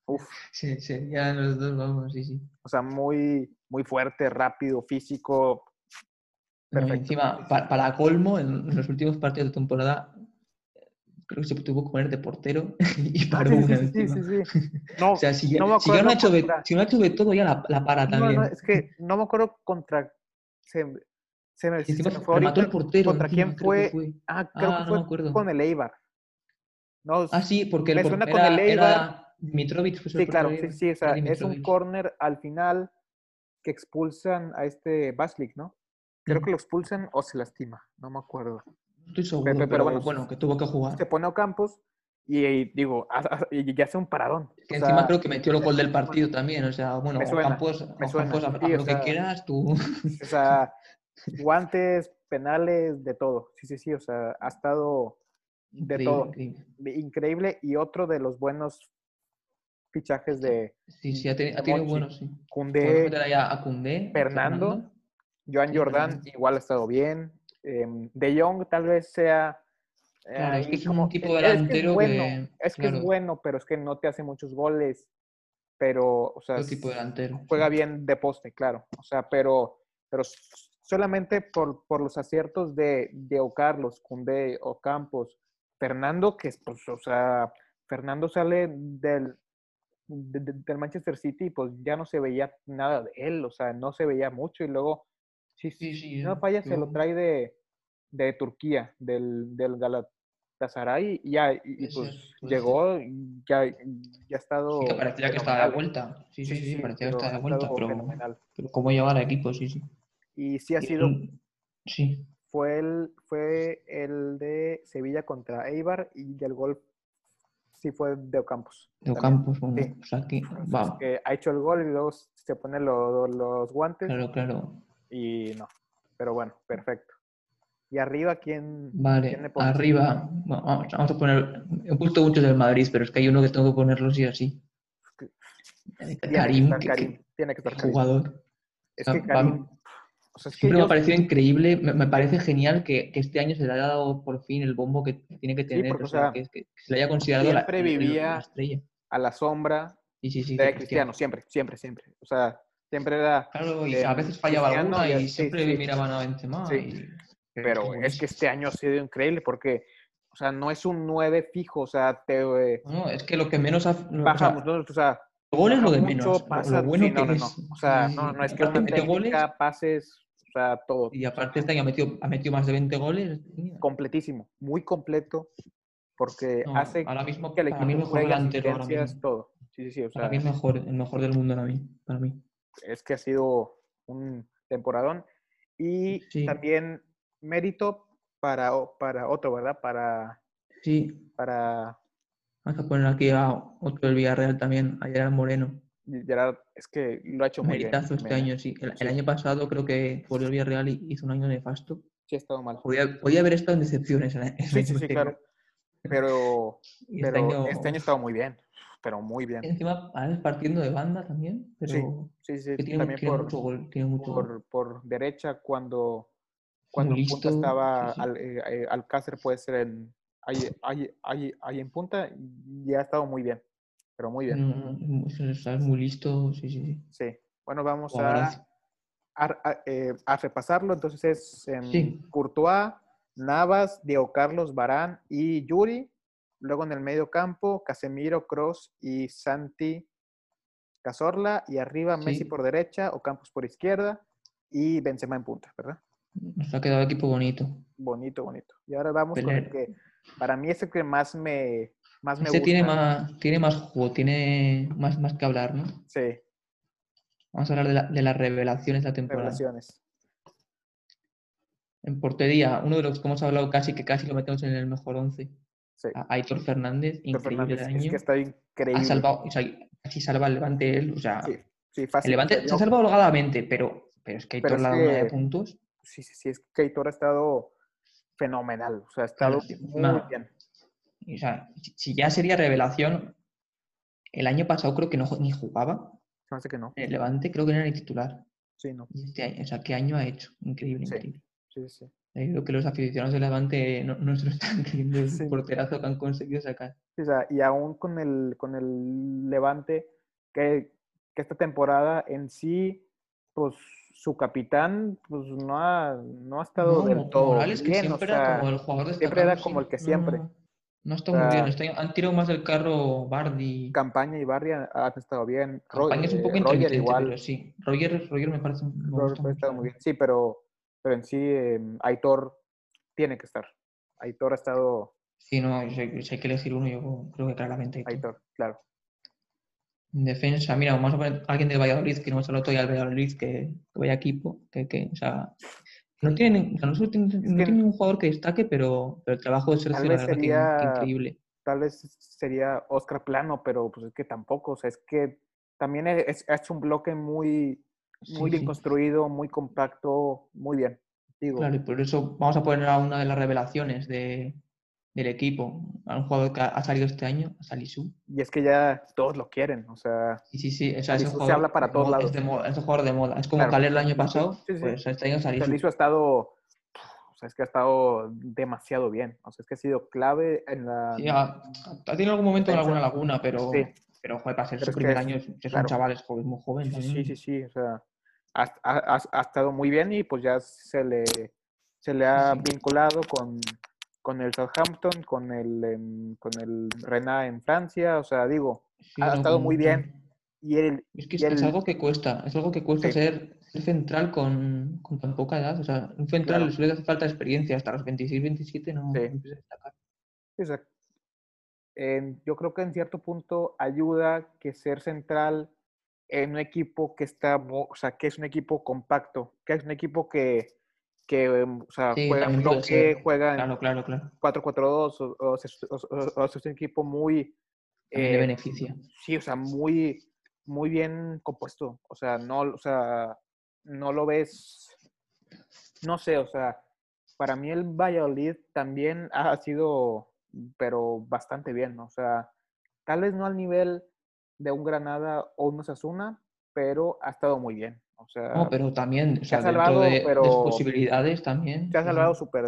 [SPEAKER 1] uf,
[SPEAKER 2] Sí, serían los dos, vamos, sí, sí.
[SPEAKER 1] o sea, muy, muy fuerte, rápido, físico.
[SPEAKER 2] No, y
[SPEAKER 1] Perfecto.
[SPEAKER 2] encima, pa- para, colmo, en los últimos partidos de temporada, eh, creo que se tuvo que poner de portero y paró
[SPEAKER 1] Sí, sí,
[SPEAKER 2] una
[SPEAKER 1] sí, sí,
[SPEAKER 2] encima.
[SPEAKER 1] sí, sí. No,
[SPEAKER 2] O sea, si ya,
[SPEAKER 1] no me
[SPEAKER 2] si ya
[SPEAKER 1] acuerdo
[SPEAKER 2] no ha hecho de,
[SPEAKER 1] contra-
[SPEAKER 2] si no ha hecho de todo, ya la, la para
[SPEAKER 1] no, no,
[SPEAKER 2] también.
[SPEAKER 1] es que no me acuerdo contra. Se, me- se me,
[SPEAKER 2] Y encima
[SPEAKER 1] se me fue
[SPEAKER 2] remató el
[SPEAKER 1] ahorita.
[SPEAKER 2] portero.
[SPEAKER 1] ¿Contra
[SPEAKER 2] encima,
[SPEAKER 1] quién
[SPEAKER 2] creo que
[SPEAKER 1] Ah, creo
[SPEAKER 2] Ah,
[SPEAKER 1] que
[SPEAKER 2] no
[SPEAKER 1] fue
[SPEAKER 2] me acuerdo.
[SPEAKER 1] con el Eibar. No,
[SPEAKER 2] Ah, sí, porque el
[SPEAKER 1] Me
[SPEAKER 2] por-
[SPEAKER 1] suena con
[SPEAKER 2] era,
[SPEAKER 1] el Eibar.
[SPEAKER 2] era Mitrovic. fue su
[SPEAKER 1] Sí, claro, sí,
[SPEAKER 2] portero,
[SPEAKER 1] sí, o sea,
[SPEAKER 2] era
[SPEAKER 1] es un
[SPEAKER 2] Mitrovic.
[SPEAKER 1] corner al final que expulsan a este Baslik, ¿no? Creo que
[SPEAKER 2] Mm.
[SPEAKER 1] lo expulsan o se lastima, no me acuerdo.
[SPEAKER 2] No Estoy seguro,
[SPEAKER 1] pero
[SPEAKER 2] pero,
[SPEAKER 1] bueno,
[SPEAKER 2] bueno, que tuvo que jugar.
[SPEAKER 1] Se pone a Campos y, y digo, ha- ha- y ya hace un paradón. o
[SPEAKER 2] Que
[SPEAKER 1] sea,
[SPEAKER 2] encima creo que metió el gol del partido también. O sea, bueno,
[SPEAKER 1] Me suena,
[SPEAKER 2] Ocampos,
[SPEAKER 1] me suena,
[SPEAKER 2] Ocampos, haz-
[SPEAKER 1] sí,
[SPEAKER 2] haz
[SPEAKER 1] o
[SPEAKER 2] lo que
[SPEAKER 1] sea,
[SPEAKER 2] quieras, tú.
[SPEAKER 1] o sea, guantes, penales, de todo. Sí, sí, sí, o sea, ha estado de
[SPEAKER 2] Increíble,
[SPEAKER 1] todo.
[SPEAKER 2] increíble.
[SPEAKER 1] increíble y otro de los buenos fichajes de
[SPEAKER 2] Sí, sí, ha, teni- ha
[SPEAKER 1] Monchi,
[SPEAKER 2] tenido buenos, sí. Podemos
[SPEAKER 1] Cundé,
[SPEAKER 2] meter ahí a, a Koundé, a
[SPEAKER 1] Fernando. Joan
[SPEAKER 2] sí,
[SPEAKER 1] Jordan
[SPEAKER 2] Fernando.
[SPEAKER 1] igual ha estado bien. em, de Jong tal vez sea... eh,
[SPEAKER 2] Claro, es que
[SPEAKER 1] ahí
[SPEAKER 2] es un tipo
[SPEAKER 1] es
[SPEAKER 2] delantero
[SPEAKER 1] bueno,
[SPEAKER 2] que-
[SPEAKER 1] es que es
[SPEAKER 2] claro.
[SPEAKER 1] bueno, pero es que no te hace muchos goles. Pero, o sea,
[SPEAKER 2] Otro tipo de delantero. sí.
[SPEAKER 1] juega bien de poste, claro. O sea, pero, pero s- solamente por, por los aciertos de Diego Carlos, Cundé, Ocampos, Fernando, que es, pues, o sea, Fernando sale del, de- de- del Manchester City, pues ya no se veía nada de él, o sea, no se veía mucho y luego, si,
[SPEAKER 2] Sí, sí,
[SPEAKER 1] si no
[SPEAKER 2] eh,
[SPEAKER 1] falla, se lo
[SPEAKER 2] yo-
[SPEAKER 1] trae de, de Turquía, del, del Galatasaray y ya, y- y,
[SPEAKER 2] Puede ser,
[SPEAKER 1] pues
[SPEAKER 2] puede ser.
[SPEAKER 1] llegó, y ya, ya ha estado...
[SPEAKER 2] Sí, que parecía que estaba de
[SPEAKER 1] fenomenal.
[SPEAKER 2] vuelta. Sí, sí, sí, parecía
[SPEAKER 1] pero
[SPEAKER 2] que estaba
[SPEAKER 1] ha
[SPEAKER 2] de vuelta,
[SPEAKER 1] estado
[SPEAKER 2] pero,
[SPEAKER 1] fenomenal.
[SPEAKER 2] pero cómo llevar al equipo, sí, sí.
[SPEAKER 1] Y sí ha
[SPEAKER 2] Y-
[SPEAKER 1] sido,
[SPEAKER 2] Sí,
[SPEAKER 1] fue el, fue el de Sevilla contra Eibar y el gol sí fue de Ocampos.
[SPEAKER 2] de
[SPEAKER 1] también.
[SPEAKER 2] Ocampos, bueno,
[SPEAKER 1] sí.
[SPEAKER 2] pues aquí,
[SPEAKER 1] Entonces,
[SPEAKER 2] va,
[SPEAKER 1] que ha hecho el gol y luego se pone lo- los guantes
[SPEAKER 2] claro, claro.
[SPEAKER 1] y no. Pero bueno, perfecto. Y arriba, ¿quién?
[SPEAKER 2] Vale,
[SPEAKER 1] ¿quién le pones?
[SPEAKER 2] arriba, va- vamos, vamos a poner, he puesto muchos del Madrid, pero es que hay uno que tengo que ponerlo sí o sí.
[SPEAKER 1] que-
[SPEAKER 2] Este,
[SPEAKER 1] Tiene
[SPEAKER 2] Karim,
[SPEAKER 1] que estar
[SPEAKER 2] que-
[SPEAKER 1] Karim, Tiene que
[SPEAKER 2] que
[SPEAKER 1] estar Karim.
[SPEAKER 2] jugador.
[SPEAKER 1] Es
[SPEAKER 2] Va-
[SPEAKER 1] que
[SPEAKER 2] va-
[SPEAKER 1] Karim. o sea, es que
[SPEAKER 2] Siempre me
[SPEAKER 1] yo-
[SPEAKER 2] ha parecido increíble, me, me parece genial que, que este año se le haya dado por fin el bombo que tiene que tener,
[SPEAKER 1] porque,
[SPEAKER 2] o
[SPEAKER 1] o
[SPEAKER 2] sea,
[SPEAKER 1] sea,
[SPEAKER 2] que, que se le haya considerado la,
[SPEAKER 1] siempre
[SPEAKER 2] el- el-
[SPEAKER 1] vivía-
[SPEAKER 2] la estrella.
[SPEAKER 1] a la sombra
[SPEAKER 2] Sí, sí, sí,
[SPEAKER 1] de Cristiano, siempre, siempre, siempre. O sea, siempre era.
[SPEAKER 2] Claro, y
[SPEAKER 1] de
[SPEAKER 2] a veces fallaba
[SPEAKER 1] Cristiano
[SPEAKER 2] alguna
[SPEAKER 1] y-
[SPEAKER 2] y
[SPEAKER 1] sí,
[SPEAKER 2] siempre
[SPEAKER 1] sí.
[SPEAKER 2] miraban a Benzema.
[SPEAKER 1] Sí.
[SPEAKER 2] y-
[SPEAKER 1] Pero es que
[SPEAKER 2] buenísimo.
[SPEAKER 1] este año ha sido increíble porque, o sea, no es un 9 fijo, o sea, te eh,
[SPEAKER 2] No, es que lo que menos... ha- no, o sea,
[SPEAKER 1] bajamos, ¿no? O sea,
[SPEAKER 2] Los goles lo de
[SPEAKER 1] mucho,
[SPEAKER 2] menos. lo-
[SPEAKER 1] pasa-
[SPEAKER 2] lo bueno
[SPEAKER 1] sí, no,
[SPEAKER 2] que
[SPEAKER 1] no,
[SPEAKER 2] es.
[SPEAKER 1] no. O sea,
[SPEAKER 2] Sí,
[SPEAKER 1] no, no, es que
[SPEAKER 2] aparte
[SPEAKER 1] una
[SPEAKER 2] mete goles
[SPEAKER 1] técnica, pases, o sea, todo.
[SPEAKER 2] y aparte este año ha metido, ha metido más de 20 goles. este tío.
[SPEAKER 1] Completísimo, muy completo, porque
[SPEAKER 2] No,
[SPEAKER 1] hace
[SPEAKER 2] ahora mismo,
[SPEAKER 1] que el
[SPEAKER 2] para mí
[SPEAKER 1] equipo
[SPEAKER 2] mejor
[SPEAKER 1] juegue
[SPEAKER 2] delantero ahora
[SPEAKER 1] asistencias,
[SPEAKER 2] mismo.
[SPEAKER 1] todo. Sí, sí, sí, o
[SPEAKER 2] Para
[SPEAKER 1] sea,
[SPEAKER 2] mí el mejor, el mejor del mundo ahora mismo, para mí.
[SPEAKER 1] es que ha sido un temporadón. Y
[SPEAKER 2] Sí.
[SPEAKER 1] también mérito para, o- para otro, ¿verdad? Para,
[SPEAKER 2] Sí,
[SPEAKER 1] para
[SPEAKER 2] vamos a poner aquí a otro del Villarreal también, a Gerard Moreno.
[SPEAKER 1] Gerard, es que lo ha hecho muy bien.
[SPEAKER 2] Meritazo este
[SPEAKER 1] también, ¿eh?
[SPEAKER 2] año, sí. El, el
[SPEAKER 1] Sí.
[SPEAKER 2] año pasado creo que volvió al Villarreal y hizo un año nefasto.
[SPEAKER 1] Sí, ha estado mal.
[SPEAKER 2] Podía, podía haber estado en decepciones. el año- el
[SPEAKER 1] Sí, sí,
[SPEAKER 2] año
[SPEAKER 1] sí,
[SPEAKER 2] anterior.
[SPEAKER 1] claro. Pero,
[SPEAKER 2] Y este
[SPEAKER 1] pero
[SPEAKER 2] año-
[SPEAKER 1] este año ha estado muy bien, pero muy bien.
[SPEAKER 2] Encima, ahora es partiendo de banda también, pero
[SPEAKER 1] Sí, Sí, sí,
[SPEAKER 2] que tiene,
[SPEAKER 1] también
[SPEAKER 2] tiene
[SPEAKER 1] por,
[SPEAKER 2] mucho gol, tiene mucho gol.
[SPEAKER 1] por, por derecha cuando, cuando en punta
[SPEAKER 2] listo,
[SPEAKER 1] estaba
[SPEAKER 2] sí, sí.
[SPEAKER 1] Al- eh, eh, Alcácer puede ser en, ahí, ahí, ahí, ahí en punta y ha estado muy bien, pero muy bien.
[SPEAKER 2] No, no, no, es- es- es muy listo, sí, sí, sí.
[SPEAKER 1] Sí. Bueno, vamos
[SPEAKER 2] Jugadorazo.
[SPEAKER 1] a, a- a- eh, a repasarlo. Entonces es em,
[SPEAKER 2] Sí.
[SPEAKER 1] Courtois, Navas, Diego Carlos, Barán y Yuri. Luego en el medio campo, Casemiro, Cross y Santi Cazorla. Y arriba Messi
[SPEAKER 2] Sí.
[SPEAKER 1] por derecha, Ocampos por izquierda y Benzema en punta, ¿verdad?
[SPEAKER 2] Nos ha quedado el equipo bonito.
[SPEAKER 1] Bonito, bonito. Y ahora vamos con el
[SPEAKER 2] Pelé.
[SPEAKER 1] que para mí es el que más me, más me
[SPEAKER 2] Este tiene
[SPEAKER 1] gusta.
[SPEAKER 2] más, tiene más juego, tiene más, más que hablar, ¿no?
[SPEAKER 1] Sí,
[SPEAKER 2] Vamos a hablar de, la- de las revelaciones de la temporada.
[SPEAKER 1] revelaciones.
[SPEAKER 2] En portería, uno de los que hemos hablado casi que casi lo metemos en el mejor once.
[SPEAKER 1] Sí.
[SPEAKER 2] A Aitor Fernández,
[SPEAKER 1] Héctor
[SPEAKER 2] Ah, increíble
[SPEAKER 1] Fernández,
[SPEAKER 2] año.
[SPEAKER 1] es que está increíble.
[SPEAKER 2] Ha salvado, o sea, casi salva el Levante él, o sea,
[SPEAKER 1] Sí, sí,
[SPEAKER 2] el
[SPEAKER 1] fácil. o
[SPEAKER 2] Levante
[SPEAKER 1] sea,
[SPEAKER 2] se ha
[SPEAKER 1] yo-
[SPEAKER 2] salvado holgadamente, pero, pero es que
[SPEAKER 1] Pero
[SPEAKER 2] Aitor le ha
[SPEAKER 1] es
[SPEAKER 2] dado una de
[SPEAKER 1] que-
[SPEAKER 2] puntos.
[SPEAKER 1] sí, sí, sí, es que Aitor ha estado fenomenal, o sea, ha estado
[SPEAKER 2] sí,
[SPEAKER 1] muy
[SPEAKER 2] ma-
[SPEAKER 1] bien.
[SPEAKER 2] O sea, si- si ya sería revelación, el año pasado creo que no ju- ni jugaba
[SPEAKER 1] Se me hace que no,
[SPEAKER 2] en el Levante, creo que no era ni titular.
[SPEAKER 1] sí, no,
[SPEAKER 2] Y este año, o sea, ¿qué año ha hecho? Increíble,
[SPEAKER 1] Sí.
[SPEAKER 2] increíble.
[SPEAKER 1] sí, sí, sí.
[SPEAKER 2] Eh, Creo que los aficionados del Levante no, no se lo están creyendo el
[SPEAKER 1] Sí.
[SPEAKER 2] porterazo que han conseguido sacar.
[SPEAKER 1] Sí, o sea, y aún con el, con el Levante, que, que esta temporada en sí, pues su capitán, pues no ha, no ha estado
[SPEAKER 2] No,
[SPEAKER 1] del
[SPEAKER 2] Mo-
[SPEAKER 1] todo
[SPEAKER 2] Morales, que
[SPEAKER 1] bien, o
[SPEAKER 2] siempre era
[SPEAKER 1] sea,
[SPEAKER 2] como el jugador
[SPEAKER 1] siempre era
[SPEAKER 2] destacado,
[SPEAKER 1] como el que siempre.
[SPEAKER 2] No, no está
[SPEAKER 1] O
[SPEAKER 2] muy bien.
[SPEAKER 1] sea,
[SPEAKER 2] este año han tirado más del carro Bardi.
[SPEAKER 1] Campaña y Barry han, han estado bien, Ro-
[SPEAKER 2] Campaña es un
[SPEAKER 1] eh,
[SPEAKER 2] poco
[SPEAKER 1] Roger
[SPEAKER 2] intermitente,
[SPEAKER 1] igual,
[SPEAKER 2] pero sí. Roger, Roger me parece un. me
[SPEAKER 1] Roger
[SPEAKER 2] gusta
[SPEAKER 1] ha
[SPEAKER 2] mucho.
[SPEAKER 1] estado muy bien, sí, pero, pero en sí em, Aitor tiene que estar, Aitor ha estado...
[SPEAKER 2] Sí, no, si hay, si hay que elegir uno, yo creo que claramente Aitor.
[SPEAKER 1] Aitor, claro.
[SPEAKER 2] En defensa, mira, vamos a poner a alguien del Valladolid, que no hemos hablado todavía del Valladolid, que, que vaya equipo, que, que, o sea, no tienen, o sea, no, solo tienen- no
[SPEAKER 1] que-
[SPEAKER 2] tienen un jugador que destaque, pero, pero el trabajo de Sergio, la
[SPEAKER 1] vez
[SPEAKER 2] verdad, que- que,
[SPEAKER 1] sería-
[SPEAKER 2] increíble.
[SPEAKER 1] Tal vez sería Oscar Plano, pero pues es que tampoco, o sea, es que también e, es, es un bloque muy,
[SPEAKER 2] Sí,
[SPEAKER 1] muy bien
[SPEAKER 2] sí,
[SPEAKER 1] construido, muy compacto, muy bien. Digo,
[SPEAKER 2] claro, y por eso vamos a poner a una de las revelaciones de, del equipo, a un jugador que ha, ha salido este año, a Salisu.
[SPEAKER 1] y es que ya todos lo quieren, o sea,
[SPEAKER 2] Y sí, sí, o sea, es
[SPEAKER 1] Salisu
[SPEAKER 2] un
[SPEAKER 1] se
[SPEAKER 2] jugador
[SPEAKER 1] habla para
[SPEAKER 2] de
[SPEAKER 1] todos
[SPEAKER 2] moda,
[SPEAKER 1] lados.
[SPEAKER 2] Es, de moda, es un jugador de moda, es como
[SPEAKER 1] Claro.
[SPEAKER 2] Caler el año pasado,
[SPEAKER 1] Sí, sí.
[SPEAKER 2] pues este año Salisu.
[SPEAKER 1] Felicio ha estado, o sea, es que ha estado demasiado bien, o sea, es que ha sido clave en la...
[SPEAKER 2] Sí, ha, ha tenido algún momento en
[SPEAKER 1] Defensa.
[SPEAKER 2] alguna laguna, pero,
[SPEAKER 1] Sí.
[SPEAKER 2] pero joder, para ser
[SPEAKER 1] Pero
[SPEAKER 2] su
[SPEAKER 1] es que
[SPEAKER 2] primer
[SPEAKER 1] es-
[SPEAKER 2] año, es, es
[SPEAKER 1] claro.
[SPEAKER 2] un chaval, es joven, muy joven. ¿eh?
[SPEAKER 1] Sí, sí,
[SPEAKER 2] también.
[SPEAKER 1] sí, sí, o sea, ha, ha- ha- ha estado muy bien y pues ya se le, se le ha
[SPEAKER 2] Sí.
[SPEAKER 1] vinculado con, con el Southampton, con el, em, con el Rennes en Francia, o sea, digo,
[SPEAKER 2] Sí,
[SPEAKER 1] ha
[SPEAKER 2] no,
[SPEAKER 1] estado muy
[SPEAKER 2] mucho.
[SPEAKER 1] bien. Y el,
[SPEAKER 2] Es que
[SPEAKER 1] y
[SPEAKER 2] es, es
[SPEAKER 1] el-
[SPEAKER 2] algo que cuesta, es algo que cuesta
[SPEAKER 1] Sí.
[SPEAKER 2] ser, ser central con, con tan poca edad. O sea, un central
[SPEAKER 1] Claro.
[SPEAKER 2] suele hacer falta experiencia, hasta los 26, 27 no
[SPEAKER 1] Sí.
[SPEAKER 2] no empieza a destacar.
[SPEAKER 1] o sea, en- yo creo que en cierto punto ayuda que ser central en un equipo que está, mu- o sea, que es un equipo compacto, que es un equipo que, que em, o sea,
[SPEAKER 2] Sí,
[SPEAKER 1] juega en
[SPEAKER 2] también puede
[SPEAKER 1] bloque,
[SPEAKER 2] ser.
[SPEAKER 1] juega en
[SPEAKER 2] Claro, claro, claro.
[SPEAKER 1] 4-4-2 o, o se- o- o- o se- es un equipo muy,
[SPEAKER 2] También le
[SPEAKER 1] eh,
[SPEAKER 2] beneficia.
[SPEAKER 1] sí, o sea, muy, muy bien compuesto. O sea, no, o sea, no lo ves, no sé, o sea, para mí el Valladolid también ha sido, pero bastante bien, ¿no? o sea, tal vez no al nivel de un Granada o un Osasuna, pero ha estado muy bien. O sea,
[SPEAKER 2] No, pero también, o sea,
[SPEAKER 1] ha
[SPEAKER 2] dentro
[SPEAKER 1] salvado,
[SPEAKER 2] de, de sus
[SPEAKER 1] pero-
[SPEAKER 2] posibilidades también.
[SPEAKER 1] se ha
[SPEAKER 2] sí, sí.
[SPEAKER 1] salvado súper,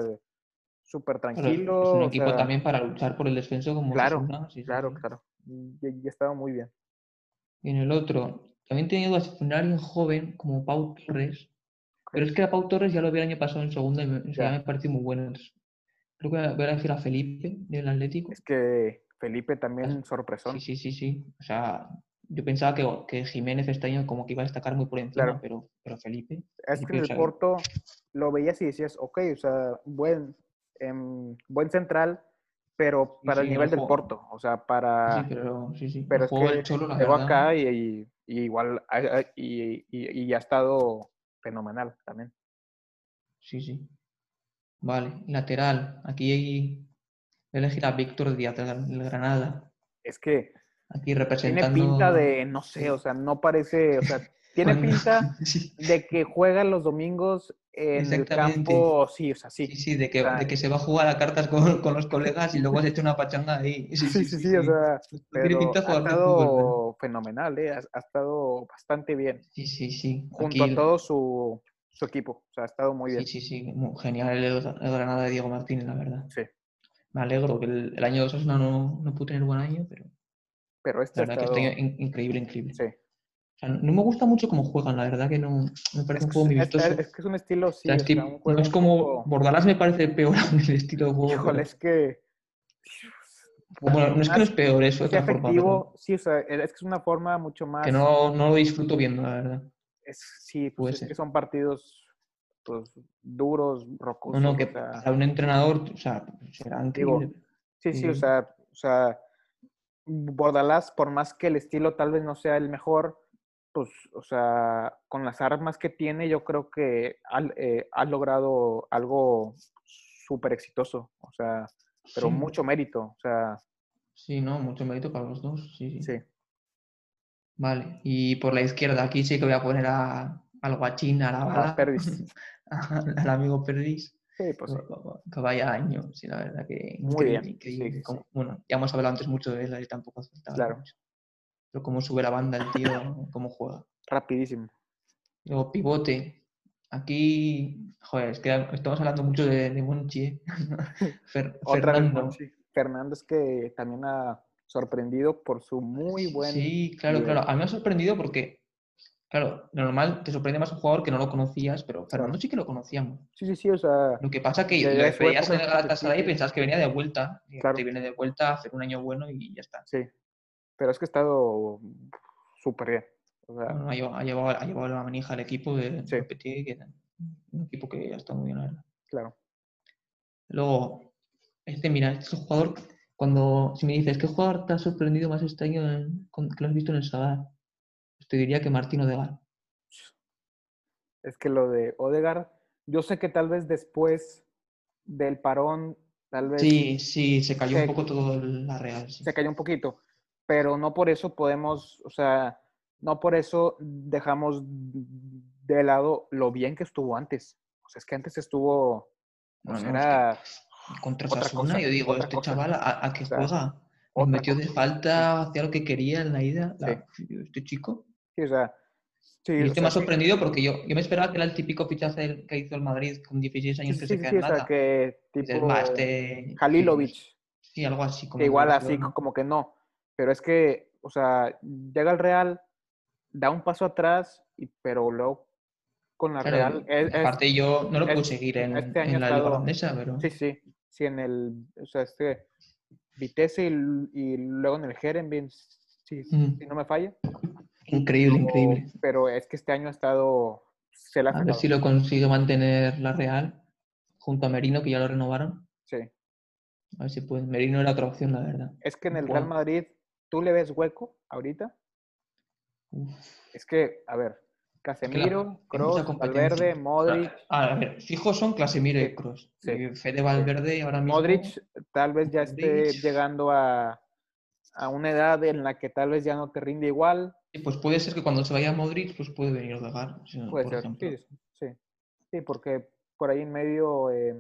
[SPEAKER 1] súper
[SPEAKER 2] Claro, es-
[SPEAKER 1] tranquilo.
[SPEAKER 2] Es un
[SPEAKER 1] o
[SPEAKER 2] equipo
[SPEAKER 1] sea,
[SPEAKER 2] también para luchar por el descenso como
[SPEAKER 1] Claro,
[SPEAKER 2] Osasuna, sí, sí,
[SPEAKER 1] Claro,
[SPEAKER 2] sí.
[SPEAKER 1] claro. Y, y ha estado muy bien.
[SPEAKER 2] Y en el otro, también tenido a alguien joven como Pau Torres. Pero es que a Pau Torres ya lo vi el año pasado en segunda y me, o sea,
[SPEAKER 1] Ya.
[SPEAKER 2] me pareció muy bueno. Entonces, Creo que voy a- voy a elegir a Felipe del Atlético.
[SPEAKER 1] Es que Felipe también sorpresón.
[SPEAKER 2] Sí, sí, sí, sí. O sea, yo pensaba que, que Jiménez este año como que iba a destacar muy por encima,
[SPEAKER 1] Claro.
[SPEAKER 2] pero, pero Felipe.
[SPEAKER 1] Es que en el
[SPEAKER 2] Felipe, o sea,
[SPEAKER 1] Porto lo veías y decías, ok, o sea, buen, em, buen central, pero
[SPEAKER 2] Sí,
[SPEAKER 1] para el
[SPEAKER 2] sí, no
[SPEAKER 1] nivel del
[SPEAKER 2] jugó-
[SPEAKER 1] Porto. O sea,
[SPEAKER 2] Sí,
[SPEAKER 1] para...
[SPEAKER 2] pero sí, sí.
[SPEAKER 1] Ah. pero es
[SPEAKER 2] Jugó el
[SPEAKER 1] que
[SPEAKER 2] Cholo, la
[SPEAKER 1] llegó
[SPEAKER 2] verdad.
[SPEAKER 1] acá y, y- y igual ha- ha- y, y- y ha estado fenomenal también.
[SPEAKER 2] Sí, sí. Vale, lateral. Aquí hay... voy a elegir a Víctor Díaz del del Granada.
[SPEAKER 1] Es que
[SPEAKER 2] Aquí
[SPEAKER 1] tiene
[SPEAKER 2] representando...
[SPEAKER 1] pinta de, no sé, o sea, no parece, o sea, tiene
[SPEAKER 2] Bueno,
[SPEAKER 1] pinta
[SPEAKER 2] sí.
[SPEAKER 1] de que juega los domingos en el
[SPEAKER 2] Exactamente.
[SPEAKER 1] campo, sí, o sea, sí.
[SPEAKER 2] Sí, sí, de que,
[SPEAKER 1] sea,
[SPEAKER 2] de que se va a jugar a cartas con, con los colegas y luego has hecho una pachanga ahí. Sí,
[SPEAKER 1] Sí, sí, sí, o sea,
[SPEAKER 2] Tiene
[SPEAKER 1] pero
[SPEAKER 2] pinta de
[SPEAKER 1] ha
[SPEAKER 2] jugador de fútbol.
[SPEAKER 1] estado fenomenal, ¿eh? ha, ha estado bastante bien,
[SPEAKER 2] ¿no? Sí, sí, sí.
[SPEAKER 1] junto
[SPEAKER 2] Aquí-
[SPEAKER 1] a todo su, su equipo, o sea, ha estado muy bien.
[SPEAKER 2] Sí, sí, sí. Mu- Genial el, el Granada de Diego Martínez, la verdad.
[SPEAKER 1] Sí.
[SPEAKER 2] Me alegro que el, el año de Osasuna no, no pude tener buen año, pero
[SPEAKER 1] Pero este
[SPEAKER 2] la
[SPEAKER 1] ha
[SPEAKER 2] verdad
[SPEAKER 1] estado...
[SPEAKER 2] que está in- increíble, increíble.
[SPEAKER 1] sí.
[SPEAKER 2] O sea, no me gusta mucho cómo juegan, la verdad que no me
[SPEAKER 1] Es,
[SPEAKER 2] parece un
[SPEAKER 1] que
[SPEAKER 2] juego muy
[SPEAKER 1] es-
[SPEAKER 2] vistoso.
[SPEAKER 1] es- es que es un estilo,
[SPEAKER 2] O
[SPEAKER 1] sí,
[SPEAKER 2] sea,
[SPEAKER 1] o
[SPEAKER 2] es que
[SPEAKER 1] sea, un
[SPEAKER 2] no
[SPEAKER 1] juego
[SPEAKER 2] es
[SPEAKER 1] un
[SPEAKER 2] como
[SPEAKER 1] poco-
[SPEAKER 2] Bordalás me parece peor aún el estilo de juego. pero-
[SPEAKER 1] Híjole, es que...
[SPEAKER 2] Bueno, no es que no es peor, es
[SPEAKER 1] Más
[SPEAKER 2] otra forma. pero
[SPEAKER 1] efectivo, sí, o sea, e, es que es una forma mucho más...
[SPEAKER 2] Que no, no lo disfruto viendo, la verdad.
[SPEAKER 1] es- sí,
[SPEAKER 2] puede
[SPEAKER 1] pues es
[SPEAKER 2] ser.
[SPEAKER 1] que son partidos pues, duros,
[SPEAKER 2] No,
[SPEAKER 1] rocosos.
[SPEAKER 2] no, que
[SPEAKER 1] o sea,
[SPEAKER 2] para un entrenador, o sea, será
[SPEAKER 1] Digo,
[SPEAKER 2] increíble.
[SPEAKER 1] Sí, sí, o
[SPEAKER 2] Sí.
[SPEAKER 1] sea, o sea, Bordalás, por más que el estilo tal vez no sea el mejor, pues, o sea, con las armas que tiene, yo creo que al- eh, ha logrado algo súper exitoso, o sea, pero
[SPEAKER 2] Sí.
[SPEAKER 1] mucho mérito, o sea,
[SPEAKER 2] Sí, no, mucho mérito para los dos. Sí, sí.
[SPEAKER 1] sí.
[SPEAKER 2] Vale, y por la izquierda aquí sí que voy a poner a, al guachín, a la bala,
[SPEAKER 1] Perdis.
[SPEAKER 2] al al amigo Perdis,
[SPEAKER 1] Sí, pues sí.
[SPEAKER 2] que vaya año, sí, la verdad que
[SPEAKER 1] Muy
[SPEAKER 2] increíble,
[SPEAKER 1] bien, sí,
[SPEAKER 2] increíble.
[SPEAKER 1] sí, sí.
[SPEAKER 2] Como- bueno, ya hemos hablado antes mucho de él y tampoco hace falta hablar
[SPEAKER 1] Claro.
[SPEAKER 2] mucho. Pero cómo sube la banda el tío, cómo juega.
[SPEAKER 1] rapidísimo.
[SPEAKER 2] Luego pivote. Aquí, joder, es que estamos hablando mucho de, de Monchi, ¿eh? Fer-
[SPEAKER 1] Otra vez
[SPEAKER 2] Fernando.
[SPEAKER 1] Monchi. Fernando es que también ha sorprendido por su muy buen...
[SPEAKER 2] Sí, claro,
[SPEAKER 1] nivel.
[SPEAKER 2] claro. A mí me ha sorprendido porque, claro, lo normal te sorprende más un jugador que no lo conocías, pero Fernando sí que lo conocíamos.
[SPEAKER 1] Sí, sí, sí, o sea,
[SPEAKER 2] Lo que pasa que
[SPEAKER 1] Ya, ya,
[SPEAKER 2] lo
[SPEAKER 1] su
[SPEAKER 2] veías
[SPEAKER 1] época
[SPEAKER 2] en el
[SPEAKER 1] en
[SPEAKER 2] Galatasaray y
[SPEAKER 1] Manchester
[SPEAKER 2] pensabas que venía de vuelta. y
[SPEAKER 1] Claro.
[SPEAKER 2] Te viene de vuelta a hacer un año bueno y ya está.
[SPEAKER 1] sí, pero es que ha estado súper bien, o sea...
[SPEAKER 2] Bueno, ha, llevado, ha, llevado, ha llevado la manija al equipo de
[SPEAKER 1] Sí.
[SPEAKER 2] repetir, que un equipo que ha estado muy bien, la verdad.
[SPEAKER 1] Claro,
[SPEAKER 2] Luego, este, mira, este es un jugador, cuando, si me dices, ¿qué jugador te ha sorprendido más este año en- con- que lo has visto en el Sadar? Pues te diría que Martino de Gal.
[SPEAKER 1] es que lo de Odegaard, yo sé que tal vez después del parón, tal vez
[SPEAKER 2] Sí, sí, se cayó
[SPEAKER 1] Sí.
[SPEAKER 2] un poco todo el- la Real. sí.
[SPEAKER 1] Pues, se cayó un poquito, pero no por eso podemos, o sea, no por eso dejamos de lado lo bien que estuvo antes. O sea, es que antes estuvo,
[SPEAKER 2] No,
[SPEAKER 1] pues
[SPEAKER 2] no,
[SPEAKER 1] era
[SPEAKER 2] Contra
[SPEAKER 1] otra
[SPEAKER 2] Osasuna,
[SPEAKER 1] cosa,
[SPEAKER 2] yo digo,
[SPEAKER 1] otra
[SPEAKER 2] este
[SPEAKER 1] cosa.
[SPEAKER 2] chaval, ¿a, a qué
[SPEAKER 1] O sea,
[SPEAKER 2] juega? Nos
[SPEAKER 1] otra
[SPEAKER 2] metió de
[SPEAKER 1] cosa.
[SPEAKER 2] falta, hacía lo que quería en la ida, la- este chico.
[SPEAKER 1] sí, o sea, sí,
[SPEAKER 2] Y
[SPEAKER 1] o
[SPEAKER 2] este
[SPEAKER 1] sea,
[SPEAKER 2] me ha
[SPEAKER 1] sí,
[SPEAKER 2] sorprendido porque yo, yo me esperaba que era el típico fichaje que hizo el Madrid con 16
[SPEAKER 1] sí,
[SPEAKER 2] años que
[SPEAKER 1] sí,
[SPEAKER 2] se
[SPEAKER 1] sí,
[SPEAKER 2] queda
[SPEAKER 1] sí,
[SPEAKER 2] en este
[SPEAKER 1] o sea,
[SPEAKER 2] nada.
[SPEAKER 1] que
[SPEAKER 2] Dices,
[SPEAKER 1] tipo
[SPEAKER 2] "Va, este-
[SPEAKER 1] Halilovic,
[SPEAKER 2] Sí, algo así. como
[SPEAKER 1] que igual
[SPEAKER 2] jugador,
[SPEAKER 1] así
[SPEAKER 2] ¿no?
[SPEAKER 1] como que no. Pero es que, o sea, llega el Real, da un paso atrás, y, pero luego con la
[SPEAKER 2] Claro,
[SPEAKER 1] Real. es- es-
[SPEAKER 2] Aparte yo no lo puedo
[SPEAKER 1] es-
[SPEAKER 2] seguir en,
[SPEAKER 1] este año
[SPEAKER 2] en la
[SPEAKER 1] ha
[SPEAKER 2] liga
[SPEAKER 1] estado-
[SPEAKER 2] holandesa, pero
[SPEAKER 1] sí, sí, sí, en el. O sea, este. Vitesse y, l- y luego en el Herenveen si, mm. si no me falla.
[SPEAKER 2] Increíble,
[SPEAKER 1] pero,
[SPEAKER 2] increíble.
[SPEAKER 1] Pero es que este año ha estado...
[SPEAKER 2] Se la a ver si lo consigue mantener la Real junto a Merino, que ya lo renovaron.
[SPEAKER 1] Sí.
[SPEAKER 2] A ver si puede. Merino era otra opción, la verdad.
[SPEAKER 1] Es que en el wow. Real Madrid, ¿tú le ves hueco ahorita? Uf. Es que, a ver, Casemiro, Cross, claro, Valverde, Modric.
[SPEAKER 2] A ver, fijos son Casemiro y Cross. Sí. Y Fede Valverde ahora mismo.
[SPEAKER 1] Modric tal vez ya esté Modric. llegando a, a, una edad en la que tal vez ya no te rinde igual.
[SPEAKER 2] Sí, pues puede ser que cuando se vaya Modric, pues puede venir Odegaard. Si no,
[SPEAKER 1] puede
[SPEAKER 2] por
[SPEAKER 1] ser, ejemplo. Sí, sí, sí. porque por ahí en medio eh,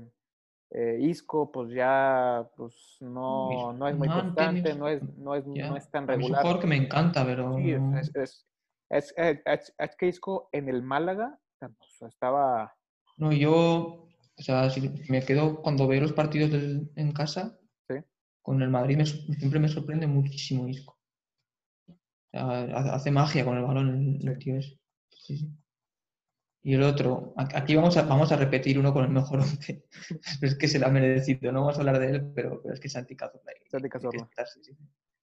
[SPEAKER 1] eh, Isco, pues ya pues no, no es muy no, constante, no es, no, es, yeah. no es tan regular.
[SPEAKER 2] Es un que me encanta, pero.
[SPEAKER 1] Sí, es, es es, es, es, que Isco en el Málaga pues, estaba.
[SPEAKER 2] No, yo, o sea, si me quedo cuando veo los partidos del, en casa,
[SPEAKER 1] ¿Sí?
[SPEAKER 2] con el Madrid me, siempre me sorprende muchísimo Isco. O sea, hace magia con el balón el, tío ese. Sí, sí. Y el otro, aquí vamos a, vamos a repetir uno con el mejor once. es que se la ha merecido, no vamos a hablar de él, pero, pero es que Santi Cazorla.
[SPEAKER 1] Santi Cazorla.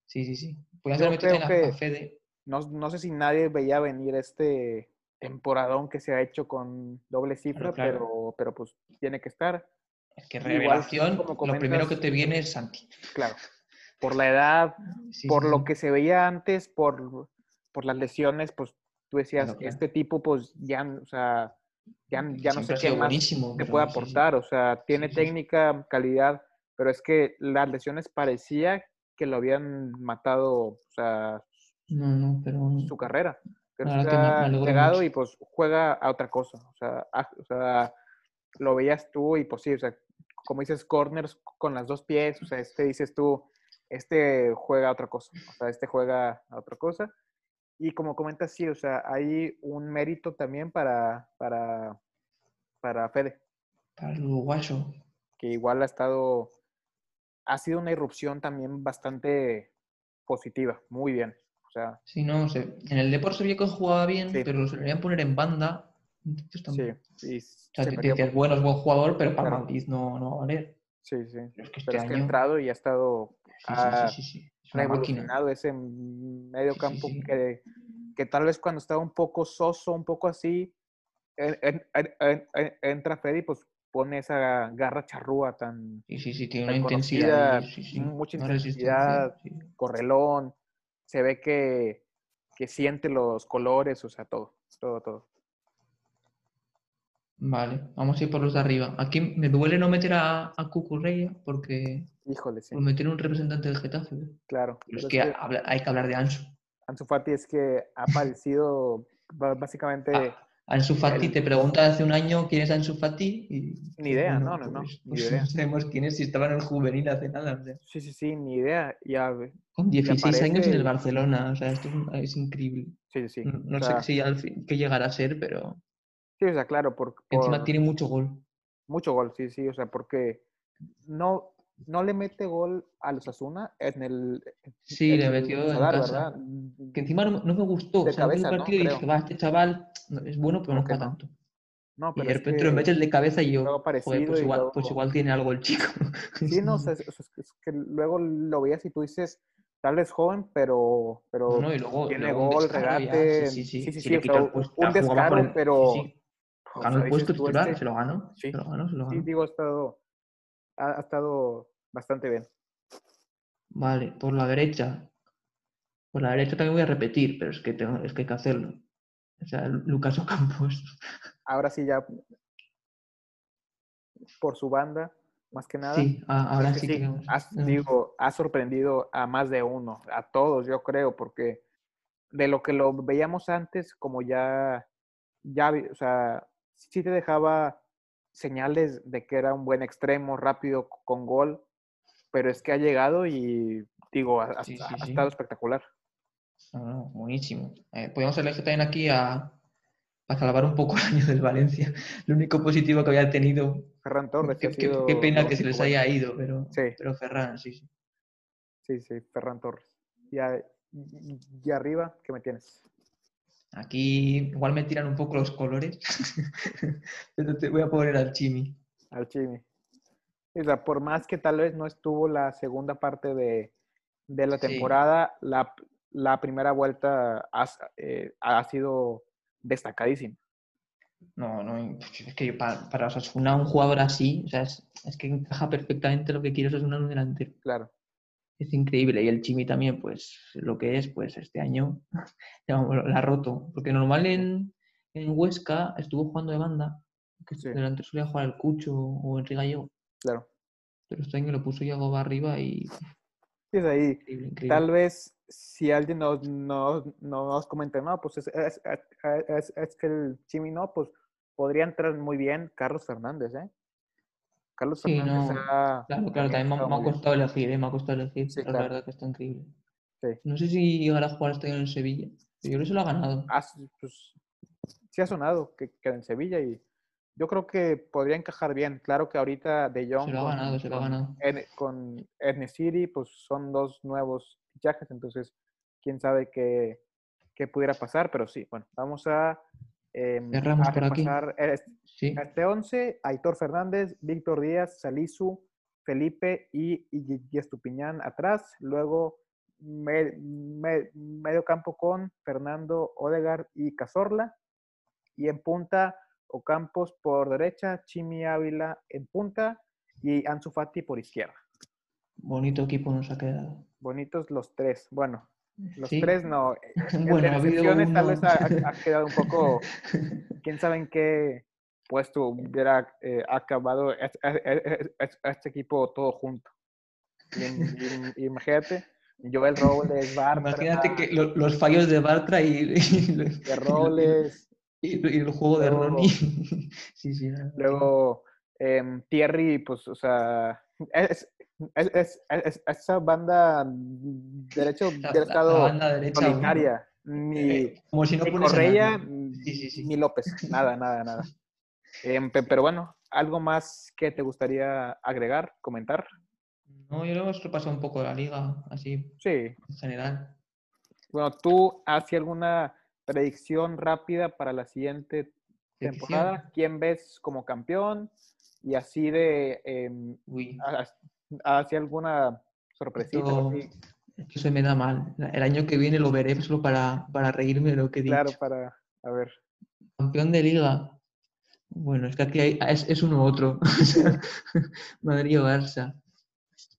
[SPEAKER 2] Sí, sí, sí. Podían haber metido en que... la Fede.
[SPEAKER 1] No, no, sé si nadie veía venir este temporadón que se ha hecho con doble cifra, pero, claro. pero, pero pues tiene que estar.
[SPEAKER 2] Es que revelación, Igual, como comentas, lo primero que te viene es Santi.
[SPEAKER 1] Claro, por la edad, sí, por sí. lo que se veía antes, por, por las lesiones, pues tú decías, claro, claro. este tipo pues ya, o sea, ya, ya no sé qué más te puede aportar, sí, o sea, tiene técnica, calidad, pero es que las lesiones parecía que lo habían matado, o sea,
[SPEAKER 2] no, no, pero...
[SPEAKER 1] su carrera. Pero está que me, me llegado y pues juega a otra cosa. O sea, a, o sea, lo veías tú y pues sí, o sea, como dices, corners con las dos pies, o sea, este dices tú, este juega a otra cosa. O sea, este juega a otra cosa. Y como comentas, sí, o sea, hay un mérito también para, para, para Fede.
[SPEAKER 2] Para el uruguayo.
[SPEAKER 1] Que igual ha estado, ha sido una irrupción también bastante positiva, muy bien. O sea,
[SPEAKER 2] sí, no, se, en el deporte se vio que jugaba bien, sí. pero se lo iban a poner en banda.
[SPEAKER 1] Entonces, sí,
[SPEAKER 2] sí, o sea, te, te, te es bueno, es buen jugador, pero para claro. Madrid no, no, va a valer.
[SPEAKER 1] Sí, sí. Pero es que, este pero año... es que ha entrado y ha estado. Ha revolucionado ese medio campo que, que, tal vez cuando estaba un poco soso, un poco así, en, en, en, entra Fede y pues pone esa garra charrúa tan.
[SPEAKER 2] Sí, sí, sí, tiene una intensidad.
[SPEAKER 1] Mucha no intensidad, correlón se ve que, que, siente los colores, o sea, todo, todo, todo.
[SPEAKER 2] Vale, vamos a ir por los de arriba. Aquí me duele no meter a, a Cucurreya porque.
[SPEAKER 1] Híjole, sí.
[SPEAKER 2] Por meter un representante del Getafe.
[SPEAKER 1] Claro.
[SPEAKER 2] Pero es, es que, que habla, hay que hablar de Ansu.
[SPEAKER 1] Ansu Fati es que ha aparecido básicamente. Ah,
[SPEAKER 2] Ansu Fati, el... te pregunta hace un año quién es Ansu Fati y.
[SPEAKER 1] Ni idea, bueno, no, no,
[SPEAKER 2] pues,
[SPEAKER 1] no. Pues, idea.
[SPEAKER 2] No sabemos quién es, si estaba en el juvenil hace nada. O sea.
[SPEAKER 1] Sí, sí, sí, ni idea. Ya,
[SPEAKER 2] con 16 aparece... años en el Barcelona, o sea, esto es, es increíble.
[SPEAKER 1] Sí, sí.
[SPEAKER 2] No, no o sea, sé si al fin, que llegará a ser, pero.
[SPEAKER 1] Sí, o sea, claro, porque.
[SPEAKER 2] Por... Encima tiene mucho gol.
[SPEAKER 1] Mucho gol, sí, sí, o sea, porque no, no le mete gol a los Asuna en el.
[SPEAKER 2] Sí, en le metió en casa. ¿verdad? Que encima no, no me gustó.
[SPEAKER 1] De o sea, cabeza,
[SPEAKER 2] el partido
[SPEAKER 1] ¿no?
[SPEAKER 2] y dije, va, este chaval es bueno, pero no juega tanto.
[SPEAKER 1] No,
[SPEAKER 2] pero y de repente lo mete el de cabeza y yo,
[SPEAKER 1] luego
[SPEAKER 2] joder, pues,
[SPEAKER 1] y
[SPEAKER 2] igual,
[SPEAKER 1] luego...
[SPEAKER 2] pues igual tiene algo el chico.
[SPEAKER 1] Sí, no, o sea, es, es que luego lo veías y tú dices, tal vez joven, pero, pero
[SPEAKER 2] no, y luego,
[SPEAKER 1] tiene
[SPEAKER 2] luego
[SPEAKER 1] gol, regate.
[SPEAKER 2] Sí, sí, sí.
[SPEAKER 1] sí, sí o sea, puesto, un descaro, el, pero. Sí,
[SPEAKER 2] sí. Ganó el puesto titular, este... se lo ganó. Sí, se lo ganó, se lo ganó.
[SPEAKER 1] sí digo, ha estado, ha, ha, estado bastante bien.
[SPEAKER 2] Vale, por la derecha. Por la derecha también voy a repetir, pero es que, tengo, es que hay que hacerlo. O sea, Lucas Ocampos.
[SPEAKER 1] Ahora sí ya. Por su banda más que nada.
[SPEAKER 2] Sí, ahora sí, que... sí.
[SPEAKER 1] Ha, digo, ha sorprendido a más de uno, a todos, yo creo, porque de lo que lo veíamos antes, como ya, ya, o sea, sí te dejaba señales de que era un buen extremo, rápido, con gol, pero es que ha llegado y, digo, ha, sí, sí, ha estado espectacular.
[SPEAKER 2] No, no, buenísimo. Eh, podemos elegir también aquí a, a salvar un poco el año del Valencia. Lo único positivo que había tenido.
[SPEAKER 1] Ferran Torres.
[SPEAKER 2] Qué,
[SPEAKER 1] que sido... ¿eh?
[SPEAKER 2] qué pena que se les haya ido, pero,
[SPEAKER 1] sí.
[SPEAKER 2] pero Ferran, sí, sí.
[SPEAKER 1] Sí, sí, Ferran Torres. Y, a, y arriba, ¿qué me tienes?
[SPEAKER 2] Aquí igual me tiran un poco los colores, pero te voy a poner al Chimi.
[SPEAKER 1] Al Chimi. O sea, por más que tal vez no estuvo la segunda parte de, de la temporada, sí. la, la primera vuelta ha, eh, ha sido destacadísima.
[SPEAKER 2] No, no, pues es que para, para Osasuna un jugador así, o sea, es, es que encaja perfectamente lo que quiere Osasuna en un delantero.
[SPEAKER 1] Claro.
[SPEAKER 2] Es increíble. Y el Chimi también, pues lo que es, pues este año digamos, la ha roto. Porque normal en, en Huesca estuvo jugando de banda, que
[SPEAKER 1] Sí.
[SPEAKER 2] delante solía jugar el Cucho o Enrique Gallego.
[SPEAKER 1] Claro.
[SPEAKER 2] Pero este año lo puso Yago va arriba y
[SPEAKER 1] Y es ahí.
[SPEAKER 2] increíble, increíble.
[SPEAKER 1] Tal vez si alguien nos, nos, nos comenta, no, pues es, es- es- es- es que el Chimi no, pues podría entrar muy bien Carlos Fernández, ¿eh? Carlos
[SPEAKER 2] Sí,
[SPEAKER 1] Fernández
[SPEAKER 2] no.
[SPEAKER 1] ha-
[SPEAKER 2] Claro, claro, también me,
[SPEAKER 1] estado
[SPEAKER 2] me ha
[SPEAKER 1] muy bien.
[SPEAKER 2] costado elegir, ¿eh? me ha costado elegir,
[SPEAKER 1] Sí,
[SPEAKER 2] pero
[SPEAKER 1] claro.
[SPEAKER 2] la verdad que está increíble.
[SPEAKER 1] Sí.
[SPEAKER 2] No sé si llegará a jugar este año en Sevilla, pero yo creo que se lo ha ganado.
[SPEAKER 1] ha s- pues, sí ha sonado que queda en Sevilla y yo creo que podría encajar bien. Claro que ahorita De Jong
[SPEAKER 2] Se lo ha
[SPEAKER 1] con-
[SPEAKER 2] ganado, se lo ha
[SPEAKER 1] con-
[SPEAKER 2] ganado.
[SPEAKER 1] en- con City, pues son dos nuevos fichajes, entonces quién sabe qué, qué pudiera pasar, pero sí, bueno, vamos a, em,
[SPEAKER 2] Cerramos
[SPEAKER 1] a
[SPEAKER 2] por aquí.
[SPEAKER 1] repasar es-
[SPEAKER 2] Sí,
[SPEAKER 1] este 11, Aitor Fernández, Víctor Díaz, Salisu, Felipe y, y, y Estupiñán atrás, luego me- me- medio campo con Fernando Odegar y Cazorla, y en punta Ocampos por derecha, Chimi Ávila en punta y Ansu Fati por izquierda.
[SPEAKER 2] bonito equipo nos ha quedado.
[SPEAKER 1] Bonitos los tres. Bueno, los
[SPEAKER 2] Sí.
[SPEAKER 1] tres no. el de
[SPEAKER 2] Bueno, ha
[SPEAKER 1] las
[SPEAKER 2] habido
[SPEAKER 1] excepciones tal
[SPEAKER 2] uno.
[SPEAKER 1] vez ha, ha- ha quedado un poco. Quién sabe en qué puesto hubiera eh, acabado es- es- es- es- este equipo todo junto. Y en- y- y imagínate, Joel Robles, Bartra,
[SPEAKER 2] Imagínate que lo- los fallos de Bartra y, y, lo-
[SPEAKER 1] de Robles,
[SPEAKER 2] y lo- y el juego de
[SPEAKER 1] Luego-
[SPEAKER 2] Ronnie. Sí, sí. la verdad.
[SPEAKER 1] luego em, Thierry, pues, o sea, es, es, es- es- esa banda derecho hubiera
[SPEAKER 2] La- la- la
[SPEAKER 1] estado
[SPEAKER 2] banda derecha, bueno,
[SPEAKER 1] solitaria. Ni,
[SPEAKER 2] eh, como si no
[SPEAKER 1] ni
[SPEAKER 2] pones a
[SPEAKER 1] Correa
[SPEAKER 2] nadie.
[SPEAKER 1] ni-
[SPEAKER 2] Sí, sí, sí.
[SPEAKER 1] ni López. Nada, nada, nada. Em, pe- pero bueno, ¿algo más que te gustaría agregar, comentar?
[SPEAKER 2] No, yo lo hemos repasado un poco la liga, así,
[SPEAKER 1] Sí.
[SPEAKER 2] en general.
[SPEAKER 1] Bueno, ¿tú haces alguna predicción rápida para la siguiente
[SPEAKER 2] Petición.
[SPEAKER 1] temporada? ¿Quién ves como campeón? Y así de... em,
[SPEAKER 2] Uy,
[SPEAKER 1] ha- hacia alguna sorpresita. o
[SPEAKER 2] Esto-
[SPEAKER 1] así,
[SPEAKER 2] esto se me da mal. El año que viene lo veré solo para, para reírme de lo que he dicho.
[SPEAKER 1] Claro, para. A ver.
[SPEAKER 2] Campeón de liga. Bueno, es que aquí hay- es, es uno u otro. O sea, Madrid o Barça.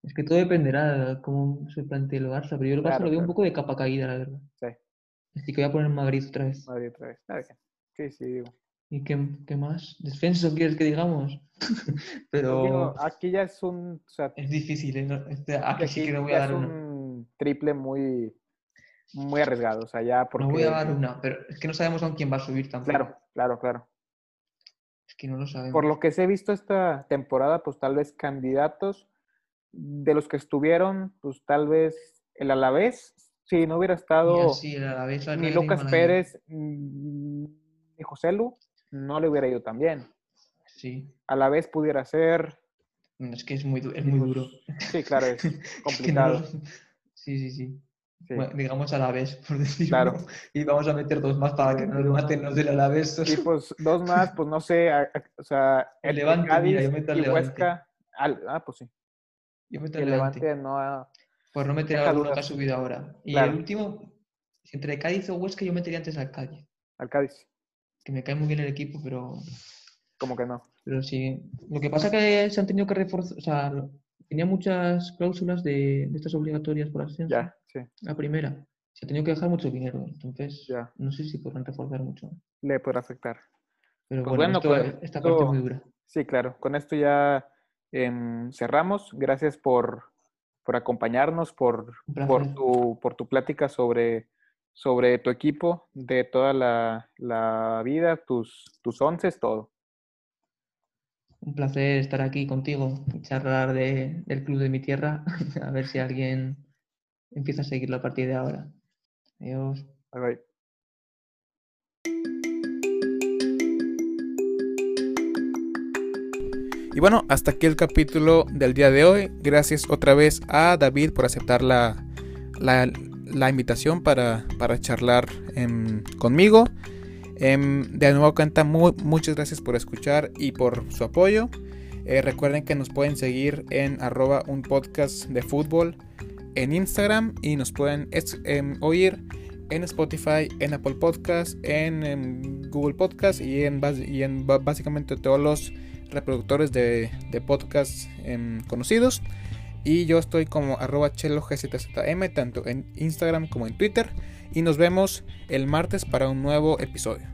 [SPEAKER 2] Es que todo dependerá de cómo se plantee el Barça, pero yo el Barça
[SPEAKER 1] Claro,
[SPEAKER 2] lo veo
[SPEAKER 1] claro.
[SPEAKER 2] un poco de capa caída, la verdad.
[SPEAKER 1] Sí.
[SPEAKER 2] Así que voy a poner Madrid otra vez.
[SPEAKER 1] Madrid otra vez. Está bien. Sí, sí, digo.
[SPEAKER 2] ¿Y qué, qué más? ¿Descenso quieres que digamos? pero
[SPEAKER 1] Digo, Aquí ya es un. O sea,
[SPEAKER 2] es difícil, ¿eh? No, este, aquí sí que no voy
[SPEAKER 1] ya
[SPEAKER 2] a dar
[SPEAKER 1] es
[SPEAKER 2] una.
[SPEAKER 1] un triple muy. Muy arriesgado. O sea, ya porque.
[SPEAKER 2] No voy a dar una, pero es que no sabemos aún quién va a subir tampoco.
[SPEAKER 1] Claro, claro, claro.
[SPEAKER 2] Es que no lo sabemos.
[SPEAKER 1] Por lo que se he visto esta temporada, pues tal vez candidatos de los que estuvieron, pues tal vez el Alavés, si no hubiera
[SPEAKER 2] Mira,
[SPEAKER 1] estado
[SPEAKER 2] sí, el Alavés, el
[SPEAKER 1] ni
[SPEAKER 2] Real y
[SPEAKER 1] Lucas
[SPEAKER 2] Málaga.
[SPEAKER 1] Pérez mm, ni José Lu, no le hubiera ido tan bien.
[SPEAKER 2] Sí.
[SPEAKER 1] a la vez pudiera ser.
[SPEAKER 2] Es que es muy, du- es muy
[SPEAKER 1] pues,
[SPEAKER 2] duro.
[SPEAKER 1] Sí, claro, es
[SPEAKER 2] Es que no
[SPEAKER 1] complicado.
[SPEAKER 2] lo- Sí, sí, sí.
[SPEAKER 1] sí.
[SPEAKER 2] Bueno, digamos Alavés, por decirlo.
[SPEAKER 1] Claro.
[SPEAKER 2] Y vamos a meter dos más para que nos maten los del Alavés.
[SPEAKER 1] Y pues dos más, pues no sé, a- a- o sea,
[SPEAKER 2] El
[SPEAKER 1] entre
[SPEAKER 2] Levante, mira, yo meto al
[SPEAKER 1] y
[SPEAKER 2] Levante.
[SPEAKER 1] Huesca. al- ah, pues sí.
[SPEAKER 2] Yo
[SPEAKER 1] y
[SPEAKER 2] meto
[SPEAKER 1] el
[SPEAKER 2] el Levante.
[SPEAKER 1] Levante no ha.
[SPEAKER 2] Por Pues no meter
[SPEAKER 1] deja
[SPEAKER 2] a alguno que ha
[SPEAKER 1] dudas.
[SPEAKER 2] subido ahora. Y
[SPEAKER 1] Claro.
[SPEAKER 2] el último, entre Cádiz o Huesca, yo metería antes al Cádiz.
[SPEAKER 1] Al Cádiz,
[SPEAKER 2] Que me cae muy bien el equipo, pero,
[SPEAKER 1] como que no.
[SPEAKER 2] pero sí. Lo que pasa que se han tenido que reforzar. O sea, tenía muchas cláusulas de, de estas obligatorias por ascenso.
[SPEAKER 1] Ya, sí,
[SPEAKER 2] La primera. Se ha tenido que dejar mucho dinero. Entonces,
[SPEAKER 1] ya.
[SPEAKER 2] no sé si podrán reforzar mucho.
[SPEAKER 1] Le podrá afectar.
[SPEAKER 2] Pero
[SPEAKER 1] Pues
[SPEAKER 2] bueno,
[SPEAKER 1] bueno,
[SPEAKER 2] esto-
[SPEAKER 1] pues,
[SPEAKER 2] esta parte es muy
[SPEAKER 1] esto-
[SPEAKER 2] dura.
[SPEAKER 1] Sí, claro. Con esto ya em, cerramos. Gracias por, por acompañarnos, por,
[SPEAKER 2] Un placer.
[SPEAKER 1] por, tu, por tu plática sobre, sobre tu equipo, de toda la, la vida, tus, tus once, todo.
[SPEAKER 2] Un placer estar aquí contigo y charlar de- del club de mi tierra. A ver si alguien empieza a seguirlo a partir de ahora. Adiós.
[SPEAKER 1] Bye, bye.
[SPEAKER 3] Y bueno, hasta aquí el capítulo del día de hoy. Gracias otra vez a David por aceptar la, la- la invitación para, para charlar em, conmigo. Em, de nuevo cuenta, mu- muchas gracias por escuchar y por su apoyo. Eh, recuerden que nos pueden seguir en arroba un podcast de fútbol
[SPEAKER 1] en Instagram y nos pueden
[SPEAKER 3] em,
[SPEAKER 1] eh, oír en Spotify, en Apple Podcast, en, en Google Podcast y en, y en básicamente todos los reproductores de, de podcasts eh, conocidos. Y yo estoy como arroba chelogzm, tanto en Instagram como en Twitter. Y nos vemos el martes para un nuevo episodio.